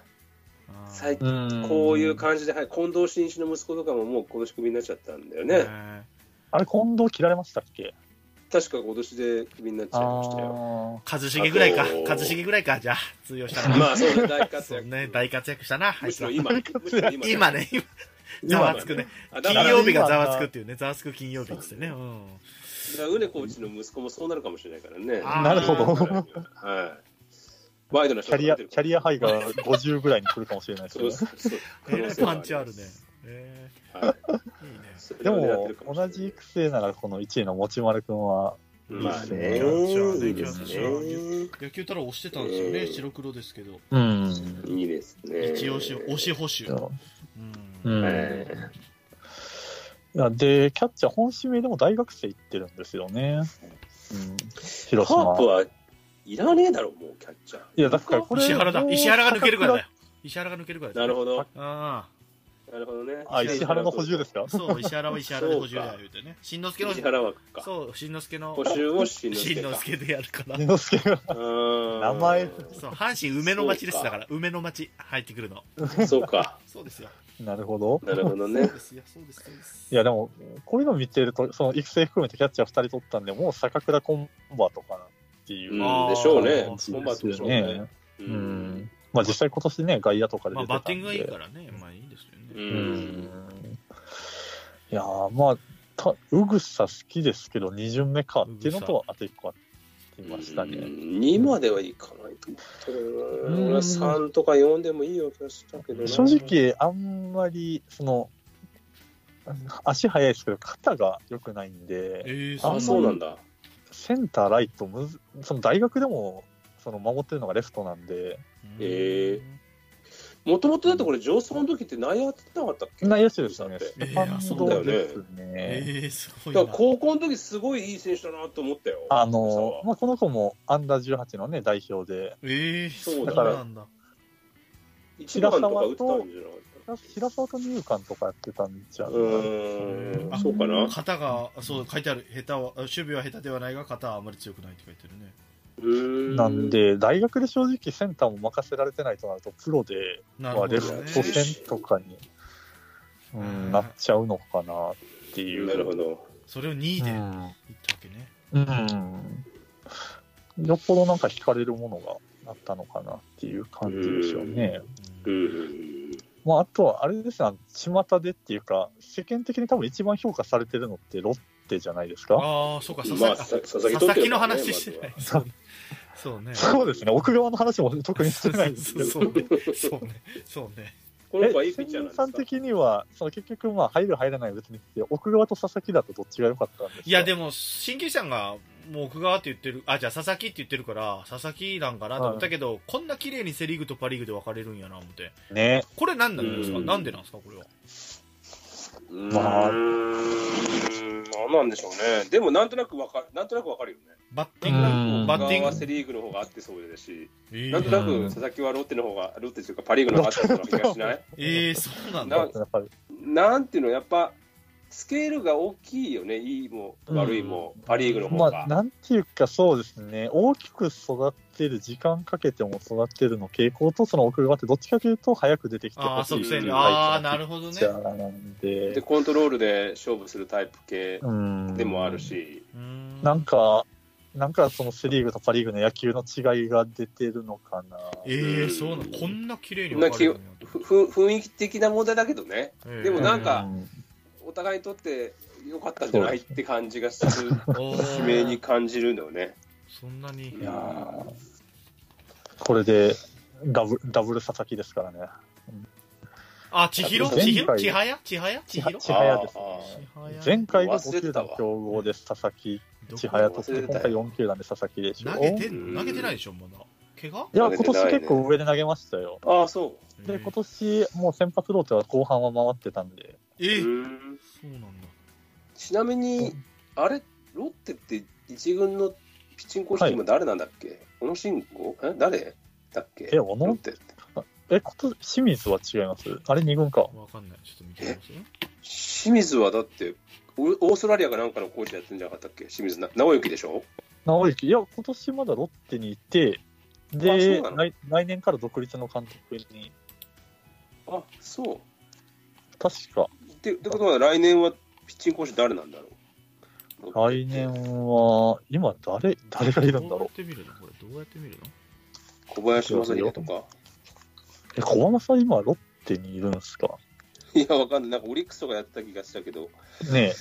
[SPEAKER 5] 最近
[SPEAKER 2] うん
[SPEAKER 5] こういう感じで、はい、近藤真一の息子とかももう今年クビになっちゃったんだよね、
[SPEAKER 3] ね。
[SPEAKER 2] あれ、近藤切られましたっけ
[SPEAKER 5] 確か今年でクビになっちゃいましたよ
[SPEAKER 2] あ
[SPEAKER 3] 一茂ぐらいか
[SPEAKER 5] あと、
[SPEAKER 3] 一茂ぐらいか、じゃあ、通用したな。
[SPEAKER 5] まあそうね大活
[SPEAKER 3] そう
[SPEAKER 5] 躍
[SPEAKER 3] ね、大活躍したな、あ
[SPEAKER 5] む
[SPEAKER 3] い
[SPEAKER 5] し
[SPEAKER 3] つは
[SPEAKER 5] ろ今むしろ今
[SPEAKER 3] 今ね、今、ざわつくね。
[SPEAKER 5] あだか
[SPEAKER 3] 金
[SPEAKER 5] ら
[SPEAKER 3] 曜日がざわつくっていうね、ざわつく金曜日っつってね。うん。
[SPEAKER 5] だからウネコーチの息子もそうなるかもしれないからね。
[SPEAKER 3] あーなるほど
[SPEAKER 5] はい。ワイドな
[SPEAKER 2] キャリア、キャリアハイ
[SPEAKER 5] が
[SPEAKER 2] が50ぐらいに来るかもしれないです
[SPEAKER 5] そう
[SPEAKER 2] ね。
[SPEAKER 5] そう <laughs> そう。
[SPEAKER 3] えーパンチあるね。え
[SPEAKER 5] はい。
[SPEAKER 3] ーいいね。
[SPEAKER 5] それ
[SPEAKER 2] で
[SPEAKER 5] は狙っ
[SPEAKER 2] も
[SPEAKER 5] てるか、しれな
[SPEAKER 2] 同
[SPEAKER 5] い
[SPEAKER 2] じ育成ならこの1位の持丸君は、
[SPEAKER 5] まあね。
[SPEAKER 7] ねいいですね。
[SPEAKER 3] 野球太郎押してたんですよ
[SPEAKER 5] え
[SPEAKER 3] ね、
[SPEAKER 5] ー
[SPEAKER 3] 白黒ですけど。
[SPEAKER 2] うん。
[SPEAKER 5] いいですね。
[SPEAKER 3] 一押し、押し保守。う。
[SPEAKER 2] うんん
[SPEAKER 5] え
[SPEAKER 2] いやで、キャッチャー本指名でも大学生行ってるんですよね。うん、
[SPEAKER 5] カ
[SPEAKER 2] 広島
[SPEAKER 5] ープ。はいらねえだろ、もう、キャッチャー。
[SPEAKER 2] いや、だからこれ。
[SPEAKER 3] 石原だ。
[SPEAKER 2] もう
[SPEAKER 3] 石原が抜けるからだよ。石原が抜けるからだ
[SPEAKER 5] な
[SPEAKER 3] よ。
[SPEAKER 5] るほど。
[SPEAKER 3] あ
[SPEAKER 5] なるほどね。
[SPEAKER 2] あ、石原の補充ですか
[SPEAKER 3] あ。そう、石原は石原で補充だよ、言うてね。しんのすけの
[SPEAKER 5] 石、原枠か。
[SPEAKER 3] そう、しんのすけの、
[SPEAKER 5] 補修をしんのす
[SPEAKER 3] し
[SPEAKER 5] け
[SPEAKER 3] んの
[SPEAKER 5] か
[SPEAKER 3] す。けでやるから
[SPEAKER 2] 二。之助が。 <laughs>
[SPEAKER 5] うーん
[SPEAKER 2] 名前
[SPEAKER 3] そう、阪神梅の町です
[SPEAKER 5] そう
[SPEAKER 3] だ
[SPEAKER 5] か
[SPEAKER 3] から、梅の町入ってくるの。
[SPEAKER 5] そうか。
[SPEAKER 3] そうですよ。
[SPEAKER 2] なるほど。
[SPEAKER 5] なるほど
[SPEAKER 3] そう
[SPEAKER 5] ね。
[SPEAKER 3] ですよ、そうです、そうです。
[SPEAKER 2] いや、でも、こういうの見てると、その育成含めてキャッチャー2人取ったんで、もう坂倉コンバとかなっていうう。
[SPEAKER 5] ん、でしょうね。
[SPEAKER 3] あー
[SPEAKER 5] コンバットでしょうね
[SPEAKER 2] ね。。うん。まあ実際今年ね、外野とかで
[SPEAKER 3] まあ、
[SPEAKER 2] 出てた
[SPEAKER 3] バッ
[SPEAKER 2] んで
[SPEAKER 3] ティングがいいからね、まあいいですよ
[SPEAKER 5] う
[SPEAKER 3] ね。
[SPEAKER 5] ん。
[SPEAKER 2] いやーまあたうぐさ好きですけど2巡目かっていうのとあと1個ありましたね、
[SPEAKER 5] 2まではいかないと思ってるな
[SPEAKER 2] うん
[SPEAKER 5] 俺は3とか4でもいいような気がしたけどな
[SPEAKER 2] 正直あんまりその足速いですけど肩が良くないん
[SPEAKER 3] え
[SPEAKER 2] で
[SPEAKER 3] ー、
[SPEAKER 5] あそうなんだ
[SPEAKER 2] センターライトむずその大学でもその守ってるのがレフトなんで
[SPEAKER 5] えーもともとだってこれ上層の時って内野やってなかったっけ
[SPEAKER 2] 内野手ですよ
[SPEAKER 5] だ
[SPEAKER 2] ね
[SPEAKER 5] って
[SPEAKER 2] セ
[SPEAKER 3] え
[SPEAKER 2] カ
[SPEAKER 3] ーあ
[SPEAKER 2] ン
[SPEAKER 3] そう
[SPEAKER 5] だ
[SPEAKER 2] ド
[SPEAKER 5] よね
[SPEAKER 2] ですね、
[SPEAKER 3] えー、すごい
[SPEAKER 5] だ
[SPEAKER 3] な。
[SPEAKER 5] から高校の時すごいいい選手だなと思ったよ
[SPEAKER 2] あ
[SPEAKER 5] さ
[SPEAKER 2] の
[SPEAKER 5] は
[SPEAKER 2] まあ、この子もアンダー18のね代表で
[SPEAKER 3] えー、そ
[SPEAKER 5] そうう
[SPEAKER 2] だ
[SPEAKER 3] なんだ。
[SPEAKER 5] 一番とか打ってたんじゃなかった
[SPEAKER 2] 平沢と二遊間とかやってたんじゃん、
[SPEAKER 5] うー
[SPEAKER 3] あ
[SPEAKER 5] んそうかな
[SPEAKER 3] 肩が、そう、書いてある、下手は、あ守備は下手ではないが、肩はあまり強くないって書いてるね。
[SPEAKER 2] なん
[SPEAKER 5] う
[SPEAKER 2] で、大学で正直センターも任せられてないとなると、プロで
[SPEAKER 3] なる
[SPEAKER 2] は
[SPEAKER 3] ほ
[SPEAKER 2] レ
[SPEAKER 3] ど
[SPEAKER 2] フ
[SPEAKER 3] ね。
[SPEAKER 2] ト線とかに、う
[SPEAKER 3] うん
[SPEAKER 2] ん、なっちゃうのかなって
[SPEAKER 5] ー
[SPEAKER 2] い
[SPEAKER 5] ん
[SPEAKER 2] う。
[SPEAKER 5] なるほど
[SPEAKER 3] それを2位で
[SPEAKER 2] う
[SPEAKER 3] い
[SPEAKER 2] ん
[SPEAKER 3] ったわけね。
[SPEAKER 2] うん。よっぽどなんか惹かれるものがあったのかなっていう感じでしょうね。
[SPEAKER 5] う
[SPEAKER 3] うん
[SPEAKER 5] ん
[SPEAKER 2] まあ、あとは、あれですね、あの巷でっていうか、世間的に多分一番評価されてるのってロッテじゃないですか。
[SPEAKER 3] ああ、そうか、佐
[SPEAKER 5] ま
[SPEAKER 3] 々
[SPEAKER 5] あ
[SPEAKER 3] 木、
[SPEAKER 5] さ佐
[SPEAKER 3] 佐
[SPEAKER 5] 々木
[SPEAKER 3] 々
[SPEAKER 5] 投
[SPEAKER 3] 木
[SPEAKER 5] 手
[SPEAKER 3] の
[SPEAKER 5] だからね
[SPEAKER 3] 話してない。
[SPEAKER 5] ま
[SPEAKER 3] そう <laughs> そうね。
[SPEAKER 2] そうですね、奥側の話も特にして <laughs> ないです
[SPEAKER 3] そ
[SPEAKER 2] け
[SPEAKER 3] う
[SPEAKER 2] ど。
[SPEAKER 3] <laughs> そうそうそうね。そうね。
[SPEAKER 5] ずはこの
[SPEAKER 2] え
[SPEAKER 5] 子はいいピッチャーなんです
[SPEAKER 2] さ
[SPEAKER 5] か
[SPEAKER 2] ん的には、その結局、まあ、入る、入らないは別にして、奥側と佐々木だとどっちが良かったんですか
[SPEAKER 3] いや、で
[SPEAKER 2] も、
[SPEAKER 3] も、新規さんが、もう奥川って言ってる、あ、じゃあ佐々木って言ってるから、佐々木なんかなと思ったけど、こんな綺麗にセ・リーグとパ・リーグで分かれるんやな、思って。
[SPEAKER 2] ね、
[SPEAKER 3] これ何なんですか
[SPEAKER 5] うん
[SPEAKER 3] なんでなんですかこれは。
[SPEAKER 5] うーん
[SPEAKER 2] まあ
[SPEAKER 5] なんなんでしょうねでもなんとなくわかなんとなくわかるよね
[SPEAKER 3] バッティング。
[SPEAKER 2] うん
[SPEAKER 3] バッティング
[SPEAKER 5] はセ・リーグの方が合ってそうですし、
[SPEAKER 3] え
[SPEAKER 5] なんとな
[SPEAKER 3] ー、
[SPEAKER 5] く佐々木はロッテの方が、ロッテというかパ・リーグの方が合ってそうな気がしない
[SPEAKER 3] えー、そうなんだ。
[SPEAKER 5] なん
[SPEAKER 2] やっぱり、
[SPEAKER 5] なんていうの、やっぱスケールが大きいよね、いいも悪いも、パ・リーグの方
[SPEAKER 2] ま
[SPEAKER 5] が。
[SPEAKER 2] あ、なんていうか、そうですね、大きく育ってる、時間かけても育ってるの傾向と、その奥側って、どっちかというと、早く出てきて
[SPEAKER 3] あ
[SPEAKER 2] ほ
[SPEAKER 3] あ、
[SPEAKER 2] しい
[SPEAKER 3] 即
[SPEAKER 2] ってい
[SPEAKER 3] 戦
[SPEAKER 2] う
[SPEAKER 3] 力。あ
[SPEAKER 2] タ
[SPEAKER 3] あ、
[SPEAKER 2] イ
[SPEAKER 3] なるほ
[SPEAKER 2] プ
[SPEAKER 3] ど
[SPEAKER 2] のピッ
[SPEAKER 3] ね
[SPEAKER 2] チ。ャーなん
[SPEAKER 5] で、
[SPEAKER 2] で、
[SPEAKER 5] コントロールで勝負するタイプ系
[SPEAKER 2] うん
[SPEAKER 5] でもある。し、
[SPEAKER 3] うーん
[SPEAKER 2] なんか、なんかそのセ・リーグとパ・リーグの野球の違いが出てるのかな。
[SPEAKER 3] えー、そうなんこんな綺麗に分かれるんやと。
[SPEAKER 5] ふふ雰囲気的な問題だけどね、
[SPEAKER 3] えー
[SPEAKER 5] でもなんか
[SPEAKER 2] う
[SPEAKER 5] お互いにとって良かったんじゃないって感じがする、
[SPEAKER 3] おー
[SPEAKER 5] 悲鳴に感じるんだよね。
[SPEAKER 3] そんなに。
[SPEAKER 2] いやーこれでダブダブル佐々木ですからね。
[SPEAKER 3] あ、千尋
[SPEAKER 2] 前回
[SPEAKER 3] 千尋千早千早千尋
[SPEAKER 2] 千早です
[SPEAKER 3] 千早
[SPEAKER 2] 前回が5球団競合です、佐々木、
[SPEAKER 3] どこ
[SPEAKER 2] 千早と、
[SPEAKER 7] 忘れて
[SPEAKER 2] 今
[SPEAKER 7] たよ
[SPEAKER 2] 回4球団で佐々木でしょ。
[SPEAKER 3] 投げてんの投げてないでしょ、まだ。怪我
[SPEAKER 2] いや、今年結構上で投げましたよ。
[SPEAKER 5] ああ、そ
[SPEAKER 2] で、今年、もう先発ローテは後半は回ってたんで、
[SPEAKER 3] え
[SPEAKER 5] う。う
[SPEAKER 3] ー、
[SPEAKER 5] ん
[SPEAKER 3] そうなんだ。
[SPEAKER 5] ちなみに、あれ、ロッテって一軍のピッチングコーチ
[SPEAKER 2] はい
[SPEAKER 5] 今誰なんだっけ小野慎吾え誰だっけ
[SPEAKER 2] え小野
[SPEAKER 5] ロッテって。
[SPEAKER 2] え、今年、清水は違いますあれ2軍か。
[SPEAKER 3] わかんない。ちょっと見てみますよ。
[SPEAKER 5] 清水はだって、オーオーストラリアかなんかのコーチやってんじゃなかったっけ清水な直之でしょ
[SPEAKER 2] 直之、いや、今年まだロッテにいて、
[SPEAKER 5] あそ
[SPEAKER 2] で
[SPEAKER 5] うなの
[SPEAKER 2] 来、来年から独立の監督に、
[SPEAKER 5] あ、そう。
[SPEAKER 2] 確か、
[SPEAKER 5] ってってことは来年はピッチングコーチ誰なんだろう
[SPEAKER 2] 来年は、今誰、誰がいるんだ
[SPEAKER 3] どうや
[SPEAKER 2] ろ
[SPEAKER 3] って見るのこれ、どうやって見るの
[SPEAKER 5] 小林正弘とか。
[SPEAKER 2] う。え、小浜さん今、ロッテにいるんですか
[SPEAKER 5] いや、わかんない。なんかオリックスとかやってた気がしたけど。
[SPEAKER 2] ねえ、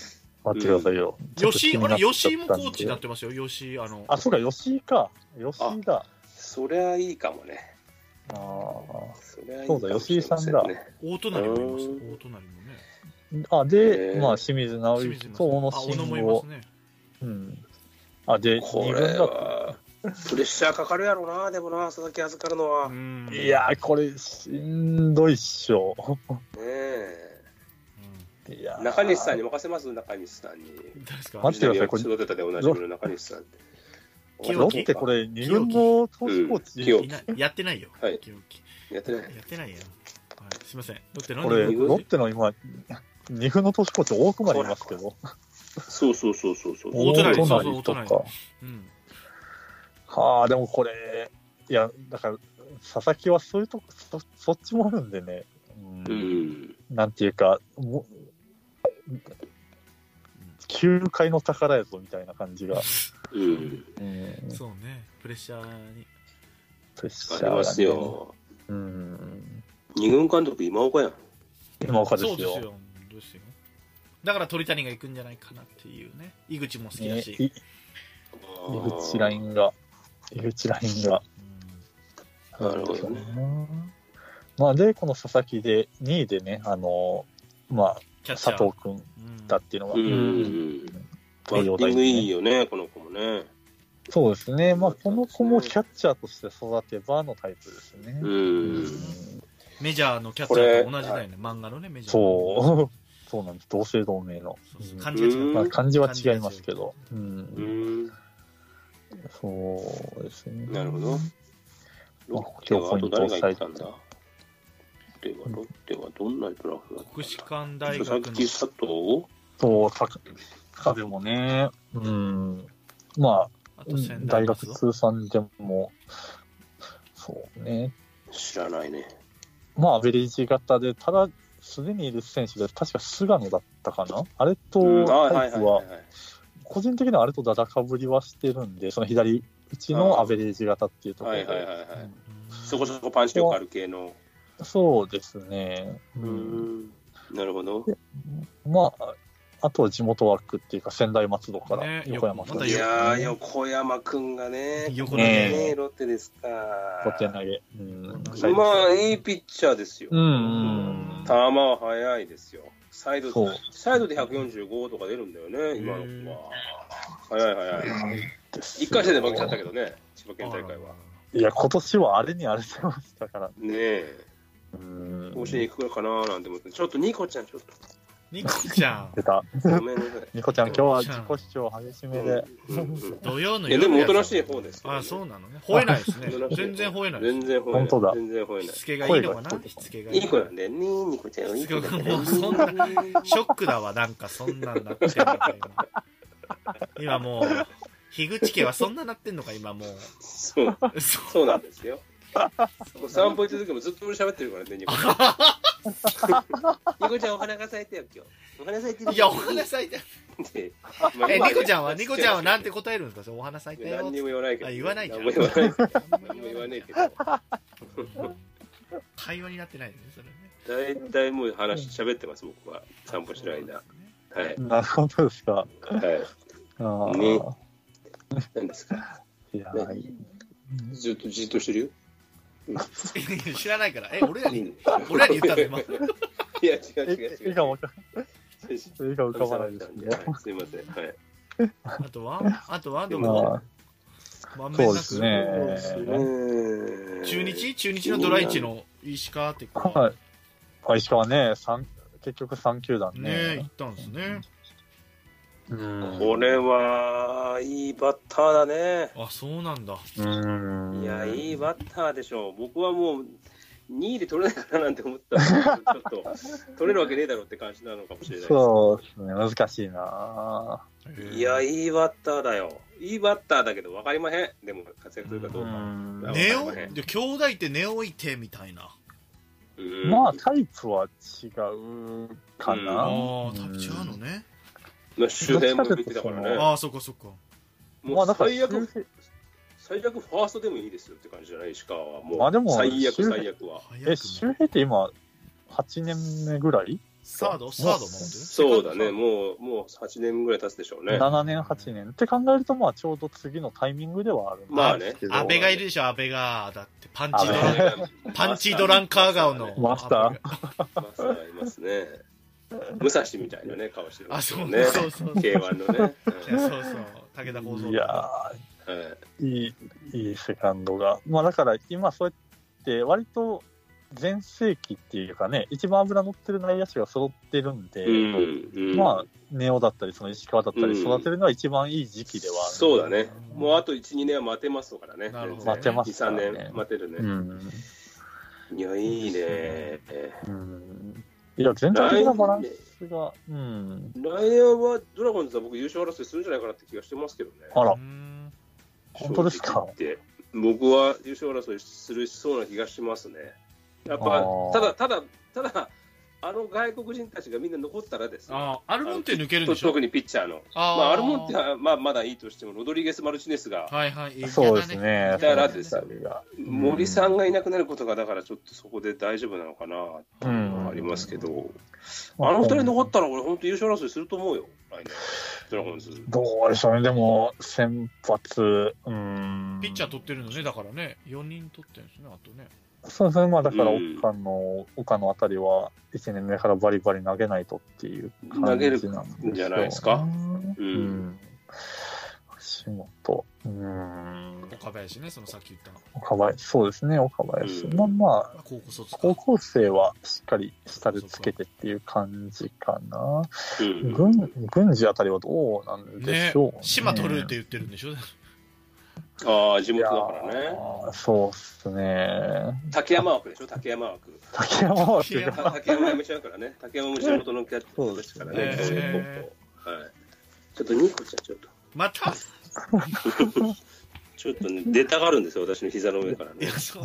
[SPEAKER 2] 待ってくださいよ。ちょっと
[SPEAKER 3] 吉井、
[SPEAKER 2] 気にな
[SPEAKER 3] あ
[SPEAKER 2] っ
[SPEAKER 3] れ、
[SPEAKER 2] ちゃった
[SPEAKER 3] 吉井
[SPEAKER 2] んで
[SPEAKER 3] もコーチになってますよ、吉井、あの、
[SPEAKER 2] あ、そうか、吉井か。吉井だ。
[SPEAKER 5] そりゃいいかもね。
[SPEAKER 2] あー
[SPEAKER 5] そりゃいいかもしれませね
[SPEAKER 2] そうだ吉井さんだ
[SPEAKER 3] 大隣もいますよ
[SPEAKER 5] う、ん
[SPEAKER 3] 大隣もね。
[SPEAKER 2] あで、
[SPEAKER 5] へー
[SPEAKER 2] まあ、清水直
[SPEAKER 3] 清
[SPEAKER 2] 之
[SPEAKER 3] 水もいます
[SPEAKER 2] と小野
[SPEAKER 3] あ小野もい
[SPEAKER 2] 慎
[SPEAKER 3] ま
[SPEAKER 2] 吾
[SPEAKER 3] す。ね。
[SPEAKER 2] うん。あ、で、
[SPEAKER 5] こ
[SPEAKER 2] 二
[SPEAKER 5] れ
[SPEAKER 2] 軍だと。
[SPEAKER 5] は、プレッシャーかかるやろな、でもな、佐々木預かるのは。
[SPEAKER 3] う
[SPEAKER 5] ね
[SPEAKER 3] ん
[SPEAKER 2] いやー、これ、しんどいっしょ。
[SPEAKER 5] え
[SPEAKER 2] いやー
[SPEAKER 5] 中西さんに任せます中西さんに。
[SPEAKER 3] うん誰ですか
[SPEAKER 2] マジで待ってください
[SPEAKER 5] これ。育てたで同じの中西さんって。
[SPEAKER 3] 清
[SPEAKER 2] ロッテこれ、二軍の投手コーチ、
[SPEAKER 5] 清
[SPEAKER 3] いないやってないよ。
[SPEAKER 5] はい
[SPEAKER 3] 清木
[SPEAKER 5] やってない。
[SPEAKER 3] やってないよ。はい、すいません。ロッテの
[SPEAKER 2] これ、
[SPEAKER 5] 二軍
[SPEAKER 2] ロッテの今、二軍の投手コーチ、大熊にいますけど、
[SPEAKER 5] そうそうそうそうそう。
[SPEAKER 3] 大隣そうそう
[SPEAKER 2] 大隣
[SPEAKER 3] 大隣
[SPEAKER 2] と
[SPEAKER 3] うん。
[SPEAKER 2] か。はあ、でもこれ、いや、だから、佐々木はそういうとこ、そそっちもあるんでね、うん
[SPEAKER 5] うん。
[SPEAKER 2] なんていうか、もう球界の宝やぞみたいな感じが、
[SPEAKER 5] うん。
[SPEAKER 2] うん、
[SPEAKER 3] そうね。プレッシャーに。
[SPEAKER 2] プレッシャーが
[SPEAKER 5] あり
[SPEAKER 2] ね
[SPEAKER 5] ます。よ。
[SPEAKER 2] うん、
[SPEAKER 5] 二軍監督、今岡やん。
[SPEAKER 2] 今岡で
[SPEAKER 3] そう
[SPEAKER 2] す
[SPEAKER 3] です
[SPEAKER 2] よ。
[SPEAKER 3] よ。どうしてよ。だから鳥谷が行くんじゃないかなっていうね。井口も好きだ
[SPEAKER 2] ね、
[SPEAKER 3] し。
[SPEAKER 2] い井口ラインが、井口ラインが。
[SPEAKER 5] なるほどね
[SPEAKER 2] まあ、で、この佐々木で、2位でね、あの、ま
[SPEAKER 3] キ
[SPEAKER 2] あ、
[SPEAKER 3] ャッチャ
[SPEAKER 2] 佐
[SPEAKER 3] ー。
[SPEAKER 2] 藤君
[SPEAKER 3] うん
[SPEAKER 2] だっていうのが、
[SPEAKER 5] うん。バ
[SPEAKER 2] 栄
[SPEAKER 5] ッ
[SPEAKER 2] 養
[SPEAKER 5] ティ
[SPEAKER 2] 大
[SPEAKER 5] ン
[SPEAKER 2] 事
[SPEAKER 5] グ
[SPEAKER 2] ね
[SPEAKER 5] いいよね、この子もね。
[SPEAKER 2] そうですね、まあ、この子もキャッチャーとして育てばのタイプですね。
[SPEAKER 5] うん。
[SPEAKER 3] メジャーのキャッチャーと同じだよね。漫画のね、メジャーの。
[SPEAKER 2] そう、 <laughs> そうなんです、同姓同名の。
[SPEAKER 3] そうそう
[SPEAKER 2] うん
[SPEAKER 3] 漢字が違う。
[SPEAKER 2] まあ、漢字は違いますけど、うん
[SPEAKER 5] うん。
[SPEAKER 2] そうですね。
[SPEAKER 5] なるほど。ロッテはあと誰が行ったんだロッテは、ロッテはどんなブラフだったんだ
[SPEAKER 3] 国士舘大学
[SPEAKER 5] さっ
[SPEAKER 3] の
[SPEAKER 5] き佐藤
[SPEAKER 2] そう、か壁もね、うん、ま
[SPEAKER 3] あ
[SPEAKER 2] あ、
[SPEAKER 3] と仙台
[SPEAKER 2] 大
[SPEAKER 3] バ
[SPEAKER 2] 学
[SPEAKER 3] スは
[SPEAKER 2] 通算でも、そうね、
[SPEAKER 5] 知らないね。
[SPEAKER 2] まあ、アベレージ型で、ただ、すでにいる選手で、確か菅野だったかな、あれと
[SPEAKER 5] うんあ
[SPEAKER 2] タイプは、
[SPEAKER 5] い。
[SPEAKER 2] 個人的にはあれとだだかぶりはしてるんで、その左打ちのアベレージ型っていうところ
[SPEAKER 5] は
[SPEAKER 2] で、
[SPEAKER 5] いはいはいはい。
[SPEAKER 3] うん
[SPEAKER 5] そこそこパンチ力ある系の。
[SPEAKER 2] そうですね、う
[SPEAKER 5] うんん。なるほど。
[SPEAKER 2] まあ、あとは地元枠っていうか、仙台松戸から
[SPEAKER 3] ね
[SPEAKER 2] 横山君、
[SPEAKER 3] また
[SPEAKER 5] い
[SPEAKER 3] よ
[SPEAKER 5] やー、横山くんがね、
[SPEAKER 3] 横
[SPEAKER 2] のね
[SPEAKER 5] ねロッテですか。
[SPEAKER 2] 小手投げ、うん、
[SPEAKER 5] まあ、いいピッチャーですよ。
[SPEAKER 2] うんうん、
[SPEAKER 5] 球は速いですよ。サイド、
[SPEAKER 2] そう
[SPEAKER 5] サイドで145とか出るんだよね、今の子は。早い早い。
[SPEAKER 2] ですよ
[SPEAKER 5] 一回戦で負けちゃったけどね、千葉県大会は。
[SPEAKER 2] いや、今年はあれに荒れてましたから、
[SPEAKER 5] ねえ、
[SPEAKER 2] うん、
[SPEAKER 5] 甲子園行くかなーなんて思って、ちょっとニコちゃん、ちょっ
[SPEAKER 3] ニコちゃん。
[SPEAKER 2] 出た。
[SPEAKER 5] とごめんなさい。
[SPEAKER 2] ニコちゃん、今日は自己主張激しめで。
[SPEAKER 5] うんうん
[SPEAKER 3] 土曜の
[SPEAKER 5] いや、でもおとなしい
[SPEAKER 3] 方
[SPEAKER 5] 方ですけどね。
[SPEAKER 3] あ、そうなのね。吠えないですね
[SPEAKER 5] <laughs> おとなしい。方
[SPEAKER 3] 全然吠えないです
[SPEAKER 5] 全。然吠えない。
[SPEAKER 2] 本当だ
[SPEAKER 5] 全然吠え
[SPEAKER 3] し
[SPEAKER 5] ない。
[SPEAKER 3] つけがいいのかな
[SPEAKER 2] 声が
[SPEAKER 3] しつけが
[SPEAKER 5] いい子なんだよね、ニコちゃん。いい子なんだよね
[SPEAKER 3] すごくもうそんショックだわ、なんかそんなんなってんのか今。今もう、樋口家はそんななってんのか、今も
[SPEAKER 5] そう、
[SPEAKER 3] う。そ
[SPEAKER 5] そうなんですよ。お散歩行った時もずっと俺喋ってるからね、ニコちゃん。
[SPEAKER 3] <laughs>
[SPEAKER 5] ニコちゃん、お花が咲いてよ、今日。お花咲いてる
[SPEAKER 3] ういや、お花咲いた。
[SPEAKER 5] って。
[SPEAKER 3] え、ニコちゃんは、ニコちゃんはなんて答えるんですかそうお花咲いたよ
[SPEAKER 5] 何。にも言わないけど。
[SPEAKER 3] あ言わないじゃん
[SPEAKER 5] 何も言わない。
[SPEAKER 3] あんま
[SPEAKER 5] 何
[SPEAKER 3] り
[SPEAKER 5] も言わないけ
[SPEAKER 3] け
[SPEAKER 5] ど。
[SPEAKER 3] ど。会話になってないよね、それね。
[SPEAKER 5] 大体もう話喋ってます、僕は。散歩しないんだ。はい。
[SPEAKER 2] なるほどですか。
[SPEAKER 5] は
[SPEAKER 2] ああ、
[SPEAKER 5] ねい。何ですか
[SPEAKER 2] いや、
[SPEAKER 5] ずっとじっとしてるよ。
[SPEAKER 3] いや知らないから。え、俺らに、俺らに言ったんだ今。
[SPEAKER 5] いや、違う
[SPEAKER 2] え
[SPEAKER 5] 違う違
[SPEAKER 2] 絵
[SPEAKER 5] う。
[SPEAKER 2] がわか絵が浮かばないですね。
[SPEAKER 5] はいすみません。はい。
[SPEAKER 3] あとはあとはどこ
[SPEAKER 2] ま
[SPEAKER 3] まん
[SPEAKER 2] あ、そ
[SPEAKER 3] べん
[SPEAKER 2] う
[SPEAKER 3] な
[SPEAKER 2] です
[SPEAKER 3] く。
[SPEAKER 2] ね。
[SPEAKER 3] 中日中日のドライチの石川って子。
[SPEAKER 2] はい。あ石川ね、三結局3球団
[SPEAKER 3] ねえ、
[SPEAKER 2] ね。
[SPEAKER 3] 行ったんですね。
[SPEAKER 2] うん
[SPEAKER 5] これは、いいバッターだね。
[SPEAKER 3] あ、そうなんだ。
[SPEAKER 2] うん。
[SPEAKER 5] いや、い
[SPEAKER 2] い。
[SPEAKER 5] いバッターでしょう。僕はもう、2位で取れないかななんて思ったら、ちょっと、取れるわけねえだろうって感じなのかもしれないです
[SPEAKER 2] そうですね、難しいな
[SPEAKER 5] うんいや、いいバッターだよ。いいバッターだけど、分かりまへん。でも、活躍するかどうか。
[SPEAKER 2] うん
[SPEAKER 5] なる
[SPEAKER 3] ネ
[SPEAKER 5] わ
[SPEAKER 3] オ
[SPEAKER 5] かりま
[SPEAKER 3] で兄弟ってネオいてみたいな。
[SPEAKER 5] せんうん
[SPEAKER 2] まあ、タイプは違うか
[SPEAKER 5] うん
[SPEAKER 2] な。
[SPEAKER 3] ああ、多分違うのね。
[SPEAKER 5] まあ、周辺も見てたから
[SPEAKER 2] うん
[SPEAKER 5] ね。
[SPEAKER 3] ああ、そっかそっか。
[SPEAKER 5] もう最
[SPEAKER 2] まあ
[SPEAKER 5] 悪
[SPEAKER 2] だ、から
[SPEAKER 5] 最悪ファーストでもいいですよって感じじゃない、石川は。もう、
[SPEAKER 2] まあでも
[SPEAKER 5] 最悪、
[SPEAKER 2] 周辺
[SPEAKER 5] 最悪は。
[SPEAKER 3] 早く
[SPEAKER 2] え、
[SPEAKER 3] も
[SPEAKER 2] 周平って今、8年目ぐらい
[SPEAKER 3] サードサード守ってる
[SPEAKER 5] そうだね、。もう、もう8年ぐらい経つでしょうね。
[SPEAKER 2] ?7 年、8年。って考えると、まあ、ちょうど次のタイミングではあるん
[SPEAKER 5] まあ
[SPEAKER 2] で
[SPEAKER 5] ね
[SPEAKER 2] すけど。
[SPEAKER 3] 安倍がいるでしょ、安倍が。だって、パン
[SPEAKER 5] あ
[SPEAKER 3] チドラン、
[SPEAKER 5] の
[SPEAKER 3] パンチドランカー顔の。
[SPEAKER 2] マスター
[SPEAKER 5] マスターいますね。武蔵みたいなね、顔してる、
[SPEAKER 3] あ、そう
[SPEAKER 5] ね。
[SPEAKER 3] そうそう。い
[SPEAKER 5] K1 のね。
[SPEAKER 3] やそうそう。武田構造。
[SPEAKER 2] いや
[SPEAKER 5] うんはい
[SPEAKER 2] ーいい、いいセカンドが。まあ、だから、今、そうやって、割と、全盛期っていうかね、一番脂乗ってる内野手が揃ってるんで、
[SPEAKER 5] うんうん
[SPEAKER 2] まあ、ネオだったり、その石川だった
[SPEAKER 5] うん
[SPEAKER 2] り、育てるのは一番いい時期ではある。
[SPEAKER 5] そうだね。もうあと1、2年は待てますからね。
[SPEAKER 3] なるほど
[SPEAKER 2] 待てますから
[SPEAKER 5] 2、3
[SPEAKER 2] ね
[SPEAKER 5] 年。待てるね。
[SPEAKER 2] うん。
[SPEAKER 5] いや、いいね。
[SPEAKER 2] うん。いや、全体的なバランスが、うん。
[SPEAKER 5] 来年はドラゴンズは僕優勝争いするんじゃないかなって気がしてますけどね。
[SPEAKER 2] あら
[SPEAKER 3] う、ん
[SPEAKER 2] 本当ですか
[SPEAKER 5] 正直言って僕は優勝争いするしそうな気がしますね。やっ
[SPEAKER 2] あ
[SPEAKER 5] ぱ
[SPEAKER 2] ー、
[SPEAKER 5] ただ、ただ、ただ、あの外国人たちがみんな残ったらですね。
[SPEAKER 3] あーアルモンテ抜けるんでしょ
[SPEAKER 5] 特にピッチャーの。
[SPEAKER 3] あー
[SPEAKER 5] まあ、アルモンテは、まあ、まだいいとしても、ロドリゲス・マルチネスが、
[SPEAKER 3] はいはい。いや
[SPEAKER 2] そうですね。
[SPEAKER 5] いたらですよ
[SPEAKER 2] その二人が
[SPEAKER 5] 森さんがいなくなることが、だからちょっとそこで大丈夫なのかな、っていうのはありますけど、あの二人残ったら、俺、本当優勝争いすると思うよ、来年、ドラゴンズ。
[SPEAKER 2] どうでしょうね、でも、先発、うん。
[SPEAKER 3] ピッチャー取ってるのね、だからね。4人取ってるんですね、あとね。
[SPEAKER 2] そうですね、まあだから、
[SPEAKER 5] うん
[SPEAKER 2] 岡の、岡のあたりは、1年目からバリバリ投げないとっていう感じなんですよ
[SPEAKER 5] 投げるんじゃないですか。
[SPEAKER 2] う
[SPEAKER 5] うん
[SPEAKER 2] ん。橋本、うん。
[SPEAKER 3] 岡林ね、そのさっき言った。
[SPEAKER 2] 岡林、そうですね、岡林。
[SPEAKER 5] うん
[SPEAKER 2] まあまあ、
[SPEAKER 3] 高校卒
[SPEAKER 2] 高
[SPEAKER 3] か。
[SPEAKER 2] 校生はしっかり下でつけてっていう感じかな。
[SPEAKER 5] うん
[SPEAKER 2] 軍軍事あたりはどうなんで
[SPEAKER 3] ね
[SPEAKER 2] しょう、ね。
[SPEAKER 3] 島取るって言ってるんでしょ
[SPEAKER 5] ああ、地元だからね。
[SPEAKER 2] あーそうっすね。
[SPEAKER 5] 竹山枠でしょ、竹山枠。
[SPEAKER 2] 竹山
[SPEAKER 3] <laughs>
[SPEAKER 2] はっていうか
[SPEAKER 5] た竹山辞めちゃうからね、竹山も地元のキャッチャーですからね、
[SPEAKER 3] そうですね
[SPEAKER 5] 強豪高校はい。ちょっとニコちゃん、ちょっと。
[SPEAKER 3] また
[SPEAKER 5] ちょっとね、出たがるんですよ、私の膝の上から
[SPEAKER 3] い
[SPEAKER 5] ね
[SPEAKER 3] や、。そう。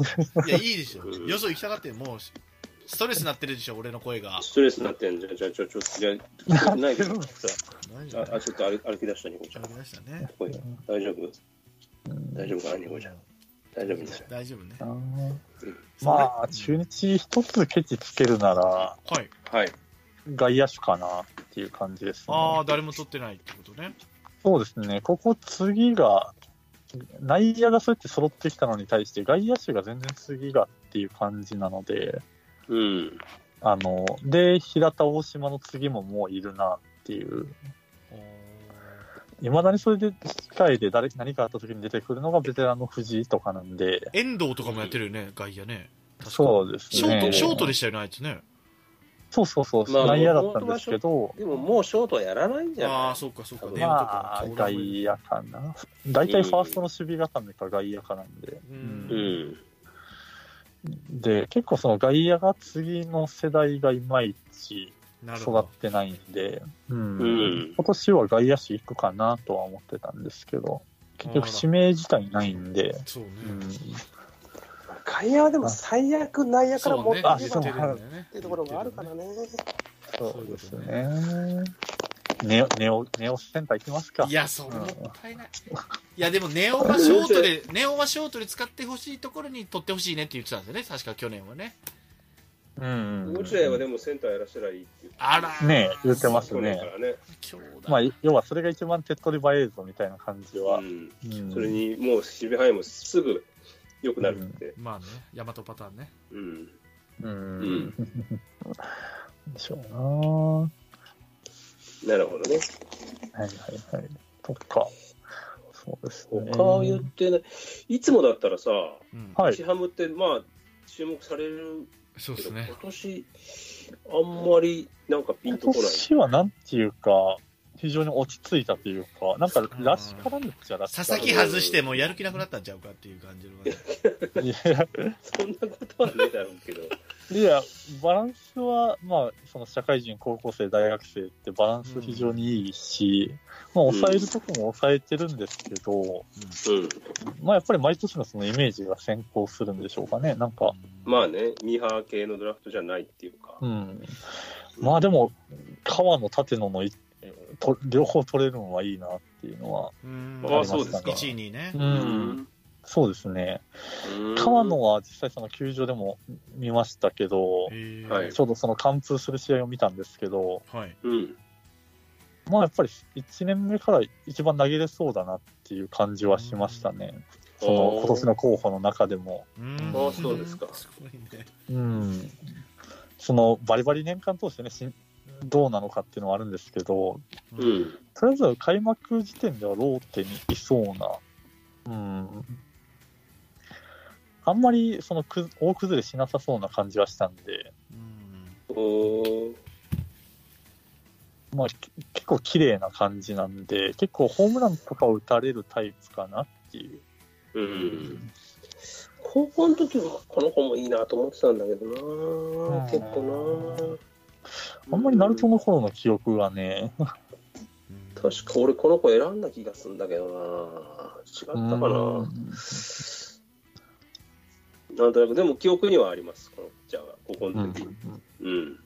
[SPEAKER 3] いや、いいでしょ。
[SPEAKER 5] うん
[SPEAKER 3] よそ行きたがって、もう、ストレスになってるでしょ、俺の声が。
[SPEAKER 5] ストレスになってんじゃん、じゃあ、ちょ、ちょ、じゃあ、ちょっとないけどさ、
[SPEAKER 3] 大丈
[SPEAKER 5] あ、
[SPEAKER 3] 夫
[SPEAKER 5] あちょっと歩歩き出した、ニコちゃん
[SPEAKER 3] 喋。りましたね。
[SPEAKER 5] こい大丈夫大丈夫かな、ニコちゃん。大丈夫ですよ。
[SPEAKER 3] 大丈夫ね。
[SPEAKER 2] まあ、中日一つケチつけるなら、
[SPEAKER 3] はい。
[SPEAKER 5] はい。
[SPEAKER 2] 外野手かなっていう感じですね。
[SPEAKER 3] ああ、誰も取ってないってことね。
[SPEAKER 2] そうですね、ここ次が、内野がそうやって揃ってきたのに対して、外野手が全然次がっていう感じなので、
[SPEAKER 5] うん。
[SPEAKER 2] あの、で、平田、大島の次ももういるなっていう。
[SPEAKER 3] おー
[SPEAKER 2] いまだにそれで機械で誰何かあった時に出てくるのがベテランの藤井とかなんで、
[SPEAKER 3] 遠藤とかもやってるよね、外野ね。確か
[SPEAKER 2] そうですね。
[SPEAKER 3] ショート、ショートでしたよね、あいつね。
[SPEAKER 2] そうそうそう、
[SPEAKER 5] まあ
[SPEAKER 2] 内野だったんですけど、
[SPEAKER 5] でも、もうショートはやらないんじゃない
[SPEAKER 3] ああ、そうか、そうか。
[SPEAKER 5] まあ
[SPEAKER 3] ネオと
[SPEAKER 2] ま
[SPEAKER 3] か
[SPEAKER 2] あ、
[SPEAKER 3] も
[SPEAKER 2] 外野かな。大体ファーストの守備固めか外野かなんで。
[SPEAKER 3] う。
[SPEAKER 5] うんん。
[SPEAKER 2] で、結構その外野が次の世代がいまいち
[SPEAKER 3] なるほ
[SPEAKER 2] 育っ
[SPEAKER 3] ど。
[SPEAKER 2] てないんで、うん
[SPEAKER 5] うん
[SPEAKER 2] 今年は外野手行くかなとは思ってたんですけど、結局指名自体ないんで、
[SPEAKER 3] そうね。
[SPEAKER 2] うん、
[SPEAKER 7] 外野はでも最悪内野から
[SPEAKER 3] そ
[SPEAKER 7] 持
[SPEAKER 3] う
[SPEAKER 7] っ
[SPEAKER 3] ね
[SPEAKER 7] て。
[SPEAKER 2] あ
[SPEAKER 7] く
[SPEAKER 3] 言
[SPEAKER 7] る
[SPEAKER 3] っ
[SPEAKER 2] そ
[SPEAKER 3] て
[SPEAKER 7] っ
[SPEAKER 2] う
[SPEAKER 3] るんだよね。
[SPEAKER 7] ていうところがあるからね。
[SPEAKER 2] そうですね。ネオ、ネオ、ネオセンター行きますか
[SPEAKER 3] い。や、そう、もったいない。いや、でも、ネオはショー
[SPEAKER 2] <laughs>
[SPEAKER 3] トで、ネオはショートで使ってほしいところに取ってほしいねって言ってたんですよね、確か去年はね。
[SPEAKER 2] うん
[SPEAKER 5] 落合はでもセンターやらせたらいいっていう。
[SPEAKER 3] あらー
[SPEAKER 2] ねえ言ってます
[SPEAKER 5] 去年
[SPEAKER 2] ね
[SPEAKER 5] からね。
[SPEAKER 3] 兄弟。
[SPEAKER 2] まあ、要はそれが一番手っ取り早いぞみたいな感じは
[SPEAKER 5] う。ん。
[SPEAKER 2] うん
[SPEAKER 5] それにもう守備範囲もすぐ良くなるって。
[SPEAKER 3] まあね、大和パターンね。
[SPEAKER 5] うん。
[SPEAKER 2] うん。
[SPEAKER 5] うん
[SPEAKER 2] でしょうなは
[SPEAKER 5] なるほどね。
[SPEAKER 2] いはいはい。とか。そうですね。
[SPEAKER 5] 他は言ってない。いつもだったらさ、
[SPEAKER 3] うん、
[SPEAKER 2] はい
[SPEAKER 5] 日ハムってまあ、注目される
[SPEAKER 3] そう
[SPEAKER 5] け
[SPEAKER 3] です
[SPEAKER 5] ど、
[SPEAKER 3] ね
[SPEAKER 5] 今。年、あんまりなんかピ
[SPEAKER 2] 今
[SPEAKER 5] ンとこない。
[SPEAKER 2] 年はなんていうか、非常に落ち着いたというか、なんか、らしからぬっちゃらし
[SPEAKER 5] <laughs>
[SPEAKER 3] 佐
[SPEAKER 2] から
[SPEAKER 3] 々
[SPEAKER 2] ぬ
[SPEAKER 3] 木外してもやる気なくなったんちゃうかっていう感じのね。
[SPEAKER 2] いや、
[SPEAKER 5] そんなことはないだろう
[SPEAKER 2] <laughs>
[SPEAKER 5] けど。
[SPEAKER 2] いや、バランスは、まあ、その社会人、高校生、大学生ってバランス非常にいいし、まあ、抑えるとこも抑えてるんですけど、
[SPEAKER 5] うん。
[SPEAKER 2] まあ、やっぱり毎年のそのイメージが先行するんでしょうかね、なんか。
[SPEAKER 5] まあね、ミーハー系のドラフトじゃないっていうか。
[SPEAKER 2] うん。まあ、でも、川野、立野のいと両方取れるのはいいなっていうのは、
[SPEAKER 3] うん
[SPEAKER 5] あそうですか
[SPEAKER 3] 1位、2位ね
[SPEAKER 2] う。、。
[SPEAKER 5] うん
[SPEAKER 2] そうですね。川野は実際その球場でも見ましたけど、
[SPEAKER 3] へー
[SPEAKER 5] はい
[SPEAKER 2] ちょうどその貫通する試合を見たんですけど、
[SPEAKER 3] はい。
[SPEAKER 5] うん。
[SPEAKER 2] まあやっぱり1年目から一番投げれそうだなっていう感じはしましたね、その今年の候補の中でも、
[SPEAKER 3] うん
[SPEAKER 5] あそうですか
[SPEAKER 3] すごいね。
[SPEAKER 2] うん、そのバリバリ年間通してね、しんどうなのかっていうのはあるんですけど、
[SPEAKER 5] う。ん。
[SPEAKER 2] とりあえず開幕時点ではローテにいそうな、うん、あんまりそのく大崩れしなさそうな感じはしたんで、
[SPEAKER 3] うん
[SPEAKER 5] おー
[SPEAKER 2] まあ、き結構綺麗な感じなんで、結構ホームランとかを打たれるタイプかなっていう。
[SPEAKER 5] うん。
[SPEAKER 7] 高校の時はこの子もいいなと思ってたんだけどな、
[SPEAKER 2] ん
[SPEAKER 7] 結構
[SPEAKER 2] あんまりナルトの頃の記憶がね、
[SPEAKER 7] な確か俺この子選んだ気がするんだけどな違ったかな、
[SPEAKER 2] うん
[SPEAKER 5] なんとなく、でも記憶にはあります、このピッチャーが、ここの時。うん。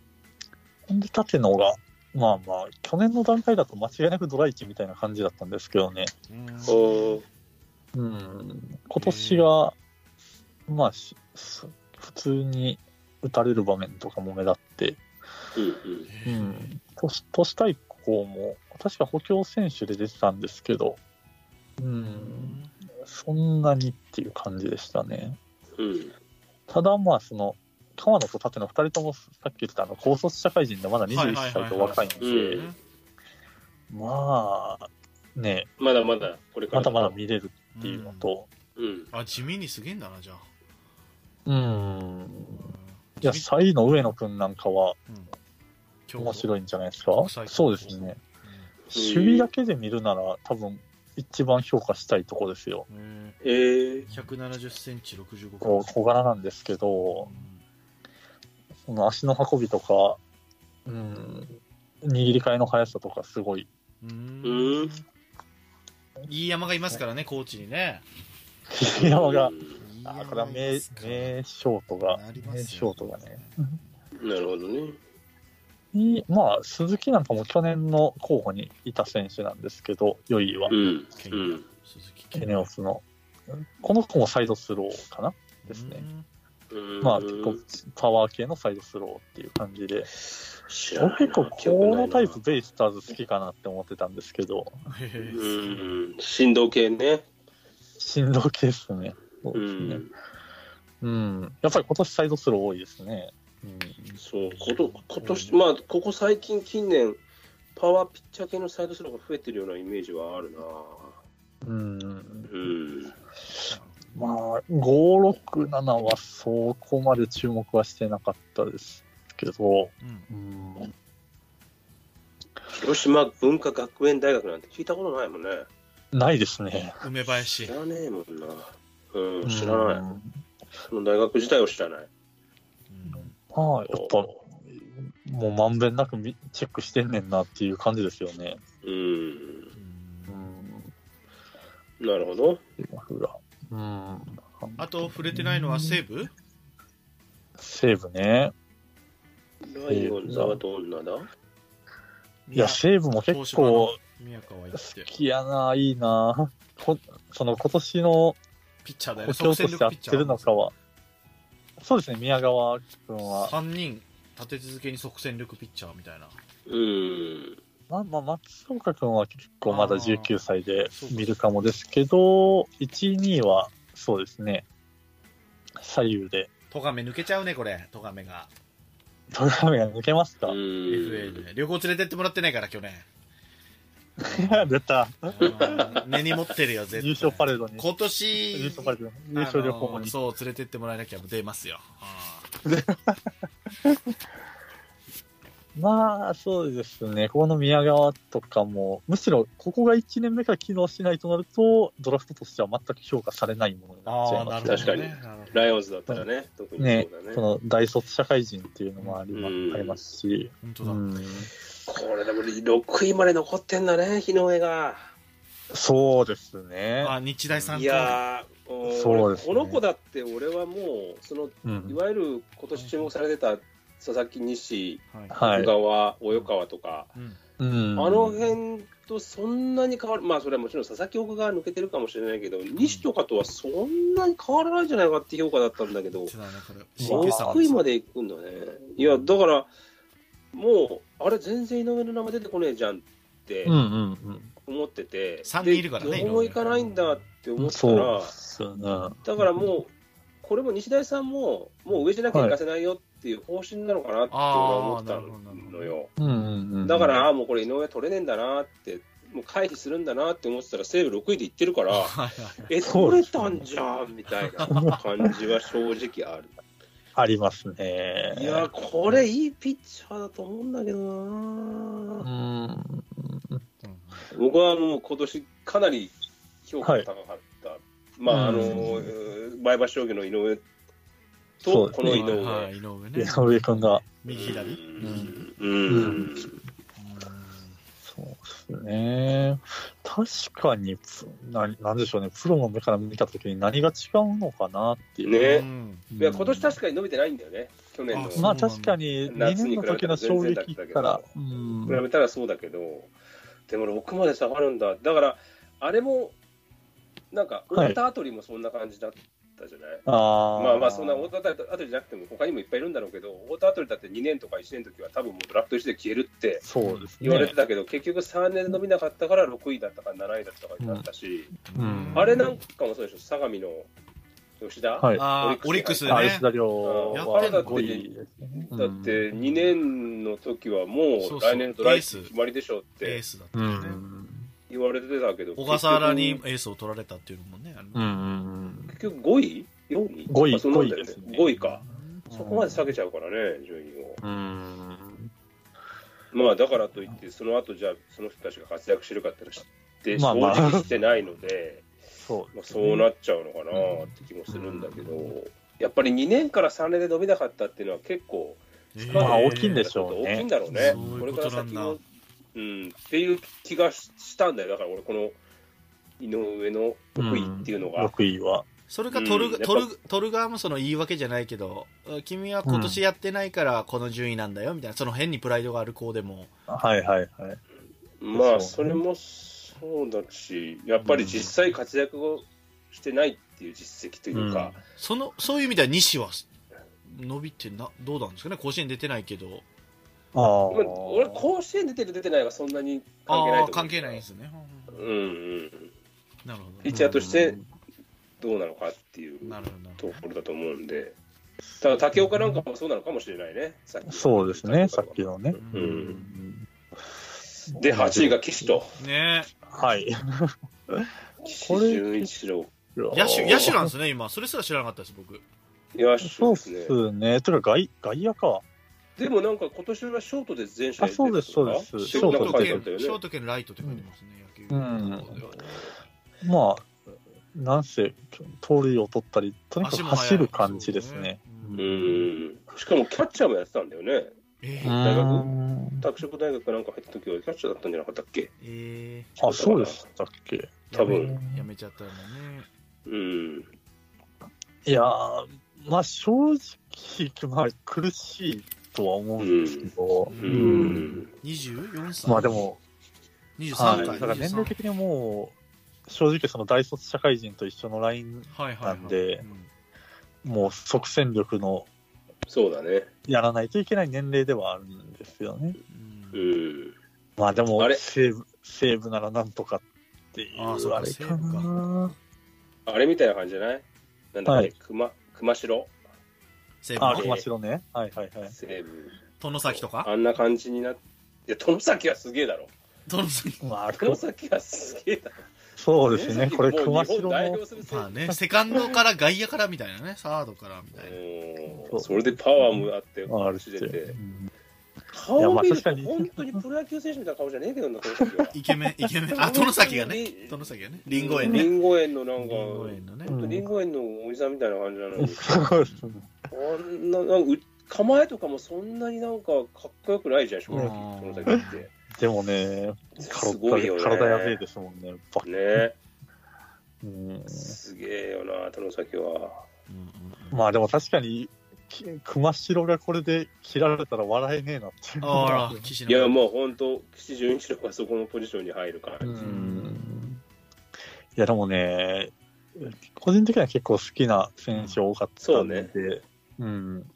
[SPEAKER 2] ほんで、立野が、まあまあ、去年の段階だと間違いなくドライチみたいな感じだったんですけどね、
[SPEAKER 3] うん
[SPEAKER 5] おー
[SPEAKER 2] うん、今年が、まあ、しす普通に打たれる場面とかも目立って、
[SPEAKER 5] うんうん。
[SPEAKER 2] うん、都市都市対抗も、確か補強選手で出てたんですけど、うん、そんなにっていう感じでしたね。
[SPEAKER 5] うん。
[SPEAKER 2] ただまあその川野と舘野2人ともさっき言ったあの高卒社会人でまだ21歳と若いん
[SPEAKER 5] はいはいはい
[SPEAKER 2] で
[SPEAKER 5] はい
[SPEAKER 2] まあね
[SPEAKER 5] まだまだ、これから。
[SPEAKER 2] まだまだ見れるっていうの。と
[SPEAKER 5] うん。
[SPEAKER 3] あ、地味にすげえんだな、じゃあ。
[SPEAKER 2] うん
[SPEAKER 3] うん
[SPEAKER 2] いやサイの上野くんなんかは
[SPEAKER 3] うん今日
[SPEAKER 2] 面白いんじゃないですか
[SPEAKER 3] 国際高
[SPEAKER 2] そう
[SPEAKER 3] 校
[SPEAKER 2] ですね守備だけで見るなら多分一番評価したいとこですよ
[SPEAKER 3] うん
[SPEAKER 5] えー、
[SPEAKER 3] 170センチ65
[SPEAKER 2] こう
[SPEAKER 3] キ
[SPEAKER 2] 小柄なんですけどその足の運びとかうん握り替えの速さとかす <laughs> ごい
[SPEAKER 3] うん
[SPEAKER 5] うん。
[SPEAKER 3] いい山がいますからね、コーチにね。
[SPEAKER 2] 山が
[SPEAKER 5] う
[SPEAKER 3] いい
[SPEAKER 2] あ
[SPEAKER 3] 山
[SPEAKER 2] ーこれは
[SPEAKER 3] がいま
[SPEAKER 2] 名
[SPEAKER 3] すから
[SPEAKER 2] 名ショートが
[SPEAKER 3] な、りますよ
[SPEAKER 2] 名ショートがね。
[SPEAKER 5] んなるほどね。
[SPEAKER 2] にまあ、鈴木なんかも去年の候補にいた選手なんですけど、良いは
[SPEAKER 5] う、ん。
[SPEAKER 3] ケ
[SPEAKER 5] う
[SPEAKER 3] ニア
[SPEAKER 5] ん。
[SPEAKER 3] 鈴木
[SPEAKER 2] ケ
[SPEAKER 3] 健
[SPEAKER 2] ネオスの。この子もサイドスローかなですね。
[SPEAKER 5] うん
[SPEAKER 2] まあ、結構パワー系のサイドスローっていう感じで、
[SPEAKER 5] 知ら
[SPEAKER 2] 僕
[SPEAKER 5] ない
[SPEAKER 2] 結構
[SPEAKER 5] な記憶
[SPEAKER 2] こ
[SPEAKER 5] ない
[SPEAKER 2] の
[SPEAKER 5] な
[SPEAKER 2] タイプ、ベイスターズ好きかなって思ってたんですけど、
[SPEAKER 3] へへ
[SPEAKER 5] うん。振動系ね。
[SPEAKER 2] 振動系ですね。そう
[SPEAKER 5] う
[SPEAKER 2] ですね
[SPEAKER 5] ん。
[SPEAKER 2] うん。やっぱり今年サイドスロー多いですね。うん
[SPEAKER 5] そう、こと今年、まあ、ここ最近、近年、パワーピッチャー系のサイドスローが増えてるようなイメージはあるな。
[SPEAKER 2] うん。
[SPEAKER 5] うん。
[SPEAKER 2] まあ、5、6、7はそこまで注目はしてなかったですけど、
[SPEAKER 3] うん
[SPEAKER 2] うん、
[SPEAKER 5] 広島文化学園大学なんて聞いたことないもんね。
[SPEAKER 2] ないですね。
[SPEAKER 3] 梅
[SPEAKER 5] 知
[SPEAKER 3] 林。
[SPEAKER 5] らねえもんな。うん、知らない。
[SPEAKER 2] い。
[SPEAKER 5] その大学自体を知らない。
[SPEAKER 3] うん
[SPEAKER 2] まあ、やっぱ、もうまんべんなくみチェックしてんねんなっていう感じですよね。
[SPEAKER 5] うん。
[SPEAKER 2] うん。
[SPEAKER 5] なるほど。
[SPEAKER 2] 今風が。うん。
[SPEAKER 3] あと、触れてないのは西武
[SPEAKER 2] 西武ね。
[SPEAKER 5] ライオンズはどんなだ
[SPEAKER 2] いや、西武も結構好、
[SPEAKER 3] 宮川行って、
[SPEAKER 2] きやな、いいな。こその今年の
[SPEAKER 3] ピッチャーだよね、
[SPEAKER 2] 補強として合ってるのかは、そうですね、宮川君は。
[SPEAKER 3] 3人立て続けに即戦力ピッチャーみたいな。
[SPEAKER 5] うん。
[SPEAKER 2] まあまあ、松岡君は結構まだ
[SPEAKER 3] あー
[SPEAKER 2] 19歳で
[SPEAKER 3] そうか
[SPEAKER 2] 見るかもですけど、1位、2位はそうですね、左右で。
[SPEAKER 3] トガメ抜けちゃうね、これ。トガメが。
[SPEAKER 2] トガメが抜けます <laughs> か、
[SPEAKER 3] FA で。旅行連れてってもらってないから、去年。
[SPEAKER 2] 出た。
[SPEAKER 3] うん根に持ってるよ、絶対。
[SPEAKER 2] 優勝パレードに。
[SPEAKER 3] 今年、
[SPEAKER 2] 優勝パレードに。優勝旅
[SPEAKER 3] あ
[SPEAKER 2] 行
[SPEAKER 3] の
[SPEAKER 2] に。
[SPEAKER 3] そう、連れてってもらえなきゃ出ますよ。うん
[SPEAKER 2] まあ、そうですね。ここの宮川とかも、むしろここが1年目から機能しないとなると、ドラフトとしては全く評価されないものになっちゃ
[SPEAKER 3] あ
[SPEAKER 2] い
[SPEAKER 3] あ、な
[SPEAKER 2] ま
[SPEAKER 3] る
[SPEAKER 2] す
[SPEAKER 3] ほど、ね。
[SPEAKER 5] 確かに
[SPEAKER 3] なるほど
[SPEAKER 5] ライオンズだったらね、特に
[SPEAKER 2] ね
[SPEAKER 5] そうだね。
[SPEAKER 2] その大卒社会人っていうのもあり,、ま
[SPEAKER 5] うん
[SPEAKER 2] ありますし、
[SPEAKER 3] 本当
[SPEAKER 2] う
[SPEAKER 3] だ。
[SPEAKER 2] ん、
[SPEAKER 5] これでも6位まで残ってんだね、日の絵が。
[SPEAKER 2] そうですね。
[SPEAKER 3] あ、日大三
[SPEAKER 5] い
[SPEAKER 3] 高。
[SPEAKER 5] やー、うん
[SPEAKER 2] そうですね
[SPEAKER 5] この子だって俺はもう、その
[SPEAKER 2] う
[SPEAKER 5] い
[SPEAKER 2] ん、
[SPEAKER 5] わゆる今年注目されてた佐々木西、
[SPEAKER 3] はい
[SPEAKER 2] はい
[SPEAKER 5] 小。川、及川とか、
[SPEAKER 3] うん
[SPEAKER 2] うん、
[SPEAKER 5] あの辺とそんなに変わる、まあそれはもちろん佐々木奥川抜けてるかもしれないけど、西とかとはそんなに変わらないんじゃないかって評価だったんだけど
[SPEAKER 3] そう、だねこれ新旧さん
[SPEAKER 5] 6位まで行くんだね。いや、だから、もう、あれ、全然井上の名前出てこねえじゃんって
[SPEAKER 2] うんうん
[SPEAKER 5] 思ってて、
[SPEAKER 3] 三人いるからね
[SPEAKER 5] で
[SPEAKER 3] 井上
[SPEAKER 5] どこも行かないんだって
[SPEAKER 2] う
[SPEAKER 5] 思っ
[SPEAKER 2] ん。
[SPEAKER 5] た
[SPEAKER 2] そう
[SPEAKER 5] ら
[SPEAKER 2] で、すね。
[SPEAKER 5] だからもう、これも西大さんも、もう上じゃなきゃ行かせないよっていう方針なのかなって俺は思ってたのよ。
[SPEAKER 2] うんうんうん、
[SPEAKER 5] だから、あ、もうこれ、井上取れねえんだなって、もう回避するんだなって思ってたら、西武6位で行ってるから、
[SPEAKER 3] はいはい
[SPEAKER 5] え、
[SPEAKER 2] そう
[SPEAKER 5] 取
[SPEAKER 2] で
[SPEAKER 5] れ
[SPEAKER 2] す
[SPEAKER 5] たんじゃんみたいな感じは正直ある。
[SPEAKER 2] ありますね。
[SPEAKER 5] いや、これ、いいピッチャーだと思うんだけど
[SPEAKER 2] う、
[SPEAKER 5] なん僕はもう今年かなり評価が高かった。まあ、あの、売買将棋の井上
[SPEAKER 2] そ
[SPEAKER 5] と、
[SPEAKER 2] うです
[SPEAKER 5] こ
[SPEAKER 2] ね
[SPEAKER 5] の井上。
[SPEAKER 3] はい井上
[SPEAKER 2] 井
[SPEAKER 3] ね。
[SPEAKER 2] 上君が、
[SPEAKER 3] 右左。うん
[SPEAKER 5] うん。
[SPEAKER 2] そうですね。確かにプな、なんでしょうね、プロの目から見たときに何が違うのかなっていう。
[SPEAKER 5] ね
[SPEAKER 3] うん
[SPEAKER 2] うん
[SPEAKER 5] いや、今年確かに伸びてないんだよね。去年の。
[SPEAKER 3] あ
[SPEAKER 5] 比
[SPEAKER 3] そう
[SPEAKER 2] ま
[SPEAKER 3] な
[SPEAKER 2] あ
[SPEAKER 3] んだ
[SPEAKER 2] 確かに、2
[SPEAKER 5] 夏に
[SPEAKER 2] 年の
[SPEAKER 5] 比べたら
[SPEAKER 2] 時の衝撃から、うん、
[SPEAKER 5] べたらそうだけど、でも6まで下がるんだ。だから、あれも、なんか、
[SPEAKER 2] はい
[SPEAKER 5] 太田あたりもそんな感じだったじゃない、
[SPEAKER 2] あー
[SPEAKER 5] まあまあ、そんな太田あたりじゃなくても、他にもいっぱいいるんだろうけど、太田あたりだって2年とか1年の時は、多分もうドラフト1で消えるって
[SPEAKER 2] そうですね。
[SPEAKER 5] 言われてたけど、結局3年で伸びなかったから、6位だったか7位だったかになったし、
[SPEAKER 2] うん
[SPEAKER 5] あれなんかもそうでしょ、相模の吉田、
[SPEAKER 2] はい。
[SPEAKER 3] あーオ
[SPEAKER 5] オ
[SPEAKER 3] リッ
[SPEAKER 5] リッ
[SPEAKER 3] ク
[SPEAKER 5] ク
[SPEAKER 3] ス
[SPEAKER 5] ス
[SPEAKER 3] ね。
[SPEAKER 2] あれ、吉田亮は
[SPEAKER 5] やってんの
[SPEAKER 2] 5位ですね。
[SPEAKER 5] だって2年の時は
[SPEAKER 3] そ
[SPEAKER 5] も
[SPEAKER 3] う
[SPEAKER 5] う
[SPEAKER 3] そう
[SPEAKER 5] 来年のドライブ決まりでしょうっ
[SPEAKER 3] エー
[SPEAKER 5] て
[SPEAKER 3] スだった
[SPEAKER 2] う
[SPEAKER 3] よね。
[SPEAKER 2] ん。
[SPEAKER 5] 言われてたけど、
[SPEAKER 3] 小笠原にエ
[SPEAKER 5] 結局
[SPEAKER 3] ースを取られたっていうのもね。ある
[SPEAKER 2] うんうん。
[SPEAKER 5] 結局5位 ?4 位
[SPEAKER 2] 5位
[SPEAKER 5] あそんなんだよ
[SPEAKER 2] 5位です
[SPEAKER 5] ね
[SPEAKER 2] ね
[SPEAKER 5] 5位か。そこまで下げちゃうからね、順位を。
[SPEAKER 2] うん。
[SPEAKER 5] まあだからといって、その後じゃあ、その人たちが活躍してるかってのは知って、
[SPEAKER 2] まあ
[SPEAKER 5] 正
[SPEAKER 2] まあ
[SPEAKER 5] 直してないので、
[SPEAKER 2] そう
[SPEAKER 5] まあ、そうなっちゃうのかなって気もするんだけど、やっぱり2年から3年で伸びなかったっていうのは結構、
[SPEAKER 2] まあ
[SPEAKER 3] えー
[SPEAKER 2] 大きいんでしょうね
[SPEAKER 5] 大きいんだろうね。
[SPEAKER 3] そう
[SPEAKER 5] こ
[SPEAKER 3] いう
[SPEAKER 5] れ
[SPEAKER 3] こ
[SPEAKER 5] か
[SPEAKER 3] と
[SPEAKER 5] ら
[SPEAKER 3] なん
[SPEAKER 5] 先
[SPEAKER 3] だ
[SPEAKER 5] も、うん、っていう気がししたんだよ。だから俺、この井上の得意っていうのが。
[SPEAKER 2] 6位は。
[SPEAKER 3] それか取る,、
[SPEAKER 5] うん
[SPEAKER 3] 取る取る側もその言い訳じゃないけど君は今年やってないからこの順位なんだよみたいなその変にプライドがある子でも
[SPEAKER 2] はいはいはい。
[SPEAKER 5] まあ、
[SPEAKER 2] そ
[SPEAKER 5] そう
[SPEAKER 2] ね
[SPEAKER 5] れもそうだし、やっぱり実際活躍をしてないっていう実績というか、
[SPEAKER 3] そのそういう意味では西は伸びてなどうなんですかね甲子園出てないけど
[SPEAKER 2] ああ。
[SPEAKER 5] まあ俺、甲子園出てる出てないはそんなに関
[SPEAKER 3] あ
[SPEAKER 5] 係ないと
[SPEAKER 3] あ
[SPEAKER 5] 思う
[SPEAKER 3] 関係ないですね、うん
[SPEAKER 5] うんうん、
[SPEAKER 3] なるほ
[SPEAKER 5] ピ
[SPEAKER 3] ど
[SPEAKER 5] ッチャーとしてどうなのかっていう
[SPEAKER 3] なるほど
[SPEAKER 5] ところだと思うんで、ただ、竹岡なんかもそうなのかもしれないね、さっき
[SPEAKER 2] そうですね、さっきのね。
[SPEAKER 5] う
[SPEAKER 3] うん
[SPEAKER 5] んで、8位が岸と、
[SPEAKER 3] ね
[SPEAKER 2] はい。
[SPEAKER 5] 岸
[SPEAKER 2] これ
[SPEAKER 5] 潤一郎、
[SPEAKER 3] え野手野手なん
[SPEAKER 2] ん
[SPEAKER 3] ですね今それすら知らなかったです僕
[SPEAKER 5] いや、
[SPEAKER 2] そ
[SPEAKER 5] そうう
[SPEAKER 2] っ
[SPEAKER 5] ですね。
[SPEAKER 2] すね。というか外、外野か。
[SPEAKER 5] でもなんか今年はショートで全試合
[SPEAKER 2] あそうですそうです
[SPEAKER 5] シ
[SPEAKER 3] ショ
[SPEAKER 5] ョ
[SPEAKER 2] シ
[SPEAKER 5] ート
[SPEAKER 2] ョ
[SPEAKER 3] ー
[SPEAKER 2] ー
[SPEAKER 3] ト
[SPEAKER 2] ト
[SPEAKER 5] で
[SPEAKER 2] で
[SPEAKER 5] 書いてあった
[SPEAKER 3] 兼
[SPEAKER 5] よ
[SPEAKER 3] ショー
[SPEAKER 5] ね。
[SPEAKER 3] ト兼ライトって書いてますね、野球
[SPEAKER 2] うん
[SPEAKER 3] のところで
[SPEAKER 2] ま
[SPEAKER 3] は
[SPEAKER 2] あ、なんせ、盗塁を取ったり、とにかく走る感じですね。
[SPEAKER 3] 足も速いそう
[SPEAKER 5] う
[SPEAKER 3] ね
[SPEAKER 5] ん。しかもキャッチャーもやってたんだよね。
[SPEAKER 3] え
[SPEAKER 2] う
[SPEAKER 3] ー
[SPEAKER 5] 大学
[SPEAKER 2] ん
[SPEAKER 5] 拓殖大学かなんか入った時はキャッチャーだったんじゃなかったっけ
[SPEAKER 3] え
[SPEAKER 2] あ、そうでしたっけ。
[SPEAKER 3] ー
[SPEAKER 5] 多分
[SPEAKER 3] やめちゃったんだね
[SPEAKER 5] うん。
[SPEAKER 2] いやー、まあ正直、まあ苦しいとは思うんですけど、う
[SPEAKER 5] う
[SPEAKER 2] ん
[SPEAKER 5] ん。
[SPEAKER 3] 24歳
[SPEAKER 2] まあでも、は
[SPEAKER 3] 23
[SPEAKER 2] い、
[SPEAKER 3] 回
[SPEAKER 2] だから年齢
[SPEAKER 3] 的
[SPEAKER 2] 的にもう、正直その大卒社会人と一緒のライン、なんでもう即戦力の
[SPEAKER 5] そうだね。
[SPEAKER 2] やらないといけない年齢ではあるんですよね。
[SPEAKER 5] うん。
[SPEAKER 2] まあでも
[SPEAKER 5] あ、れ
[SPEAKER 2] 西武、西武ならなんとかっていう
[SPEAKER 3] あーそうか
[SPEAKER 2] あれか
[SPEAKER 3] 西
[SPEAKER 2] な。
[SPEAKER 5] あれみたいな感じじゃないなんだっ
[SPEAKER 2] は
[SPEAKER 5] け
[SPEAKER 2] い
[SPEAKER 5] 熊熊代、
[SPEAKER 3] 西
[SPEAKER 2] あ、
[SPEAKER 3] 武
[SPEAKER 2] 熊
[SPEAKER 3] の
[SPEAKER 2] 代ね。はいはいはい。
[SPEAKER 5] 西武。
[SPEAKER 3] 殿崎とか
[SPEAKER 5] あんな感じになって、いや、殿崎はすげえだろ。
[SPEAKER 3] 殿崎
[SPEAKER 2] まあ、
[SPEAKER 5] 殿崎はすげえだろ。
[SPEAKER 2] そうですね。これ
[SPEAKER 5] もう
[SPEAKER 2] 熊
[SPEAKER 5] 日
[SPEAKER 2] 代
[SPEAKER 5] 本代
[SPEAKER 2] の
[SPEAKER 5] 表する選手
[SPEAKER 3] まあねセカンドから外野からみたいなねサードからみたいな。
[SPEAKER 5] うんそれでパワーもあっ
[SPEAKER 2] あ
[SPEAKER 5] て、
[SPEAKER 2] れっ
[SPEAKER 5] 走れ
[SPEAKER 2] て
[SPEAKER 5] て。。
[SPEAKER 2] いや
[SPEAKER 5] 顔
[SPEAKER 2] ま
[SPEAKER 5] を
[SPEAKER 2] あ
[SPEAKER 5] 見る
[SPEAKER 2] 確か
[SPEAKER 5] と、
[SPEAKER 2] に
[SPEAKER 5] 本当にプロ野球選手みたいな顔じゃねえけどな、殿崎は
[SPEAKER 3] イケメンイケメ <laughs>
[SPEAKER 5] <laughs>
[SPEAKER 3] ンあ殿崎がね
[SPEAKER 5] リン
[SPEAKER 3] 殿崎がねリンゴ園ね
[SPEAKER 5] リ
[SPEAKER 3] リン
[SPEAKER 5] ンゴ園のなんか、
[SPEAKER 3] ゴ園のね
[SPEAKER 2] うん
[SPEAKER 5] リンゴ園のおじさんみたいな感じなの
[SPEAKER 2] <laughs>
[SPEAKER 5] に。
[SPEAKER 2] そうですね
[SPEAKER 5] あんな、なんかう構えとかもそんなになんかかっこよくないじゃん、正直、
[SPEAKER 3] うん
[SPEAKER 5] この先って。
[SPEAKER 2] でもね、
[SPEAKER 5] すごいよね。
[SPEAKER 2] 体やべえですもんね。バッ
[SPEAKER 5] ね
[SPEAKER 2] うん
[SPEAKER 5] すげえよな、殿崎は。
[SPEAKER 3] うんうんうん
[SPEAKER 2] まあでも確かに、き熊代がこれで切られたら笑えねえなっていう。
[SPEAKER 3] あら岸
[SPEAKER 5] いや、
[SPEAKER 3] 野
[SPEAKER 5] もう本当、岸純一郎がそこのポジションに入るから。
[SPEAKER 2] う
[SPEAKER 5] うん
[SPEAKER 2] んいやでもね、個人的には結構好きな選手多かったんで、うん。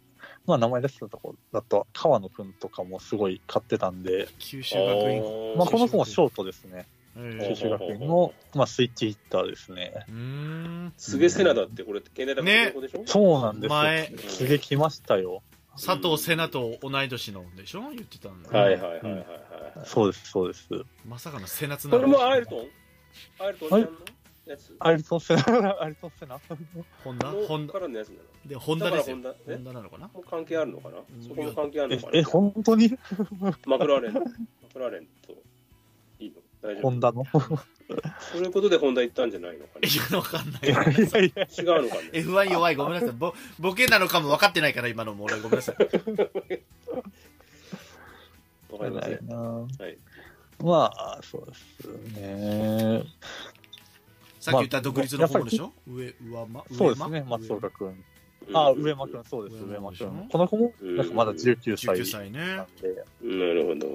[SPEAKER 2] まあ名前出したとこだと、川野くんとかもすごい勝ってたんで、
[SPEAKER 3] 九州学院
[SPEAKER 2] まあこの
[SPEAKER 3] 子
[SPEAKER 2] 子もショートですね。
[SPEAKER 3] え
[SPEAKER 2] 九
[SPEAKER 3] え
[SPEAKER 2] 州学院の、まあ、スイッチヒッターですね。
[SPEAKER 3] うーん
[SPEAKER 5] すげえセナだって、これ、ケネダの子でしょ、
[SPEAKER 2] そうなんです
[SPEAKER 3] 前
[SPEAKER 2] よ。すげえ来ましたよ。
[SPEAKER 3] 佐藤瀬名と同い年のでしょ言ってたんだ
[SPEAKER 5] はいはいはいはいはい。
[SPEAKER 2] そうです、そうです。
[SPEAKER 3] まさかの瀬名つな
[SPEAKER 5] こ
[SPEAKER 3] が
[SPEAKER 5] れ
[SPEAKER 3] り
[SPEAKER 5] もアイルトンアイルトンちゃんのやつ
[SPEAKER 2] アリソンセナ、 <laughs> アリソンセナ。
[SPEAKER 3] ホンダ
[SPEAKER 5] の
[SPEAKER 3] ホンダ
[SPEAKER 5] からのやつなの
[SPEAKER 3] でホン
[SPEAKER 5] だ
[SPEAKER 3] ダで
[SPEAKER 5] から
[SPEAKER 3] す
[SPEAKER 5] ホ
[SPEAKER 3] よ
[SPEAKER 5] ンダ
[SPEAKER 3] ホ
[SPEAKER 5] ね
[SPEAKER 3] ン。ダなのかな
[SPEAKER 5] もう関係あるのかな
[SPEAKER 3] うん
[SPEAKER 5] そこも関係ある
[SPEAKER 2] え
[SPEAKER 5] のか、な
[SPEAKER 2] え、本当に
[SPEAKER 5] マクラーレン、マクラーレンといいの大丈
[SPEAKER 2] ホ
[SPEAKER 5] 夫
[SPEAKER 2] ンダの
[SPEAKER 5] そういうことでホンダ行ったんじゃないのか
[SPEAKER 3] い
[SPEAKER 5] ね
[SPEAKER 3] やわかんない
[SPEAKER 2] いや <laughs> いやいや。
[SPEAKER 5] 違うのかね
[SPEAKER 3] F1 弱いごめんなさいボボケなのかも分かってないから今のも俺ごめんなさい
[SPEAKER 5] わかりません。はい。
[SPEAKER 2] まあ、そうですね。
[SPEAKER 3] さっき言った独立の方でしょ、上上間
[SPEAKER 2] そうですね、松岡君。あ、上間君、そうです、
[SPEAKER 3] 上
[SPEAKER 2] 上
[SPEAKER 3] 間
[SPEAKER 2] 間
[SPEAKER 3] でしょ
[SPEAKER 2] 君。この子も、なんかまだ19
[SPEAKER 3] 19
[SPEAKER 2] 歳
[SPEAKER 3] 歳
[SPEAKER 2] な
[SPEAKER 3] ね
[SPEAKER 2] んで、
[SPEAKER 5] なるほど。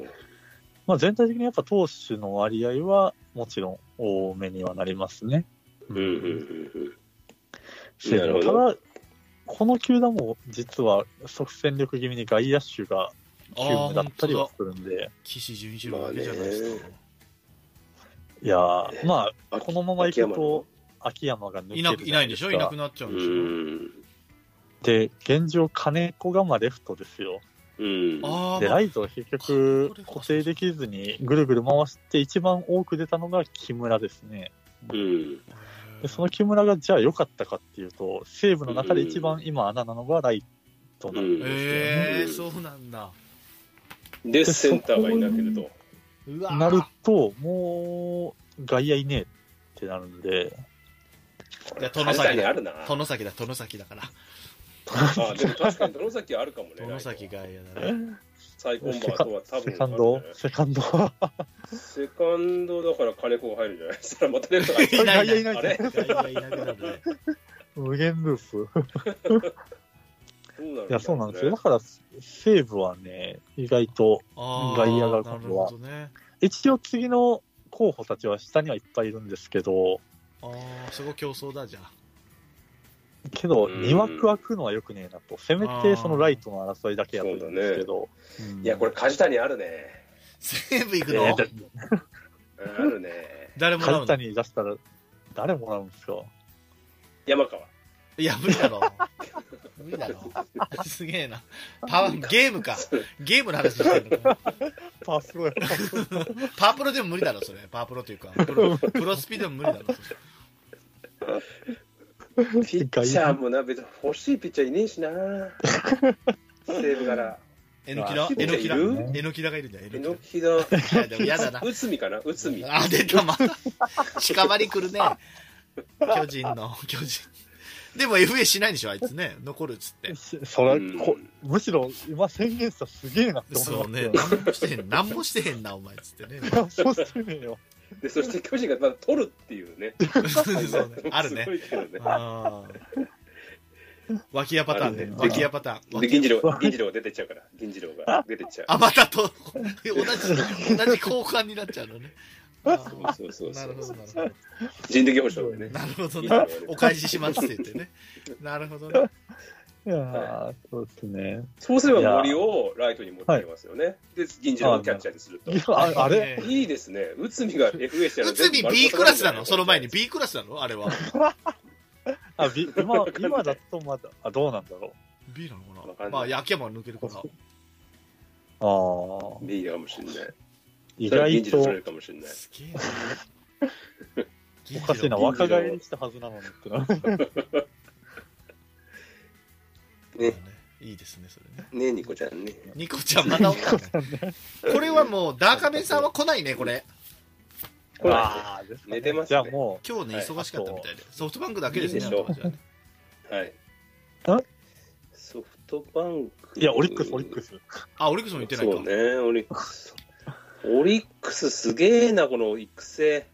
[SPEAKER 2] まあ、全体的にやっぱ投手の割合は、もちろん多めにはなりますね。
[SPEAKER 5] うんうんうん
[SPEAKER 2] そう
[SPEAKER 5] なるほ
[SPEAKER 2] た
[SPEAKER 5] ど
[SPEAKER 2] だ、この球団も実は即戦力気味に外野手が急務だったりはするんで、
[SPEAKER 3] 岸純一郎だけじゃないですか、
[SPEAKER 2] いやー、まあ、
[SPEAKER 5] あ
[SPEAKER 2] このままいくと、秋山が抜け
[SPEAKER 3] い
[SPEAKER 2] る
[SPEAKER 3] なくいないんでしょいなく
[SPEAKER 2] な
[SPEAKER 3] なっちゃう
[SPEAKER 5] うん
[SPEAKER 3] でしょ
[SPEAKER 5] ん。
[SPEAKER 2] で、現状、金子がまあレフトですよ。
[SPEAKER 5] うん。
[SPEAKER 3] あ
[SPEAKER 2] で、
[SPEAKER 3] ーまあ
[SPEAKER 2] ライトは結局、固定できずにぐるぐる回して、一番多く出たのが木村ですね。
[SPEAKER 5] うん。
[SPEAKER 2] で、その木村がじゃあ良かったかっていうと、西武の中で一番今穴なのがライトなんですよね。
[SPEAKER 3] えー、そうなんだ
[SPEAKER 5] で、センターがいなけれど。
[SPEAKER 3] うわー
[SPEAKER 2] なると、もう、外野いねえってなるんで、
[SPEAKER 3] いや
[SPEAKER 5] 確
[SPEAKER 3] 殿
[SPEAKER 5] か
[SPEAKER 3] 崎
[SPEAKER 5] に
[SPEAKER 3] だ
[SPEAKER 5] あるな。あ、
[SPEAKER 3] 殿崎だ殿崎だから
[SPEAKER 5] でも確かに、殿崎あるかもね。
[SPEAKER 3] 殿崎外野だね
[SPEAKER 5] サイコンバ
[SPEAKER 2] セ
[SPEAKER 5] ー
[SPEAKER 2] カ
[SPEAKER 5] とは多分。
[SPEAKER 2] セカンド、セカンドは、 <laughs>
[SPEAKER 5] セカンドだから金子が入るんじゃないそしたらまたレフトが入
[SPEAKER 3] いな
[SPEAKER 2] 外
[SPEAKER 3] い
[SPEAKER 2] 野い
[SPEAKER 3] いない
[SPEAKER 2] ない
[SPEAKER 5] る。
[SPEAKER 3] 外野いなくなるね
[SPEAKER 2] 無限ループ。
[SPEAKER 5] あれ
[SPEAKER 2] いや、そうなんですよ。だ。から、西武はね、意外と、
[SPEAKER 3] あー
[SPEAKER 2] 外野が今度は
[SPEAKER 3] なるほどね
[SPEAKER 2] 一応次の候補たちは下にはいっぱいいるんですけど、
[SPEAKER 3] ああそこ競争だじゃあ <laughs>
[SPEAKER 2] けど、
[SPEAKER 5] うん
[SPEAKER 2] 2枠空くのはよくねえなと、せめてそのライトの争いだけやと思うんですけど、うん
[SPEAKER 5] いや、これ、梶谷あるね。
[SPEAKER 3] 西武行く
[SPEAKER 2] いやいや
[SPEAKER 3] の
[SPEAKER 2] だ
[SPEAKER 5] あるね。
[SPEAKER 3] 誰もら
[SPEAKER 2] 梶
[SPEAKER 3] うの
[SPEAKER 2] 谷出したら、誰もらうんですか
[SPEAKER 5] 山川。
[SPEAKER 3] いや無理だろ <laughs> 無理だろすげえなパワーゲームかゲームの話してるの
[SPEAKER 2] パスロや。
[SPEAKER 3] <laughs> パワープロでも無理だろそれパワープロというかプロプロスピでも無理だろそれ
[SPEAKER 5] ピッチャーもな、別に欲しいピッチャーいねえしな。西武から。
[SPEAKER 3] えのきら
[SPEAKER 5] あ
[SPEAKER 3] えのきら
[SPEAKER 5] いる
[SPEAKER 3] えのきらがいるんだよえ
[SPEAKER 5] え
[SPEAKER 3] の
[SPEAKER 5] の
[SPEAKER 3] き
[SPEAKER 5] きだ。
[SPEAKER 3] らいやでも嫌だな
[SPEAKER 5] 内海かな内海。
[SPEAKER 3] あ出たまた近まりくるね巨人の巨人でも FA しないんでしょあいつね残るっ
[SPEAKER 2] <laughs>
[SPEAKER 3] つって
[SPEAKER 2] それ、こむしろ今宣言したらすげえなって
[SPEAKER 3] そ
[SPEAKER 2] 思
[SPEAKER 3] う
[SPEAKER 2] います
[SPEAKER 3] ね
[SPEAKER 2] よ。
[SPEAKER 3] 何もしてへん何もしてへんなお前っつってね <laughs>
[SPEAKER 2] いやそうしてねえよ。
[SPEAKER 5] で、そして巨人がまだ取るっていうね。
[SPEAKER 3] そうねあるね
[SPEAKER 5] すごいけどね。
[SPEAKER 3] あー脇屋パターン
[SPEAKER 5] ある
[SPEAKER 3] ね
[SPEAKER 5] ね。
[SPEAKER 3] 脇屋パターン。
[SPEAKER 5] で、銀次郎、銀次郎が出てっちゃうから。銀次郎が出てっちゃう。
[SPEAKER 3] あ、またと、同じ、同じ交換になっちゃうのね。あー
[SPEAKER 5] そうそうそ
[SPEAKER 3] なるほ
[SPEAKER 5] う
[SPEAKER 3] ど、
[SPEAKER 5] そ
[SPEAKER 3] な
[SPEAKER 5] う。
[SPEAKER 3] るほど。
[SPEAKER 5] 人的保障でね。
[SPEAKER 3] なるほどね。お返ししますって言ってね。なるほどね。
[SPEAKER 2] いやーそうですね。
[SPEAKER 5] そうすれば森をライトに持ってきますよね。で、銀次郎をキャッチャーにすると
[SPEAKER 2] い。や、ああれ
[SPEAKER 3] ね
[SPEAKER 5] いいですね。内海が FA したら
[SPEAKER 3] 内海
[SPEAKER 5] 全部丸ごと
[SPEAKER 3] B クラスなのその前に
[SPEAKER 5] い
[SPEAKER 3] B クラスなのあれは。
[SPEAKER 2] あ、び今、今だとまだ、あ、どうなんだろ
[SPEAKER 3] B なの
[SPEAKER 5] わ
[SPEAKER 3] か
[SPEAKER 5] かんな
[SPEAKER 3] ないまあ、焼けば抜けるから。
[SPEAKER 2] う。ああ、
[SPEAKER 5] B かもしれない。
[SPEAKER 2] 意
[SPEAKER 5] それは
[SPEAKER 2] 外
[SPEAKER 5] 銀次
[SPEAKER 2] と
[SPEAKER 5] で取れるかもしれない。
[SPEAKER 3] すげえ
[SPEAKER 2] お
[SPEAKER 3] な。
[SPEAKER 2] かしいな、
[SPEAKER 5] 銀次郎
[SPEAKER 2] 若返りしたはずなのにってな。
[SPEAKER 3] ねいいですね、それね。
[SPEAKER 5] ねえ、ニコちゃんね。
[SPEAKER 3] ニコちゃん、またおったんかいこれはもう、ダーカメンさんは来ないね、これ。
[SPEAKER 5] ほら、
[SPEAKER 2] ああ、ですかね
[SPEAKER 5] 寝てますね
[SPEAKER 2] じゃあも
[SPEAKER 3] 今日ね、
[SPEAKER 5] はい
[SPEAKER 3] 忙しかったみたいで。ソフトバンクだけですね、
[SPEAKER 5] いいでしょう
[SPEAKER 3] あとはじゃあね
[SPEAKER 5] はい
[SPEAKER 2] あ。
[SPEAKER 5] ソフトバンク。
[SPEAKER 2] う、いや、オリックス、オリックス。
[SPEAKER 3] あ、オリックスも言ってないか。
[SPEAKER 5] そうね、オリックス。オリックスすげえな、この育成。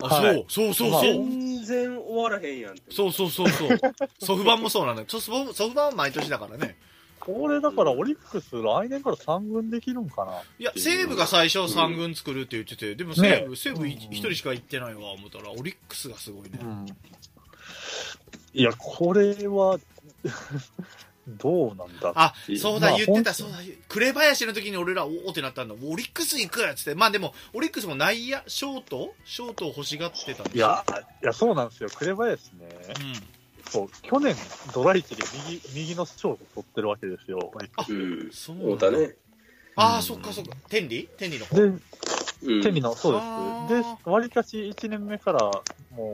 [SPEAKER 3] あ、
[SPEAKER 2] は
[SPEAKER 3] そう、そうそうそう。
[SPEAKER 5] 全然終わらへんやんって。
[SPEAKER 3] そうそうそうそう。 <laughs> ソフバンもそうなのよ。ソフバンソフバンは毎年だからね。
[SPEAKER 2] これだから、オリックス、来年から3軍できるんかない
[SPEAKER 3] や、西武が最初3軍作るって言ってて、でも西武、西武1人しか行ってないわ、思ったら、オリックスがすごいね。
[SPEAKER 2] いや、これは <laughs> どうなんだ
[SPEAKER 3] あ
[SPEAKER 2] い、い
[SPEAKER 3] そうだ、
[SPEAKER 2] まあ
[SPEAKER 3] 言って
[SPEAKER 2] 本当
[SPEAKER 3] た、そうだ、紅林の時に俺ら、おおってなったんだ。オリックス行くやつって。まあでも、オリックスも内野、ショートショートを欲しがってたんでしょ
[SPEAKER 2] いや、いやそうなんですよ、紅林ね、
[SPEAKER 3] うん。
[SPEAKER 2] そう去年、ドライチで右右のショート取ってるわけですよ、オリック
[SPEAKER 5] うん。
[SPEAKER 3] そうな
[SPEAKER 5] 太
[SPEAKER 3] んだ
[SPEAKER 5] 田ね。
[SPEAKER 3] ああ、そっかそっか。天理天理の
[SPEAKER 2] ス
[SPEAKER 3] 方。
[SPEAKER 2] で、
[SPEAKER 5] うん
[SPEAKER 2] テミの、そう
[SPEAKER 3] あ
[SPEAKER 2] で
[SPEAKER 3] ー
[SPEAKER 2] す、で、わりかし1年目から、も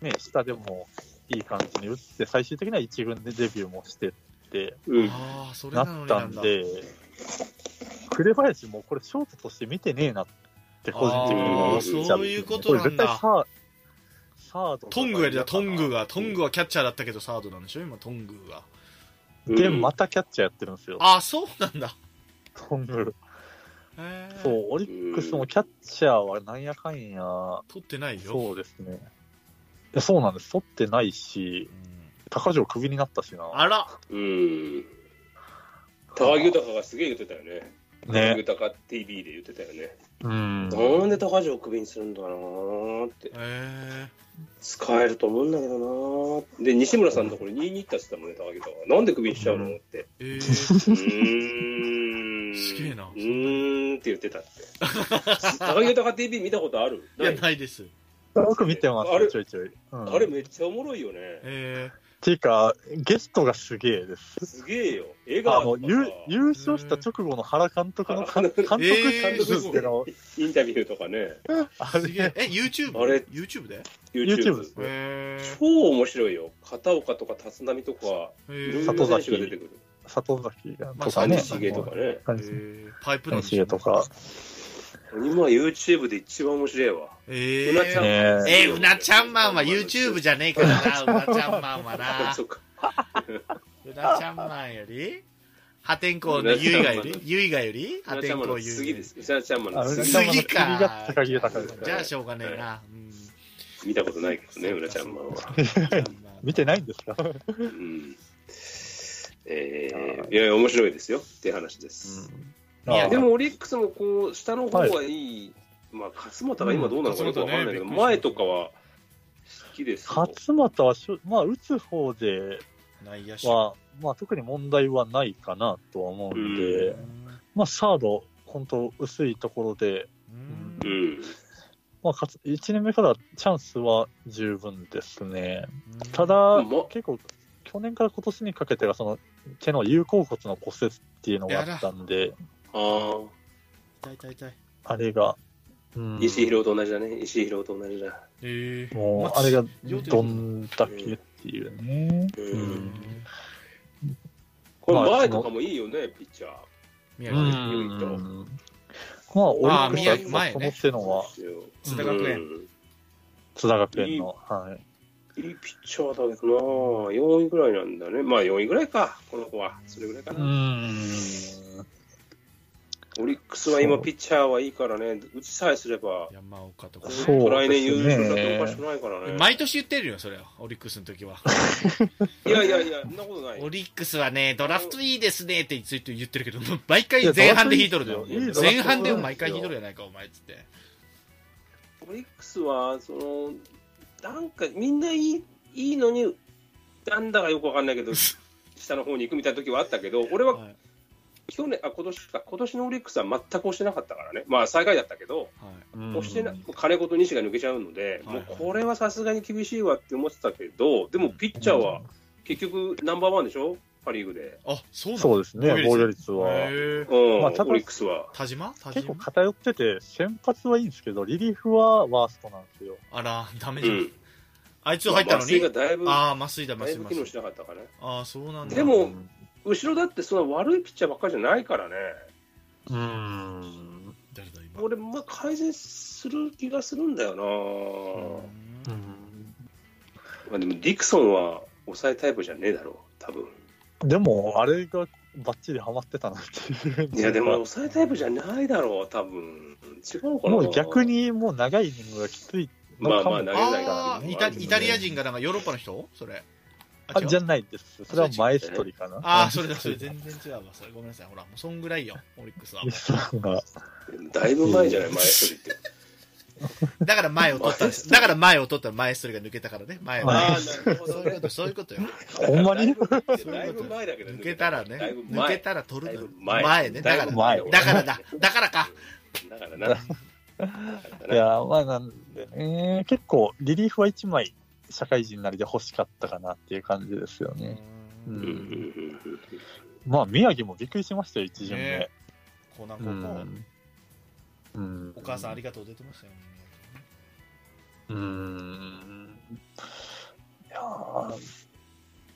[SPEAKER 2] う、ね、下でもいい感じに打って、最終的には1軍でデビューもしてって
[SPEAKER 5] うん。
[SPEAKER 3] ああ、それなの
[SPEAKER 2] なっ
[SPEAKER 3] に
[SPEAKER 2] た
[SPEAKER 3] なん
[SPEAKER 2] ん
[SPEAKER 3] だ。
[SPEAKER 2] で、紅林もこれ、ショートとして見てねえなって、個人的に
[SPEAKER 3] あ
[SPEAKER 2] 思
[SPEAKER 3] あ、
[SPEAKER 2] っちゃ
[SPEAKER 3] そういうことなん
[SPEAKER 2] これ絶対
[SPEAKER 3] だ。
[SPEAKER 2] サーサードとか
[SPEAKER 3] トングやりだ、トングが。トン
[SPEAKER 2] グ
[SPEAKER 3] グはキャッチャーだったけど、サードなんでしょ今、トングが。
[SPEAKER 2] で、またキャッチャーやってるんですよ。
[SPEAKER 3] ああ、そうなんだ。
[SPEAKER 2] トング。
[SPEAKER 3] へえ
[SPEAKER 2] そう、オリックスもキャッチャーはなんやかんや、
[SPEAKER 3] 取ってないよ。
[SPEAKER 2] そうですね。いやそうなんです。取ってないし
[SPEAKER 3] う、ん
[SPEAKER 2] 高城クビになったしな。
[SPEAKER 3] あら、
[SPEAKER 5] うん。高木豊がすげえ言ってたよね。高木
[SPEAKER 2] ね。
[SPEAKER 5] 豊 TV で言ってたよね。
[SPEAKER 2] うん。
[SPEAKER 7] なんで高橋をクビにするんだろうなーって。
[SPEAKER 3] え
[SPEAKER 7] 使えると思うんだけどなーって。
[SPEAKER 5] で、西村さんのところに言いに行ったって言ってたもんね、高木豊が。なんでクビにしちゃうの
[SPEAKER 7] <laughs>
[SPEAKER 5] って。
[SPEAKER 3] ええー、
[SPEAKER 5] <laughs> うーん。
[SPEAKER 3] すげえな
[SPEAKER 5] うーんって言ってたって。高木豊 TV <laughs> 見たことある
[SPEAKER 3] いや、ないです。
[SPEAKER 2] よく見てます
[SPEAKER 5] あれ
[SPEAKER 2] ちょいちょい。うん
[SPEAKER 5] あれめっちゃおもろいよね。
[SPEAKER 3] え
[SPEAKER 2] ていうか、ゲストがすげえです。
[SPEAKER 5] すげえよ。笑
[SPEAKER 2] あ
[SPEAKER 5] 顔
[SPEAKER 2] の、
[SPEAKER 5] とか
[SPEAKER 2] 優
[SPEAKER 5] さ
[SPEAKER 2] 優勝した直後の原監督のか監督
[SPEAKER 3] え
[SPEAKER 2] で
[SPEAKER 3] ー
[SPEAKER 2] すけど、
[SPEAKER 5] インタビューとかね、
[SPEAKER 2] あ
[SPEAKER 3] ー、すげ
[SPEAKER 2] れ
[SPEAKER 3] え。、え、YouTube?
[SPEAKER 5] あれ
[SPEAKER 3] YouTube で
[SPEAKER 2] YouTube ですね。
[SPEAKER 3] えー、
[SPEAKER 5] 超面白いよ。片岡とか立浪とか、
[SPEAKER 3] え
[SPEAKER 5] いろん
[SPEAKER 3] ー、
[SPEAKER 5] な
[SPEAKER 2] 里
[SPEAKER 5] 選
[SPEAKER 2] 崎
[SPEAKER 5] 手が出てくる。
[SPEAKER 2] 里崎がとか
[SPEAKER 3] まあ
[SPEAKER 2] ね。
[SPEAKER 5] 谷繁とかね。
[SPEAKER 3] え
[SPEAKER 2] 感じ
[SPEAKER 3] ー、パイプなん
[SPEAKER 2] 谷
[SPEAKER 3] ですよ
[SPEAKER 2] 繁とか。
[SPEAKER 5] 今 YouTube で一番面白いわ。
[SPEAKER 3] え
[SPEAKER 5] うなちゃん
[SPEAKER 3] ー、
[SPEAKER 2] ね
[SPEAKER 3] えー、うなちゃんマンは YouTube じゃねえからな、うなちゃんマンはな。
[SPEAKER 5] <laughs> そっか。
[SPEAKER 3] うなちゃんマンより破天荒のゆいがよりゆいがより
[SPEAKER 5] う
[SPEAKER 3] 破
[SPEAKER 5] なち
[SPEAKER 3] 天
[SPEAKER 5] ゃんマン
[SPEAKER 3] 荒
[SPEAKER 5] の
[SPEAKER 3] ゆいが
[SPEAKER 5] 次です。うなちゃんマンの
[SPEAKER 2] う
[SPEAKER 5] 次
[SPEAKER 2] なちゃんマン
[SPEAKER 3] 次
[SPEAKER 2] 次が
[SPEAKER 3] か。
[SPEAKER 2] 高木豊ですね
[SPEAKER 3] じゃあしょうがねえな。うん
[SPEAKER 5] 見たことないけどね、うなちゃん
[SPEAKER 3] <laughs>
[SPEAKER 5] マンは。
[SPEAKER 2] 見てないんですか
[SPEAKER 5] うん。えー、いやいや、面白いですよっていう話です。
[SPEAKER 3] いや
[SPEAKER 2] あー
[SPEAKER 5] でもオリックスもこう、下の方はいい。まあ、勝俣が今どうなのかよくわかんないけ
[SPEAKER 3] う
[SPEAKER 5] ど、
[SPEAKER 3] ん勝俣ね
[SPEAKER 5] 前とかは好きですよ。
[SPEAKER 2] 勝俣はしょ、まあ、打つ方で
[SPEAKER 3] 内野手。
[SPEAKER 2] は、まあ、特に問題はないかなとは思うんで、
[SPEAKER 5] う
[SPEAKER 2] まあ、サード、本当薄いところで、
[SPEAKER 3] うん
[SPEAKER 5] うん。
[SPEAKER 2] まあ、勝つ1年目からチャンスは十分ですね。ただ、、
[SPEAKER 5] ま
[SPEAKER 2] 結構、去年から今年にかけてが、その、手の有効骨の骨折っていうのがあったんで、
[SPEAKER 5] ああ。
[SPEAKER 3] 痛い痛い痛い。
[SPEAKER 2] あれが、うん
[SPEAKER 5] 石井宏と同じだね。石井宏と同じだ。
[SPEAKER 3] ええ
[SPEAKER 2] もう、あれがどんだけっていうね。
[SPEAKER 5] うん。こ
[SPEAKER 2] まあ
[SPEAKER 5] れ前とかもいいよね、ピッチャー。
[SPEAKER 3] 宮
[SPEAKER 2] う
[SPEAKER 3] 城。
[SPEAKER 2] ん。まあ、オリックスはやっぱこの手のは、
[SPEAKER 3] 津田学園。
[SPEAKER 5] 園。
[SPEAKER 2] 津田学園の、はい。
[SPEAKER 5] いいピッチャーだけどな、4位ぐらいなんだね。まあ4位ぐらいか、この子は。それぐらいか
[SPEAKER 2] う
[SPEAKER 5] な。
[SPEAKER 2] ん。
[SPEAKER 5] オリックスは今
[SPEAKER 2] そう
[SPEAKER 5] ピッチャーはいいからね、打ちさえすれば、
[SPEAKER 3] 山岡とか。
[SPEAKER 2] そう
[SPEAKER 5] 来年
[SPEAKER 2] です
[SPEAKER 5] 優
[SPEAKER 2] ね
[SPEAKER 5] 勝だっておかしくないからね。
[SPEAKER 3] 毎年言ってるよ、それは。オリックスの時は。
[SPEAKER 5] いやいやいや、そんなことない
[SPEAKER 3] オ。リックスはね、ドラフトいいですねってついて言ってるけど、毎回前半で引いとるだよ
[SPEAKER 2] いやドラ。フトいい
[SPEAKER 3] 前半でも毎回引いとるやないか、お前っつって。
[SPEAKER 5] オリックスは、その、なんかみんないいいいのに、 <laughs> なんだかよくわかんないけど、下の方に行くみたいな時はあったけど、俺は
[SPEAKER 3] はい
[SPEAKER 5] 去年、あ、今年か、今年のオリックスは全く押してなかったからね。まあ、最下位だったけど、
[SPEAKER 3] はい
[SPEAKER 5] 押してな、もう金子と西が抜けちゃうので、
[SPEAKER 3] はい
[SPEAKER 5] もうこれはさすがに厳しいわって思ってたけど、でもピッチャーは結局ナンバーワンでしょパリーグで。
[SPEAKER 3] あ、そうなんだ
[SPEAKER 2] そうですね、防御率は。
[SPEAKER 3] へー
[SPEAKER 5] うん、
[SPEAKER 2] まあただ
[SPEAKER 5] オリックスは。
[SPEAKER 3] 田島田
[SPEAKER 2] 結構
[SPEAKER 3] 島
[SPEAKER 2] 偏ってて、先発はいいんですけど、リリーフはワーストなんですよ。
[SPEAKER 3] あら、ダメ
[SPEAKER 5] う
[SPEAKER 3] じゃん。
[SPEAKER 5] ん。
[SPEAKER 3] あいつ入ったの
[SPEAKER 5] 麻酔
[SPEAKER 3] に
[SPEAKER 5] がだいぶ、だ
[SPEAKER 3] ああ、麻酔だ、麻
[SPEAKER 5] い
[SPEAKER 3] 酔、
[SPEAKER 5] ぶ
[SPEAKER 3] 麻
[SPEAKER 5] 機能し
[SPEAKER 3] 酔。
[SPEAKER 5] なかったかね。
[SPEAKER 3] ああ、そうなんだ。
[SPEAKER 5] でも、後ろだってそんな悪いピッチャーばっかりじゃないからね。
[SPEAKER 2] うん。
[SPEAKER 3] 誰だ、今。
[SPEAKER 5] 俺、まあ改善する気がするんだよな
[SPEAKER 3] うん
[SPEAKER 5] まあでも、ディクソンは抑えタイプじゃねえだろう、多分。
[SPEAKER 2] でも、あれがバッチリハマってたなっていう。
[SPEAKER 5] いや、でも、抑えタイプじゃないだろう、多分。違うかな。
[SPEAKER 2] もう逆、にもう長いイニングがきついの
[SPEAKER 5] まあ
[SPEAKER 2] かも
[SPEAKER 5] まあ、投げない
[SPEAKER 3] ああ、イタイタリア人がなんかヨーロッパの人それ。
[SPEAKER 2] あ
[SPEAKER 3] 違う
[SPEAKER 2] じゃないです。それはマエストリかな。
[SPEAKER 3] ああ、それだ、それ全然違うわ。それごめんなさい。ほら、もうそんぐらいよ、オリックスは
[SPEAKER 2] ミ。スさんが。
[SPEAKER 5] だいぶ前じゃない、前一人って。
[SPEAKER 3] だから前を取ったんです。だから前を取ったら前ストリが抜けたからね、前を。
[SPEAKER 2] あ
[SPEAKER 5] <laughs> ああ、なるほ
[SPEAKER 3] そういう
[SPEAKER 5] どね
[SPEAKER 3] こ。と、そういうことよ。
[SPEAKER 2] ほんま <laughs> に
[SPEAKER 5] だいぶ前だけど、
[SPEAKER 3] 抜けたらね、
[SPEAKER 5] だいぶ
[SPEAKER 3] 抜
[SPEAKER 5] 前
[SPEAKER 3] けたら取るのよ
[SPEAKER 5] だいぶ前
[SPEAKER 3] 前ね、だから、
[SPEAKER 2] 前
[SPEAKER 3] だからだ、だからか。
[SPEAKER 5] だからな。だ
[SPEAKER 2] いや、まあなんでね、結構リリーフは1枚社会人なりで欲しかったかなっていう感じですよね。う
[SPEAKER 5] うんうんうん
[SPEAKER 2] ん、
[SPEAKER 5] うん
[SPEAKER 2] まあ宮城もびっくりしましたよ、1巡目。
[SPEAKER 3] ねコナン高
[SPEAKER 2] う
[SPEAKER 3] 校、
[SPEAKER 2] んうん、
[SPEAKER 3] お母さんありがとう出てましたよ、ね。
[SPEAKER 2] うん。いやー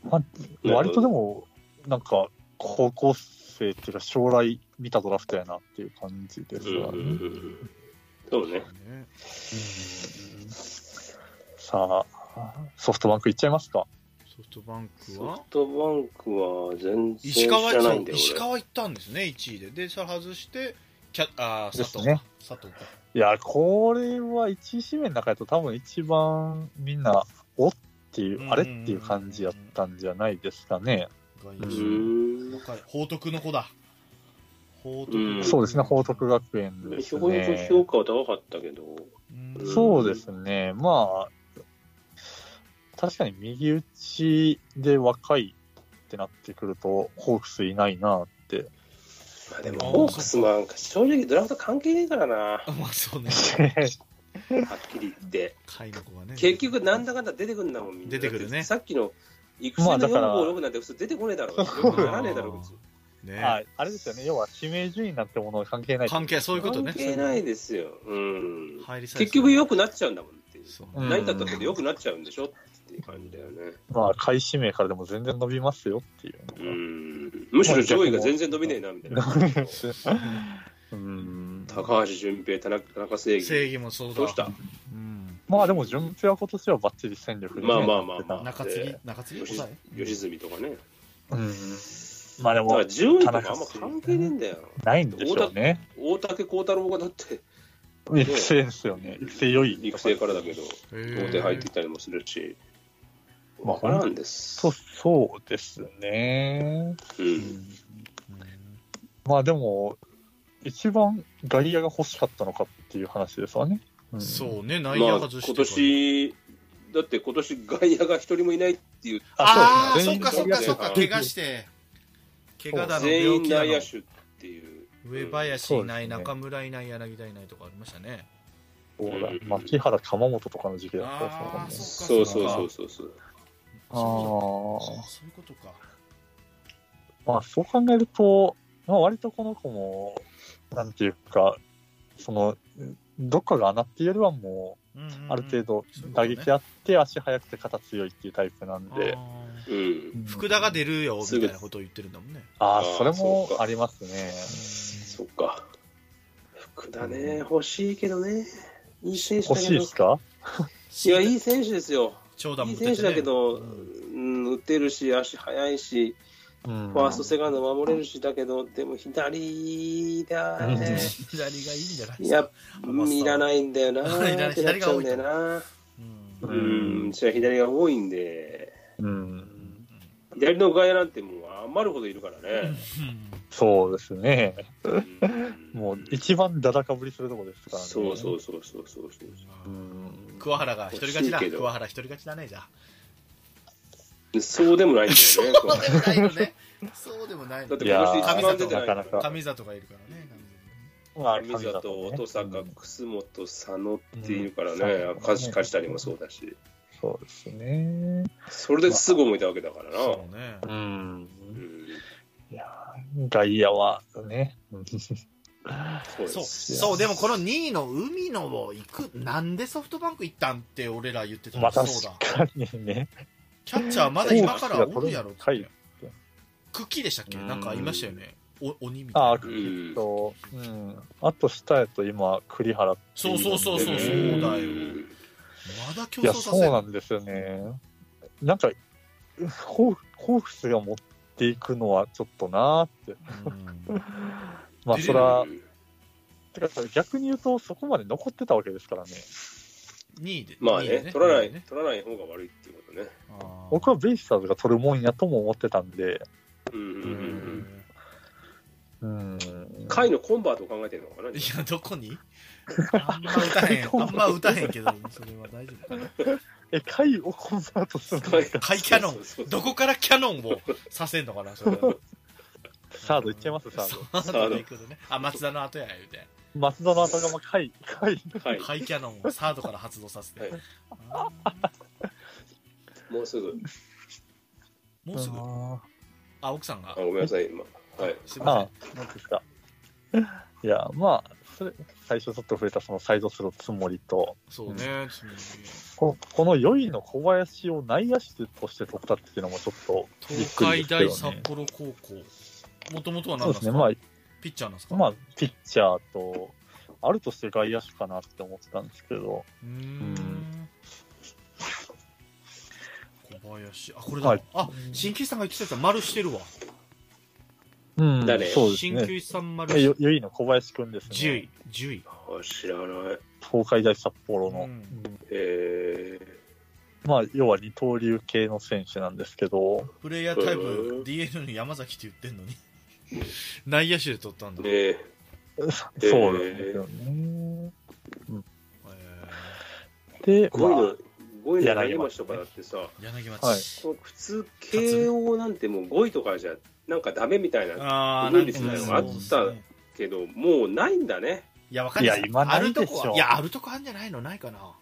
[SPEAKER 2] まあ、
[SPEAKER 5] ど
[SPEAKER 2] 割とでも、なんか、高校生っていうか、将来見たドラフトやなっていう感じです
[SPEAKER 5] うん
[SPEAKER 2] わ
[SPEAKER 5] う
[SPEAKER 2] ね。
[SPEAKER 5] んうんそうね。
[SPEAKER 3] ね
[SPEAKER 2] さあ、ソフトバンクいっちゃいますか。
[SPEAKER 3] ソフトバンク
[SPEAKER 5] ソ
[SPEAKER 3] は
[SPEAKER 5] フトバンクは全然
[SPEAKER 3] 石
[SPEAKER 5] 知
[SPEAKER 3] 川
[SPEAKER 5] らない
[SPEAKER 3] そ
[SPEAKER 5] ん
[SPEAKER 3] う
[SPEAKER 5] だよ、
[SPEAKER 3] 石川行ったんですね、1位で。で、それ外して、キャあー佐藤、
[SPEAKER 2] ですね
[SPEAKER 3] 佐藤か。
[SPEAKER 2] いや、これは1指名の中やと多分一番みんな、おっていうう、
[SPEAKER 3] ん
[SPEAKER 2] あれっていう感じやったんじゃないですかね。
[SPEAKER 3] がいういし
[SPEAKER 5] ーん。
[SPEAKER 3] 若い報徳の子だ。報徳、
[SPEAKER 5] うん
[SPEAKER 2] そうですね、報徳学園です
[SPEAKER 5] そこに
[SPEAKER 2] ね。
[SPEAKER 5] 評価は高かったけど、
[SPEAKER 3] うん
[SPEAKER 2] そうですね、まあ、確かに右打ちで若いってなってくると、ホークスいないなって。
[SPEAKER 5] まあでも
[SPEAKER 3] あー
[SPEAKER 5] ホークスなんか正直ドラフト関係ねえからな、は
[SPEAKER 3] まあそうね。
[SPEAKER 5] っきり言って。
[SPEAKER 3] 甲斐の子がね。
[SPEAKER 5] 結局、なんだかんだ出てくるんだもん、みんな。
[SPEAKER 3] 出てくるね
[SPEAKER 5] さっきの、育成
[SPEAKER 2] まあだ
[SPEAKER 5] の
[SPEAKER 2] から
[SPEAKER 5] 4号6なんて普通出てこねえだろ。
[SPEAKER 3] う
[SPEAKER 5] ならねえだろ、普通。
[SPEAKER 3] ね。
[SPEAKER 2] ああれですよね、要は指名順位なんてものは関係ない。
[SPEAKER 3] 関係、そういうことね。
[SPEAKER 5] 関係ないですよ。うん。
[SPEAKER 3] 入りさえ
[SPEAKER 5] 結局良くなっちゃうんだもんっていう。
[SPEAKER 3] そう
[SPEAKER 2] うん
[SPEAKER 3] ね。
[SPEAKER 5] 何だったけど良くなっちゃうんでしょっていう感じだよね。
[SPEAKER 2] まあ、開指名からでも全然伸びますよっていう
[SPEAKER 5] う
[SPEAKER 2] の
[SPEAKER 5] ん。むしろ上位が全然伸びねえな、みたいな。
[SPEAKER 2] が。うん、
[SPEAKER 5] 高橋純平、田中田中正義。
[SPEAKER 3] 正義もそうだ。
[SPEAKER 5] どうした
[SPEAKER 3] うん。
[SPEAKER 2] まあでも、順平は今年はバッチリ戦力で、ね。
[SPEAKER 5] まあまあまあまあ
[SPEAKER 3] 中継ぎ、中継ぎ
[SPEAKER 5] 吉
[SPEAKER 3] 抑え
[SPEAKER 5] 吉住とかね。
[SPEAKER 2] あ。うん、まあで
[SPEAKER 5] だか
[SPEAKER 2] も
[SPEAKER 5] ら、順位とかあんま関係ねえんだよ。
[SPEAKER 2] ないんでしょうね。
[SPEAKER 5] 大竹幸太郎がだって
[SPEAKER 2] 育成ですよね。育成良い。
[SPEAKER 5] 育成からだけど、
[SPEAKER 3] へ
[SPEAKER 5] 大
[SPEAKER 3] ー
[SPEAKER 5] 手入ってきたりもするし。
[SPEAKER 2] まあ
[SPEAKER 5] わからんです。
[SPEAKER 2] そう、そうですね。
[SPEAKER 5] うん。
[SPEAKER 3] うん
[SPEAKER 2] まあでも、一番外野が欲しかったのかっていう話ですわね。うん
[SPEAKER 3] そうね、内
[SPEAKER 5] ま
[SPEAKER 3] 野
[SPEAKER 5] あ、
[SPEAKER 3] 外して
[SPEAKER 5] 今
[SPEAKER 3] から。
[SPEAKER 5] 年、だって今年外野が一人もいないっていう、
[SPEAKER 3] ああ、
[SPEAKER 2] そう
[SPEAKER 3] そっかそっかそっか、
[SPEAKER 5] 全
[SPEAKER 3] 怪
[SPEAKER 5] 員
[SPEAKER 3] 我して。怪我だの、
[SPEAKER 5] 全
[SPEAKER 3] 病
[SPEAKER 5] 員
[SPEAKER 3] 気だ
[SPEAKER 5] 内
[SPEAKER 3] の
[SPEAKER 5] 野。手っていう。
[SPEAKER 3] 上林いない、
[SPEAKER 2] そうですね
[SPEAKER 3] 中村いない、柳田いないとかありましたね。
[SPEAKER 2] そうだ。牧原、鎌本とかの時期だった
[SPEAKER 3] ああ、
[SPEAKER 2] です
[SPEAKER 3] そっか
[SPEAKER 5] そうそうそ
[SPEAKER 3] そ
[SPEAKER 5] うそうそう。
[SPEAKER 2] ああ
[SPEAKER 3] う
[SPEAKER 2] ー
[SPEAKER 3] か。そういうことか。
[SPEAKER 2] まあそう考えると、まあ、割とこの子も、なんていうか、その、どっかが穴っていうよりはも
[SPEAKER 3] うんうんう
[SPEAKER 2] う、
[SPEAKER 3] ん
[SPEAKER 2] ある程度
[SPEAKER 3] そういうこ
[SPEAKER 2] 打
[SPEAKER 3] とね
[SPEAKER 2] 撃あって足速くて肩強いっていうタイプなんで。
[SPEAKER 3] あー
[SPEAKER 5] うん。
[SPEAKER 3] 福田が出るよ、
[SPEAKER 5] す
[SPEAKER 3] み
[SPEAKER 5] ぐ
[SPEAKER 3] たいなことを言ってるんだもんね。
[SPEAKER 2] ああ、
[SPEAKER 5] あー
[SPEAKER 2] それも
[SPEAKER 5] そうか
[SPEAKER 2] ありますね。
[SPEAKER 5] そっか。福田ね、欲しいけどね。いい選手だ
[SPEAKER 2] 欲しい
[SPEAKER 5] け
[SPEAKER 2] ですか
[SPEAKER 5] ど。いや、いい選手ですよ。
[SPEAKER 3] 長打
[SPEAKER 5] い
[SPEAKER 3] も
[SPEAKER 5] い
[SPEAKER 3] 打ててね
[SPEAKER 5] 選手だけど、
[SPEAKER 3] う
[SPEAKER 5] うんん、打てるし、足速いし、
[SPEAKER 2] うん
[SPEAKER 5] ファースト、セカンド守れるし、だけど、でも左だね。
[SPEAKER 3] 左がいいんじゃない
[SPEAKER 5] いや、
[SPEAKER 3] うん
[SPEAKER 5] いらないんだよな。
[SPEAKER 3] いらない
[SPEAKER 5] ってなっちゃうんだよな。
[SPEAKER 3] うん
[SPEAKER 5] う
[SPEAKER 2] が多いと
[SPEAKER 5] ん、うちは左が多いんで、
[SPEAKER 2] うん。
[SPEAKER 5] 左の外野なんてもう余るほどいるからね。
[SPEAKER 2] そうですね。
[SPEAKER 5] うん
[SPEAKER 2] もう一番だだかぶりするとこですからね。
[SPEAKER 5] そうそうそうそうそうそう。
[SPEAKER 2] うん。
[SPEAKER 3] 桑原が一人勝ちだ。
[SPEAKER 5] 欲しいけど
[SPEAKER 3] 桑原一人勝ちだね、じゃあ。
[SPEAKER 5] そうでもないんだよね。
[SPEAKER 3] ないよね。そうでもない
[SPEAKER 5] だって
[SPEAKER 2] い
[SPEAKER 5] 今
[SPEAKER 2] や
[SPEAKER 5] 年
[SPEAKER 2] ー
[SPEAKER 5] 一番出てな
[SPEAKER 2] ないかなか。
[SPEAKER 3] 神里がいるからね
[SPEAKER 2] ま
[SPEAKER 5] 水
[SPEAKER 2] 神
[SPEAKER 5] 田
[SPEAKER 2] だ
[SPEAKER 5] と
[SPEAKER 2] ね
[SPEAKER 5] 登坂、
[SPEAKER 2] うん
[SPEAKER 5] 楠本、佐野っているから
[SPEAKER 2] う
[SPEAKER 5] ね
[SPEAKER 2] ん、
[SPEAKER 5] 貸し貸したりもそうだし、
[SPEAKER 2] そうですね。
[SPEAKER 5] それですぐ向いたわけだからな。
[SPEAKER 3] そうね
[SPEAKER 2] うん。
[SPEAKER 5] うん
[SPEAKER 2] いやー、外野はね。うん
[SPEAKER 5] そう
[SPEAKER 3] そう
[SPEAKER 5] です。
[SPEAKER 3] そうでもこの2位の海野を行くなんでソフトバンク行ったんって俺ら言ってた
[SPEAKER 2] まあ
[SPEAKER 3] そう
[SPEAKER 2] 確
[SPEAKER 3] だ
[SPEAKER 2] かにね。
[SPEAKER 3] キャッチャーまだ今からおるやろっ
[SPEAKER 2] はい
[SPEAKER 3] て。クッキーでしたっけなんかいましたよねお鬼みたい
[SPEAKER 2] あ
[SPEAKER 3] な
[SPEAKER 2] あ、栗と、うん。あと下やと今、栗原ってい
[SPEAKER 3] そうそうそうそうそう
[SPEAKER 2] ので
[SPEAKER 3] だよ
[SPEAKER 5] ん
[SPEAKER 3] まだ競
[SPEAKER 2] いや、
[SPEAKER 3] 争さ
[SPEAKER 2] そう
[SPEAKER 3] せる
[SPEAKER 2] なんですよね。なんか、ホーホークスが持っていくのはちょっとなーって。
[SPEAKER 3] うん
[SPEAKER 2] まあ、
[SPEAKER 3] で
[SPEAKER 2] そら
[SPEAKER 5] う、ん
[SPEAKER 2] てか逆に言うと、そこまで残ってたわけですからね。
[SPEAKER 3] 2位で
[SPEAKER 5] まあ
[SPEAKER 3] 二位で
[SPEAKER 5] ね、取らな
[SPEAKER 3] 二位
[SPEAKER 5] い、
[SPEAKER 3] でね
[SPEAKER 5] 取らない方が悪いっていうことね。
[SPEAKER 3] あー
[SPEAKER 2] 僕はベイスターズが取るもんやとも思ってたんで、
[SPEAKER 5] うんうんうんうん。
[SPEAKER 2] うん。
[SPEAKER 5] 回のコンバートを考えてるのかない
[SPEAKER 3] や、ど
[SPEAKER 2] <laughs>
[SPEAKER 3] こにあんま歌へん。あんま歌へんけど、それは大丈夫かな。
[SPEAKER 2] え、回をコンサートするのか。
[SPEAKER 3] カイキャノン
[SPEAKER 5] <laughs> そうそうそう
[SPEAKER 3] どこからキャノンをさせんのかな、
[SPEAKER 2] <laughs>
[SPEAKER 3] それは。
[SPEAKER 2] サードいっちゃいます、サード。
[SPEAKER 3] ド。サードで行くとね。あ、松田の後や、言うて。
[SPEAKER 2] 松田の後が回、回。
[SPEAKER 5] はい。
[SPEAKER 3] カイキャノンをサードから発動させ
[SPEAKER 5] は
[SPEAKER 3] て
[SPEAKER 5] い。
[SPEAKER 3] あ
[SPEAKER 5] もうすぐ。
[SPEAKER 3] ーもうすぐ。
[SPEAKER 2] あ
[SPEAKER 3] あ、奥さんが
[SPEAKER 5] あ、。ごめんなさい、今。はい。
[SPEAKER 3] すい
[SPEAKER 2] ー、
[SPEAKER 3] ま
[SPEAKER 2] あーなんですか。いや、まあ、それ最初ちょっと触れたそのサイドスローつもりと、
[SPEAKER 3] せん。そうね。ちょっとね
[SPEAKER 2] ここの4位の小林を内野手として取ったっていうのもちょっとびっ
[SPEAKER 3] 東
[SPEAKER 2] くりで
[SPEAKER 3] 海
[SPEAKER 2] すけど、ね
[SPEAKER 3] 大、札幌高校。もともとは
[SPEAKER 2] そ
[SPEAKER 3] 何
[SPEAKER 2] うで
[SPEAKER 3] なんです
[SPEAKER 2] すね、
[SPEAKER 3] か
[SPEAKER 2] ま
[SPEAKER 3] ピッチャーなんです
[SPEAKER 2] あ、
[SPEAKER 3] か
[SPEAKER 2] まあ、ピッチャーと、あるとして外野手かなって思ってたんですけど、
[SPEAKER 3] うーん小林。あ、これだ。
[SPEAKER 2] はい
[SPEAKER 3] あ、新規さんが言ってたやつ丸してるわ。
[SPEAKER 2] うん
[SPEAKER 5] 誰
[SPEAKER 2] そうです
[SPEAKER 3] 新
[SPEAKER 2] ね。
[SPEAKER 3] 旧さん丸
[SPEAKER 2] えよ4位の小林くんですね。
[SPEAKER 3] 10位、10位。
[SPEAKER 5] あ知らない。
[SPEAKER 2] 東海大札幌の、
[SPEAKER 3] うん
[SPEAKER 5] えー。
[SPEAKER 2] まあ、要は二刀流系の選手なんですけど、
[SPEAKER 3] プレイヤータイ
[SPEAKER 5] う
[SPEAKER 3] プ
[SPEAKER 5] ん
[SPEAKER 3] DN の山崎って言ってんのに。 <laughs> 内野手で取ったんだ。え
[SPEAKER 5] ね
[SPEAKER 2] <laughs> そそうなんですよね。で、
[SPEAKER 5] 5位の、5位の
[SPEAKER 2] 柳
[SPEAKER 5] 柳
[SPEAKER 2] 町
[SPEAKER 5] 町とかだってさ、
[SPEAKER 3] ー柳町。
[SPEAKER 2] はい
[SPEAKER 5] 普通、慶応なんてもう5位とかじゃ、なんかダメみたいな
[SPEAKER 3] ああ、
[SPEAKER 5] 無
[SPEAKER 3] なん
[SPEAKER 5] 理
[SPEAKER 3] か
[SPEAKER 5] ですね
[SPEAKER 3] そうですね
[SPEAKER 5] あったけど、もうないんだね。
[SPEAKER 3] いや、わかんない
[SPEAKER 2] いや今
[SPEAKER 3] あ
[SPEAKER 2] ない
[SPEAKER 3] ると
[SPEAKER 2] でしょ
[SPEAKER 3] こは、いや、あるとこあんじゃないのないかな。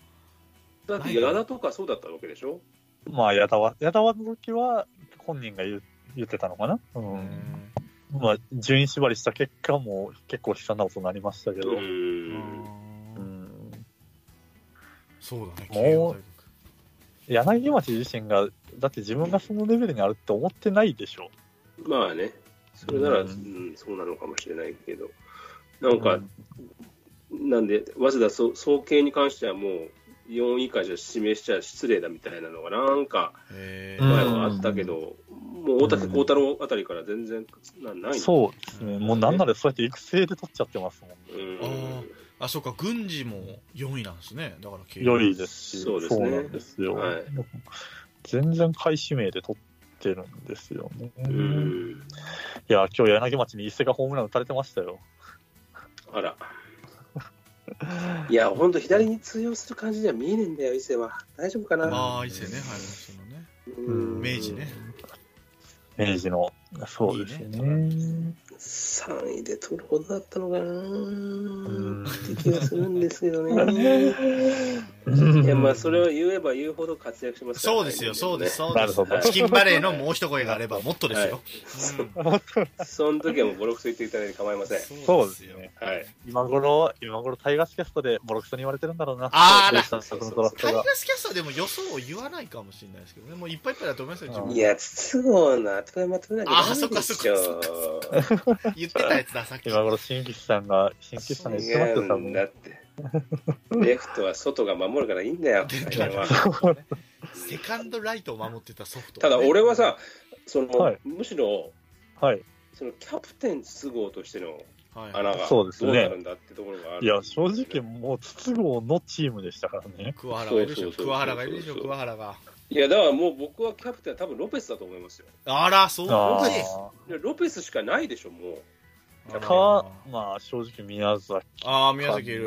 [SPEAKER 5] だって、矢田とかそうだったわけでしょ
[SPEAKER 2] まあ、矢田は、矢田はの時は、本人が言う言ってたのかな。うん。まあ、順位縛りした結果も、結構悲惨なことになりましたけど、
[SPEAKER 5] ん。
[SPEAKER 2] うん。
[SPEAKER 3] そうだね、
[SPEAKER 2] もう
[SPEAKER 3] 慶応大学
[SPEAKER 2] 柳町自身が、だって自分がそのレベルにあるって思ってないでしょ。
[SPEAKER 5] まあね、それなら、
[SPEAKER 2] う
[SPEAKER 5] うんんそうなのかもしれないけど、なんか、なんで、早稲田そ総計に関してはもう、4位以下じゃ指名しちゃ失礼だみたいなのが、なんか
[SPEAKER 3] へ
[SPEAKER 2] うん
[SPEAKER 5] 前
[SPEAKER 3] ー
[SPEAKER 5] はあったけど、もう大竹幸太郎あたりから全然なないの
[SPEAKER 2] そうですね。もうなんならそうやって育成で取っちゃってますもんね。
[SPEAKER 5] う
[SPEAKER 3] あ
[SPEAKER 5] ん
[SPEAKER 3] あ、そうか、軍事も4位なんですね。だから慶
[SPEAKER 2] 良
[SPEAKER 3] 応
[SPEAKER 2] いですし、
[SPEAKER 5] そうですね
[SPEAKER 2] なんですよ。
[SPEAKER 5] はい
[SPEAKER 2] 全然買い指名で取ってるんですよね。
[SPEAKER 5] う
[SPEAKER 2] い
[SPEAKER 5] ん、
[SPEAKER 2] や、今日柳町に伊勢がホームラン打たれてましたよ。
[SPEAKER 5] あら、
[SPEAKER 7] いや、ほんと左に通用する感じには見えねえんだよ、伊勢は。大丈夫かな
[SPEAKER 3] ああ、伊勢ね、はい、そのね。
[SPEAKER 7] うん
[SPEAKER 3] 明治ね。
[SPEAKER 2] 明治の。そうですね。
[SPEAKER 3] いい
[SPEAKER 7] 3位で取ることだったのかな
[SPEAKER 2] うん
[SPEAKER 7] って気がするんですけどね。
[SPEAKER 2] うん
[SPEAKER 5] いやまあそれを言えば言うほど活躍しますから
[SPEAKER 3] そうですよ、そうです、そう
[SPEAKER 2] な
[SPEAKER 3] で
[SPEAKER 2] るほど
[SPEAKER 3] す。チキンバレーのもう一声があれば、もっとですよ。うん
[SPEAKER 5] その時はもうボロクソ言っていただいて構いません。
[SPEAKER 2] そうですね。
[SPEAKER 5] はい、
[SPEAKER 2] 今頃、今頃タイガースキャストでボロクソに言われてるんだろうな。
[SPEAKER 3] あーら
[SPEAKER 2] そうでしたそのドラフ
[SPEAKER 3] タイ
[SPEAKER 2] ト
[SPEAKER 3] ガー
[SPEAKER 2] が。
[SPEAKER 3] スキャストでも予想を言わないかもしれないですけどね、もういっぱいいっぱいだと思いますよ、自
[SPEAKER 7] い
[SPEAKER 3] 分。
[SPEAKER 7] や、筒香の後からまとめなきゃ
[SPEAKER 3] あーそっかそっかそっか言ってたやつだ、さっき。
[SPEAKER 2] 今頃、新吉さんが、新吉さんが言ってま
[SPEAKER 5] 違
[SPEAKER 2] すよ、多
[SPEAKER 5] うん
[SPEAKER 2] 分。
[SPEAKER 5] だって。レフトは外が守るからいいんだよ。
[SPEAKER 3] 出
[SPEAKER 5] 来
[SPEAKER 3] た
[SPEAKER 5] 年は
[SPEAKER 3] セカンドライトを守ってたソフト。
[SPEAKER 5] ただ俺はさ、その、
[SPEAKER 2] はい
[SPEAKER 5] むしろ
[SPEAKER 2] はい。
[SPEAKER 5] そのキャプテン都合としての
[SPEAKER 3] はい、
[SPEAKER 5] 穴が
[SPEAKER 2] そ
[SPEAKER 5] ど
[SPEAKER 2] うですね
[SPEAKER 5] うなるんだってところがある、
[SPEAKER 2] いや、正直、もう、筒香のチームでしたからね。
[SPEAKER 3] 桑原がいるでしょ、
[SPEAKER 5] そうそうそうそう
[SPEAKER 3] 桑原がいるでしょ、桑原が。
[SPEAKER 5] いやだからもう僕はキャプテンは多分ロペスだと思いますよ。
[SPEAKER 3] あら、そう
[SPEAKER 2] あ
[SPEAKER 3] で
[SPEAKER 5] でロペスしかないでしょもう。
[SPEAKER 2] あ。か、まあ、正直、宮崎
[SPEAKER 3] ああ、
[SPEAKER 2] か
[SPEAKER 3] 宮
[SPEAKER 2] な。
[SPEAKER 3] 崎いる。
[SPEAKER 5] い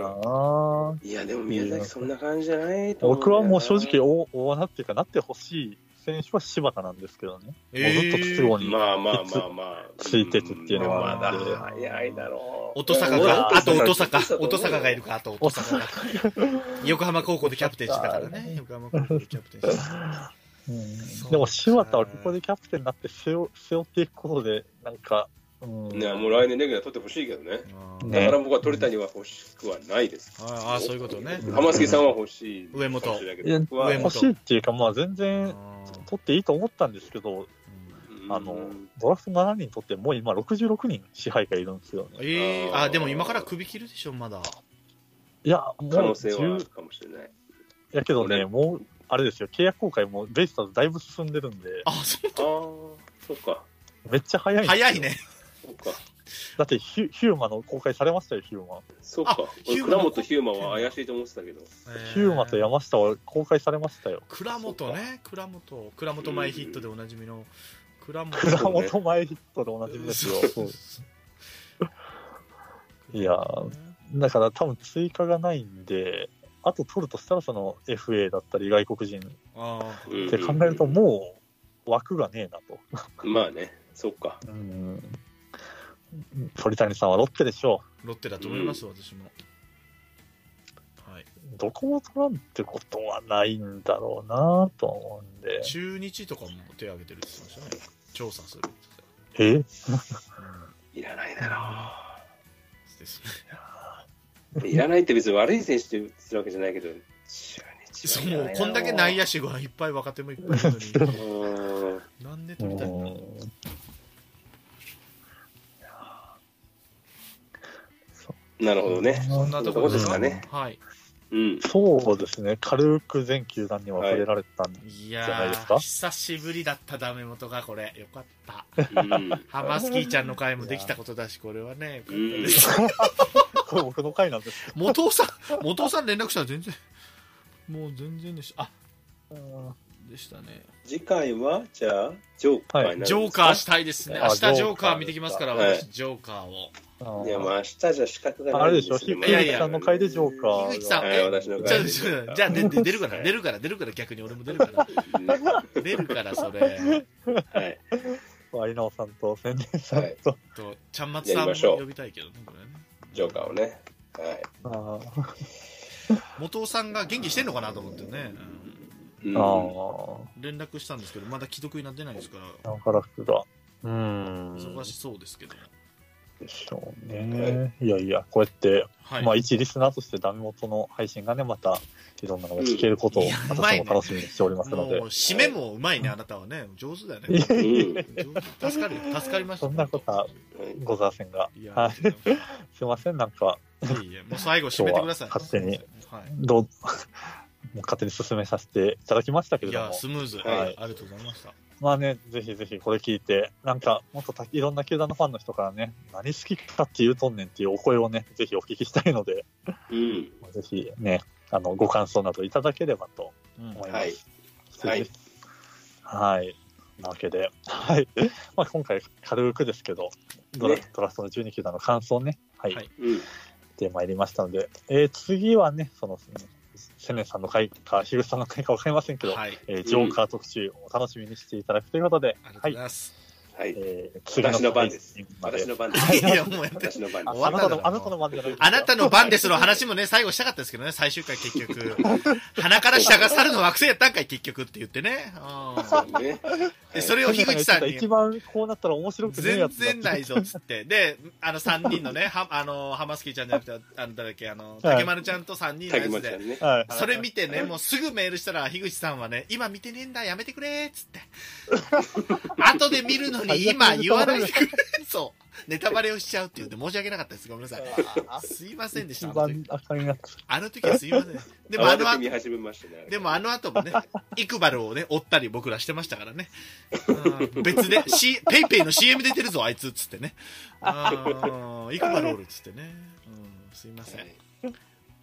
[SPEAKER 5] やでも宮崎そんな感じじゃないと思うん
[SPEAKER 2] 僕
[SPEAKER 5] だよ
[SPEAKER 2] は
[SPEAKER 5] な
[SPEAKER 2] もう正直、大大穴っていうかなってほしい選手は柴田なんですけどね、
[SPEAKER 3] えー
[SPEAKER 2] もうずっと筒香に、
[SPEAKER 5] まあまあまあまあ。
[SPEAKER 2] ついてつっていうのは
[SPEAKER 5] まあまあ
[SPEAKER 2] あ
[SPEAKER 7] 早いだろう。
[SPEAKER 3] 音坂
[SPEAKER 2] う
[SPEAKER 3] が、
[SPEAKER 2] わ
[SPEAKER 3] あと音坂、音
[SPEAKER 7] 音
[SPEAKER 3] 坂
[SPEAKER 7] 坂
[SPEAKER 3] がいるか、あと音坂が。横浜高校でキャプテンしてたからね、横浜高校でキャプテンしてた。
[SPEAKER 2] うんでも柴田はここでキャプテンになって背負背負っていくことで、なんか、うん
[SPEAKER 5] ね、もう来年レギュラー取ってほしいけどね。
[SPEAKER 3] うん
[SPEAKER 2] ね
[SPEAKER 5] だから僕は鳥谷は欲しくはないです。
[SPEAKER 3] ああああ、そういうことね。
[SPEAKER 5] 浜杉さんは欲しい。
[SPEAKER 3] 上本
[SPEAKER 5] かもしれないけ
[SPEAKER 2] い
[SPEAKER 5] ど
[SPEAKER 2] や
[SPEAKER 5] 僕は
[SPEAKER 3] 上本
[SPEAKER 2] 欲しいっていうか、まあ、全
[SPEAKER 3] うん
[SPEAKER 2] 然取っていいと思ったんですけど、
[SPEAKER 5] うん
[SPEAKER 2] あのドラフト7人取って、もう今、66人支配がいるんですよね。
[SPEAKER 3] ええあ、でも今から首切るでしょ、まだ。
[SPEAKER 2] いや、もう
[SPEAKER 5] 可能性はある
[SPEAKER 2] 10
[SPEAKER 5] かもしれない。
[SPEAKER 2] やけどね、
[SPEAKER 5] 俺
[SPEAKER 2] もう、あれですよ、契約更改もベイスターズだいぶ進んでるんで、
[SPEAKER 3] あ、そう
[SPEAKER 5] ああ、そうか、
[SPEAKER 2] めっちゃ早いんですよ
[SPEAKER 3] 早い。ね。
[SPEAKER 5] そうか、
[SPEAKER 2] だってヒュ、ヒューマの公開されましたよ、ヒューマ。
[SPEAKER 5] そう
[SPEAKER 3] あ。
[SPEAKER 5] か
[SPEAKER 3] ヒュー
[SPEAKER 5] 俺
[SPEAKER 3] マ
[SPEAKER 5] 倉本ヒューマは怪しいと思ってたけど。
[SPEAKER 2] ヒューマと山下は公開されましたよ。
[SPEAKER 3] 倉本ね、倉本、倉本前ヒットでおなじみの、倉本。
[SPEAKER 2] 倉本前ヒットでおなじみですよ。そういやーだから多分追加がないんで、あと取るとしたらその FA だったり外国人っ
[SPEAKER 3] ああ
[SPEAKER 5] って
[SPEAKER 2] 考えるともう枠がねえなと。
[SPEAKER 5] まあね、そうか。
[SPEAKER 2] うん鳥谷さんはロッテでしょ
[SPEAKER 3] ロッテだと思います、私も。はい。
[SPEAKER 2] う。どこも取らんってことはないんだろうなとは思うんで。
[SPEAKER 3] 中日とかも手挙げてるって言ってましたね。調査するって言って
[SPEAKER 2] え
[SPEAKER 3] た。うん
[SPEAKER 5] いらないだろ
[SPEAKER 3] です
[SPEAKER 5] う。いらないって別に悪い選手って言ってるわけじゃないけど、中日
[SPEAKER 3] そう
[SPEAKER 5] はいら
[SPEAKER 3] も
[SPEAKER 5] な
[SPEAKER 3] う
[SPEAKER 5] い
[SPEAKER 3] こんだけ内野手がいっぱい若手もいっぱいいるのに
[SPEAKER 5] うん
[SPEAKER 3] なんで
[SPEAKER 2] う
[SPEAKER 3] 取りたいの
[SPEAKER 2] んいやそ
[SPEAKER 5] なるほどね。
[SPEAKER 3] そんなところ
[SPEAKER 5] そうですかね
[SPEAKER 3] はい
[SPEAKER 5] うん。
[SPEAKER 2] そうですね、軽く全球団には触れられたん
[SPEAKER 3] <laughs>
[SPEAKER 2] で、
[SPEAKER 3] い
[SPEAKER 2] じゃない
[SPEAKER 3] や
[SPEAKER 2] です
[SPEAKER 3] ー
[SPEAKER 2] か
[SPEAKER 3] 久しぶりだったダメ元がこれよかった
[SPEAKER 5] うん
[SPEAKER 3] ハマスキーちゃんの回もできたことだしこれはねよかったです
[SPEAKER 2] これ僕の回なんですけ
[SPEAKER 3] 元尾さん元尾さん連絡したら全然もう全然でしたあ
[SPEAKER 2] ど、
[SPEAKER 3] でしたね
[SPEAKER 7] 次回は、じゃあ、
[SPEAKER 5] ジョーカーになるんですか
[SPEAKER 3] ジョーカーしたいですね
[SPEAKER 2] あ
[SPEAKER 3] 明日ジョーカー見てきますから
[SPEAKER 5] ジョーカーで
[SPEAKER 3] 私
[SPEAKER 5] す
[SPEAKER 3] ジョーカーを
[SPEAKER 2] うん
[SPEAKER 7] いや、まあ明日じゃ資格が
[SPEAKER 2] あ
[SPEAKER 7] ない
[SPEAKER 2] れで
[SPEAKER 7] ん
[SPEAKER 2] しょ、樋
[SPEAKER 7] よ
[SPEAKER 5] いやい
[SPEAKER 2] 口
[SPEAKER 5] や
[SPEAKER 2] さんの回でジョーカーが。
[SPEAKER 3] 樋口さん
[SPEAKER 5] はい
[SPEAKER 3] え
[SPEAKER 5] 私の
[SPEAKER 3] じゃ
[SPEAKER 5] 回
[SPEAKER 3] あ
[SPEAKER 5] で
[SPEAKER 3] じゃあじゃあでで出るから出るから出るから逆に俺も出るから出るからそれ
[SPEAKER 5] はい。
[SPEAKER 2] ワイナオさんと千年さんと、
[SPEAKER 3] とちゃんまつさん
[SPEAKER 5] やり
[SPEAKER 3] も
[SPEAKER 5] ましょう
[SPEAKER 3] 呼びたいけどねこれね
[SPEAKER 5] ジョーカーをね。はい。
[SPEAKER 2] あ
[SPEAKER 3] 元尾さんが元気してんのかなと思ってね、
[SPEAKER 5] うん
[SPEAKER 2] ーあ
[SPEAKER 3] うん連絡したんですけどまだ既読になってないですから
[SPEAKER 2] ー、長らくが。うーん。
[SPEAKER 3] 忙しそうですけど、
[SPEAKER 2] でしょうね。いやいや、こうやって、
[SPEAKER 3] はい、
[SPEAKER 2] まあ、一リスナーとしてダメ元の配信がね、また、いろんなのが聞けることを
[SPEAKER 3] うんいや、うま
[SPEAKER 2] 私
[SPEAKER 3] いね
[SPEAKER 2] も楽しみにしております
[SPEAKER 3] も
[SPEAKER 2] の
[SPEAKER 3] う
[SPEAKER 2] で。
[SPEAKER 3] 締めもうまいねあなたはね上手だよ
[SPEAKER 2] い
[SPEAKER 3] ね
[SPEAKER 2] やい
[SPEAKER 5] うんはい
[SPEAKER 3] 上手助かるよ助かりました
[SPEAKER 2] そんなことはございませんが、
[SPEAKER 3] いや、
[SPEAKER 2] はい
[SPEAKER 3] いや
[SPEAKER 2] すいません、なんか、
[SPEAKER 3] いやもう最後締めてください
[SPEAKER 2] 今日は勝手に
[SPEAKER 3] は
[SPEAKER 2] どう、 <laughs> もう勝手に進めさせていただきましたけ
[SPEAKER 3] い、い
[SPEAKER 2] れども
[SPEAKER 3] や、スムーズ、
[SPEAKER 5] は
[SPEAKER 3] は
[SPEAKER 5] い
[SPEAKER 3] い、ありがとうございました
[SPEAKER 2] まあね、ぜひぜひこれ聞いて、なんか、もっとたいろんな球団のファンの人からね、何好きかって言うとんねんっていうお声をね、ぜひお聞きしたいので、
[SPEAKER 5] うん。
[SPEAKER 2] ぜひね、あの、ご感想などいただければと
[SPEAKER 3] うん
[SPEAKER 2] 思いま
[SPEAKER 5] はい。
[SPEAKER 2] す。
[SPEAKER 5] はい。
[SPEAKER 2] はい。なわけで、はい。 <laughs> まあ今回軽くですけど、ドラ,、ドラフトの12球団の感想ね、はい、
[SPEAKER 3] はい
[SPEAKER 5] うん。
[SPEAKER 2] でまいりましたので、えー次はね、その、セネさんの回か、樋口さんの回か分かりませんけど、
[SPEAKER 3] はい、
[SPEAKER 2] えージョーカー特集をお楽しみにしていただくということで
[SPEAKER 3] ありが、とう
[SPEAKER 2] は
[SPEAKER 3] ござい
[SPEAKER 2] い。
[SPEAKER 3] ます、
[SPEAKER 5] はい。
[SPEAKER 2] えー次
[SPEAKER 5] 私の番です
[SPEAKER 2] 回ま
[SPEAKER 5] 私の番で
[SPEAKER 3] い、
[SPEAKER 5] す。
[SPEAKER 3] やもうやって
[SPEAKER 5] 私の番です。
[SPEAKER 2] あなたの、あなたの番じゃない
[SPEAKER 3] あなたの番ですの話もね、最後したかったですけどね、最終回結局。鼻から下が猿の惑星やったんかい、結局って言ってね。うん
[SPEAKER 5] ね。
[SPEAKER 3] で、それを樋口さんに
[SPEAKER 2] 一、番こうなったら面白くねえや
[SPEAKER 3] 全
[SPEAKER 2] つだ
[SPEAKER 3] 然ないぞ、つって。で、あの、三人のね、は、あの、浜月ちゃんじゃなくて、あの、誰だっけ、あの、竹丸ちゃんと三人の
[SPEAKER 5] 竹
[SPEAKER 3] やつ
[SPEAKER 5] 丸ちゃ
[SPEAKER 3] で。
[SPEAKER 5] んね。
[SPEAKER 2] はい。
[SPEAKER 3] それ見てね、もうすぐメールしたら、樋口さんはね、今見てねえんだ、やめてくれ、つって。後で見るのに今言
[SPEAKER 5] <laughs>
[SPEAKER 3] わないでくれ、そう。ネタバレをしちゃうって言って申し訳なかったです。ごめんなさい。すいませんでし
[SPEAKER 2] 一
[SPEAKER 3] た。あの時
[SPEAKER 2] 番赤いやつ。
[SPEAKER 3] あの時はすいま
[SPEAKER 5] <laughs>
[SPEAKER 3] せん。で
[SPEAKER 5] で
[SPEAKER 3] も
[SPEAKER 5] も、
[SPEAKER 3] あ
[SPEAKER 5] あ
[SPEAKER 3] の
[SPEAKER 5] の
[SPEAKER 3] 後、
[SPEAKER 5] 見始めましたね。
[SPEAKER 3] でもあの後もね、イクバルをね、追ったり僕らしてましたからね。うん別で、C、ペイペイの CM 出てるぞ、あいつ、つってね。うんイクバルおる、つってね。うんすいません。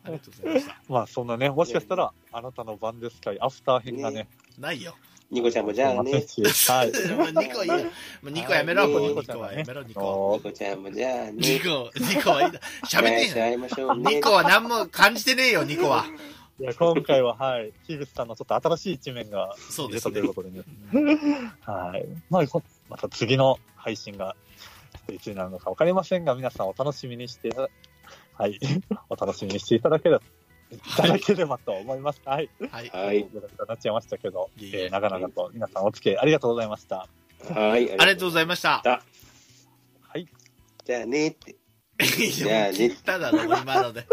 [SPEAKER 3] ありがとうございました。
[SPEAKER 2] まあそんなね、もしかしたら、あなたの番ですかい、アフター編がね、
[SPEAKER 3] ないよ。
[SPEAKER 5] ニコちゃんもじゃあね。
[SPEAKER 2] 出ますし
[SPEAKER 5] <laughs>
[SPEAKER 2] はい。
[SPEAKER 3] もう2個いいよ。もう2個やめろ、もう2個はやめろ、2
[SPEAKER 2] あ
[SPEAKER 3] 個。
[SPEAKER 5] ニ
[SPEAKER 2] の
[SPEAKER 5] コちゃんもじゃあね。
[SPEAKER 3] 2個、2個はいいだ。喋ってんやん。
[SPEAKER 5] 会いましょうね。
[SPEAKER 3] 2個は何も感じてねえよ、2個は。
[SPEAKER 2] いや今回は、はい、樋口さんのちょっと新しい一面が
[SPEAKER 3] そうで
[SPEAKER 2] 出
[SPEAKER 3] す
[SPEAKER 2] たと
[SPEAKER 3] ね
[SPEAKER 2] いうことでね。はい。まあ、こまた次の配信が、ちょっといつになるのかわかりませんが、皆さんお楽しみにしていた、はい。お楽しみにしていただければ、いただければと思います。はい。
[SPEAKER 3] はい。
[SPEAKER 5] は。
[SPEAKER 2] はいなっちゃいましたけど、
[SPEAKER 3] いえいえ
[SPEAKER 2] えー長々と皆さんお付き合いありがとうございました。
[SPEAKER 5] はい。
[SPEAKER 3] ありがとうございました。
[SPEAKER 5] じゃあねって。
[SPEAKER 3] い
[SPEAKER 5] じゃあ
[SPEAKER 3] <laughs> や、
[SPEAKER 5] ね
[SPEAKER 3] 切っただろ、今ので。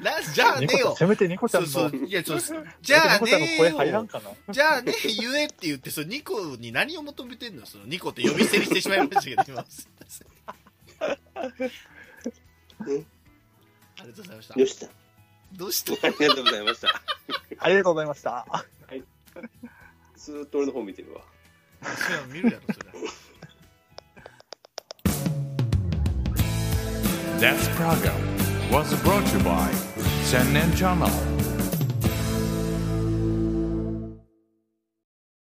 [SPEAKER 3] なじゃあね
[SPEAKER 2] 猫ちゃん
[SPEAKER 3] よ。
[SPEAKER 2] せめてニコちゃ
[SPEAKER 3] そ
[SPEAKER 2] んの、
[SPEAKER 3] うそう。
[SPEAKER 2] せめ
[SPEAKER 3] いや、そ
[SPEAKER 2] <laughs>
[SPEAKER 3] うそうじ
[SPEAKER 2] て
[SPEAKER 3] ゃあ
[SPEAKER 2] ニコちゃんの
[SPEAKER 3] ね
[SPEAKER 2] 声入らん
[SPEAKER 3] よ。
[SPEAKER 2] かな。
[SPEAKER 3] じゃあね、言えって言って、そのニコに何を求めてんのそのニコって呼び捨てにしてしまいました
[SPEAKER 2] <laughs>
[SPEAKER 3] けど、今。すいませんありがとうございました。
[SPEAKER 5] よした。
[SPEAKER 3] どうした <laughs>
[SPEAKER 5] ありがとうございました。
[SPEAKER 2] ありがとうございました。
[SPEAKER 5] ずーっと俺の方見てるわ。
[SPEAKER 3] それは見るやろ、それは。
[SPEAKER 1] This program was brought to you by Sennen Channel.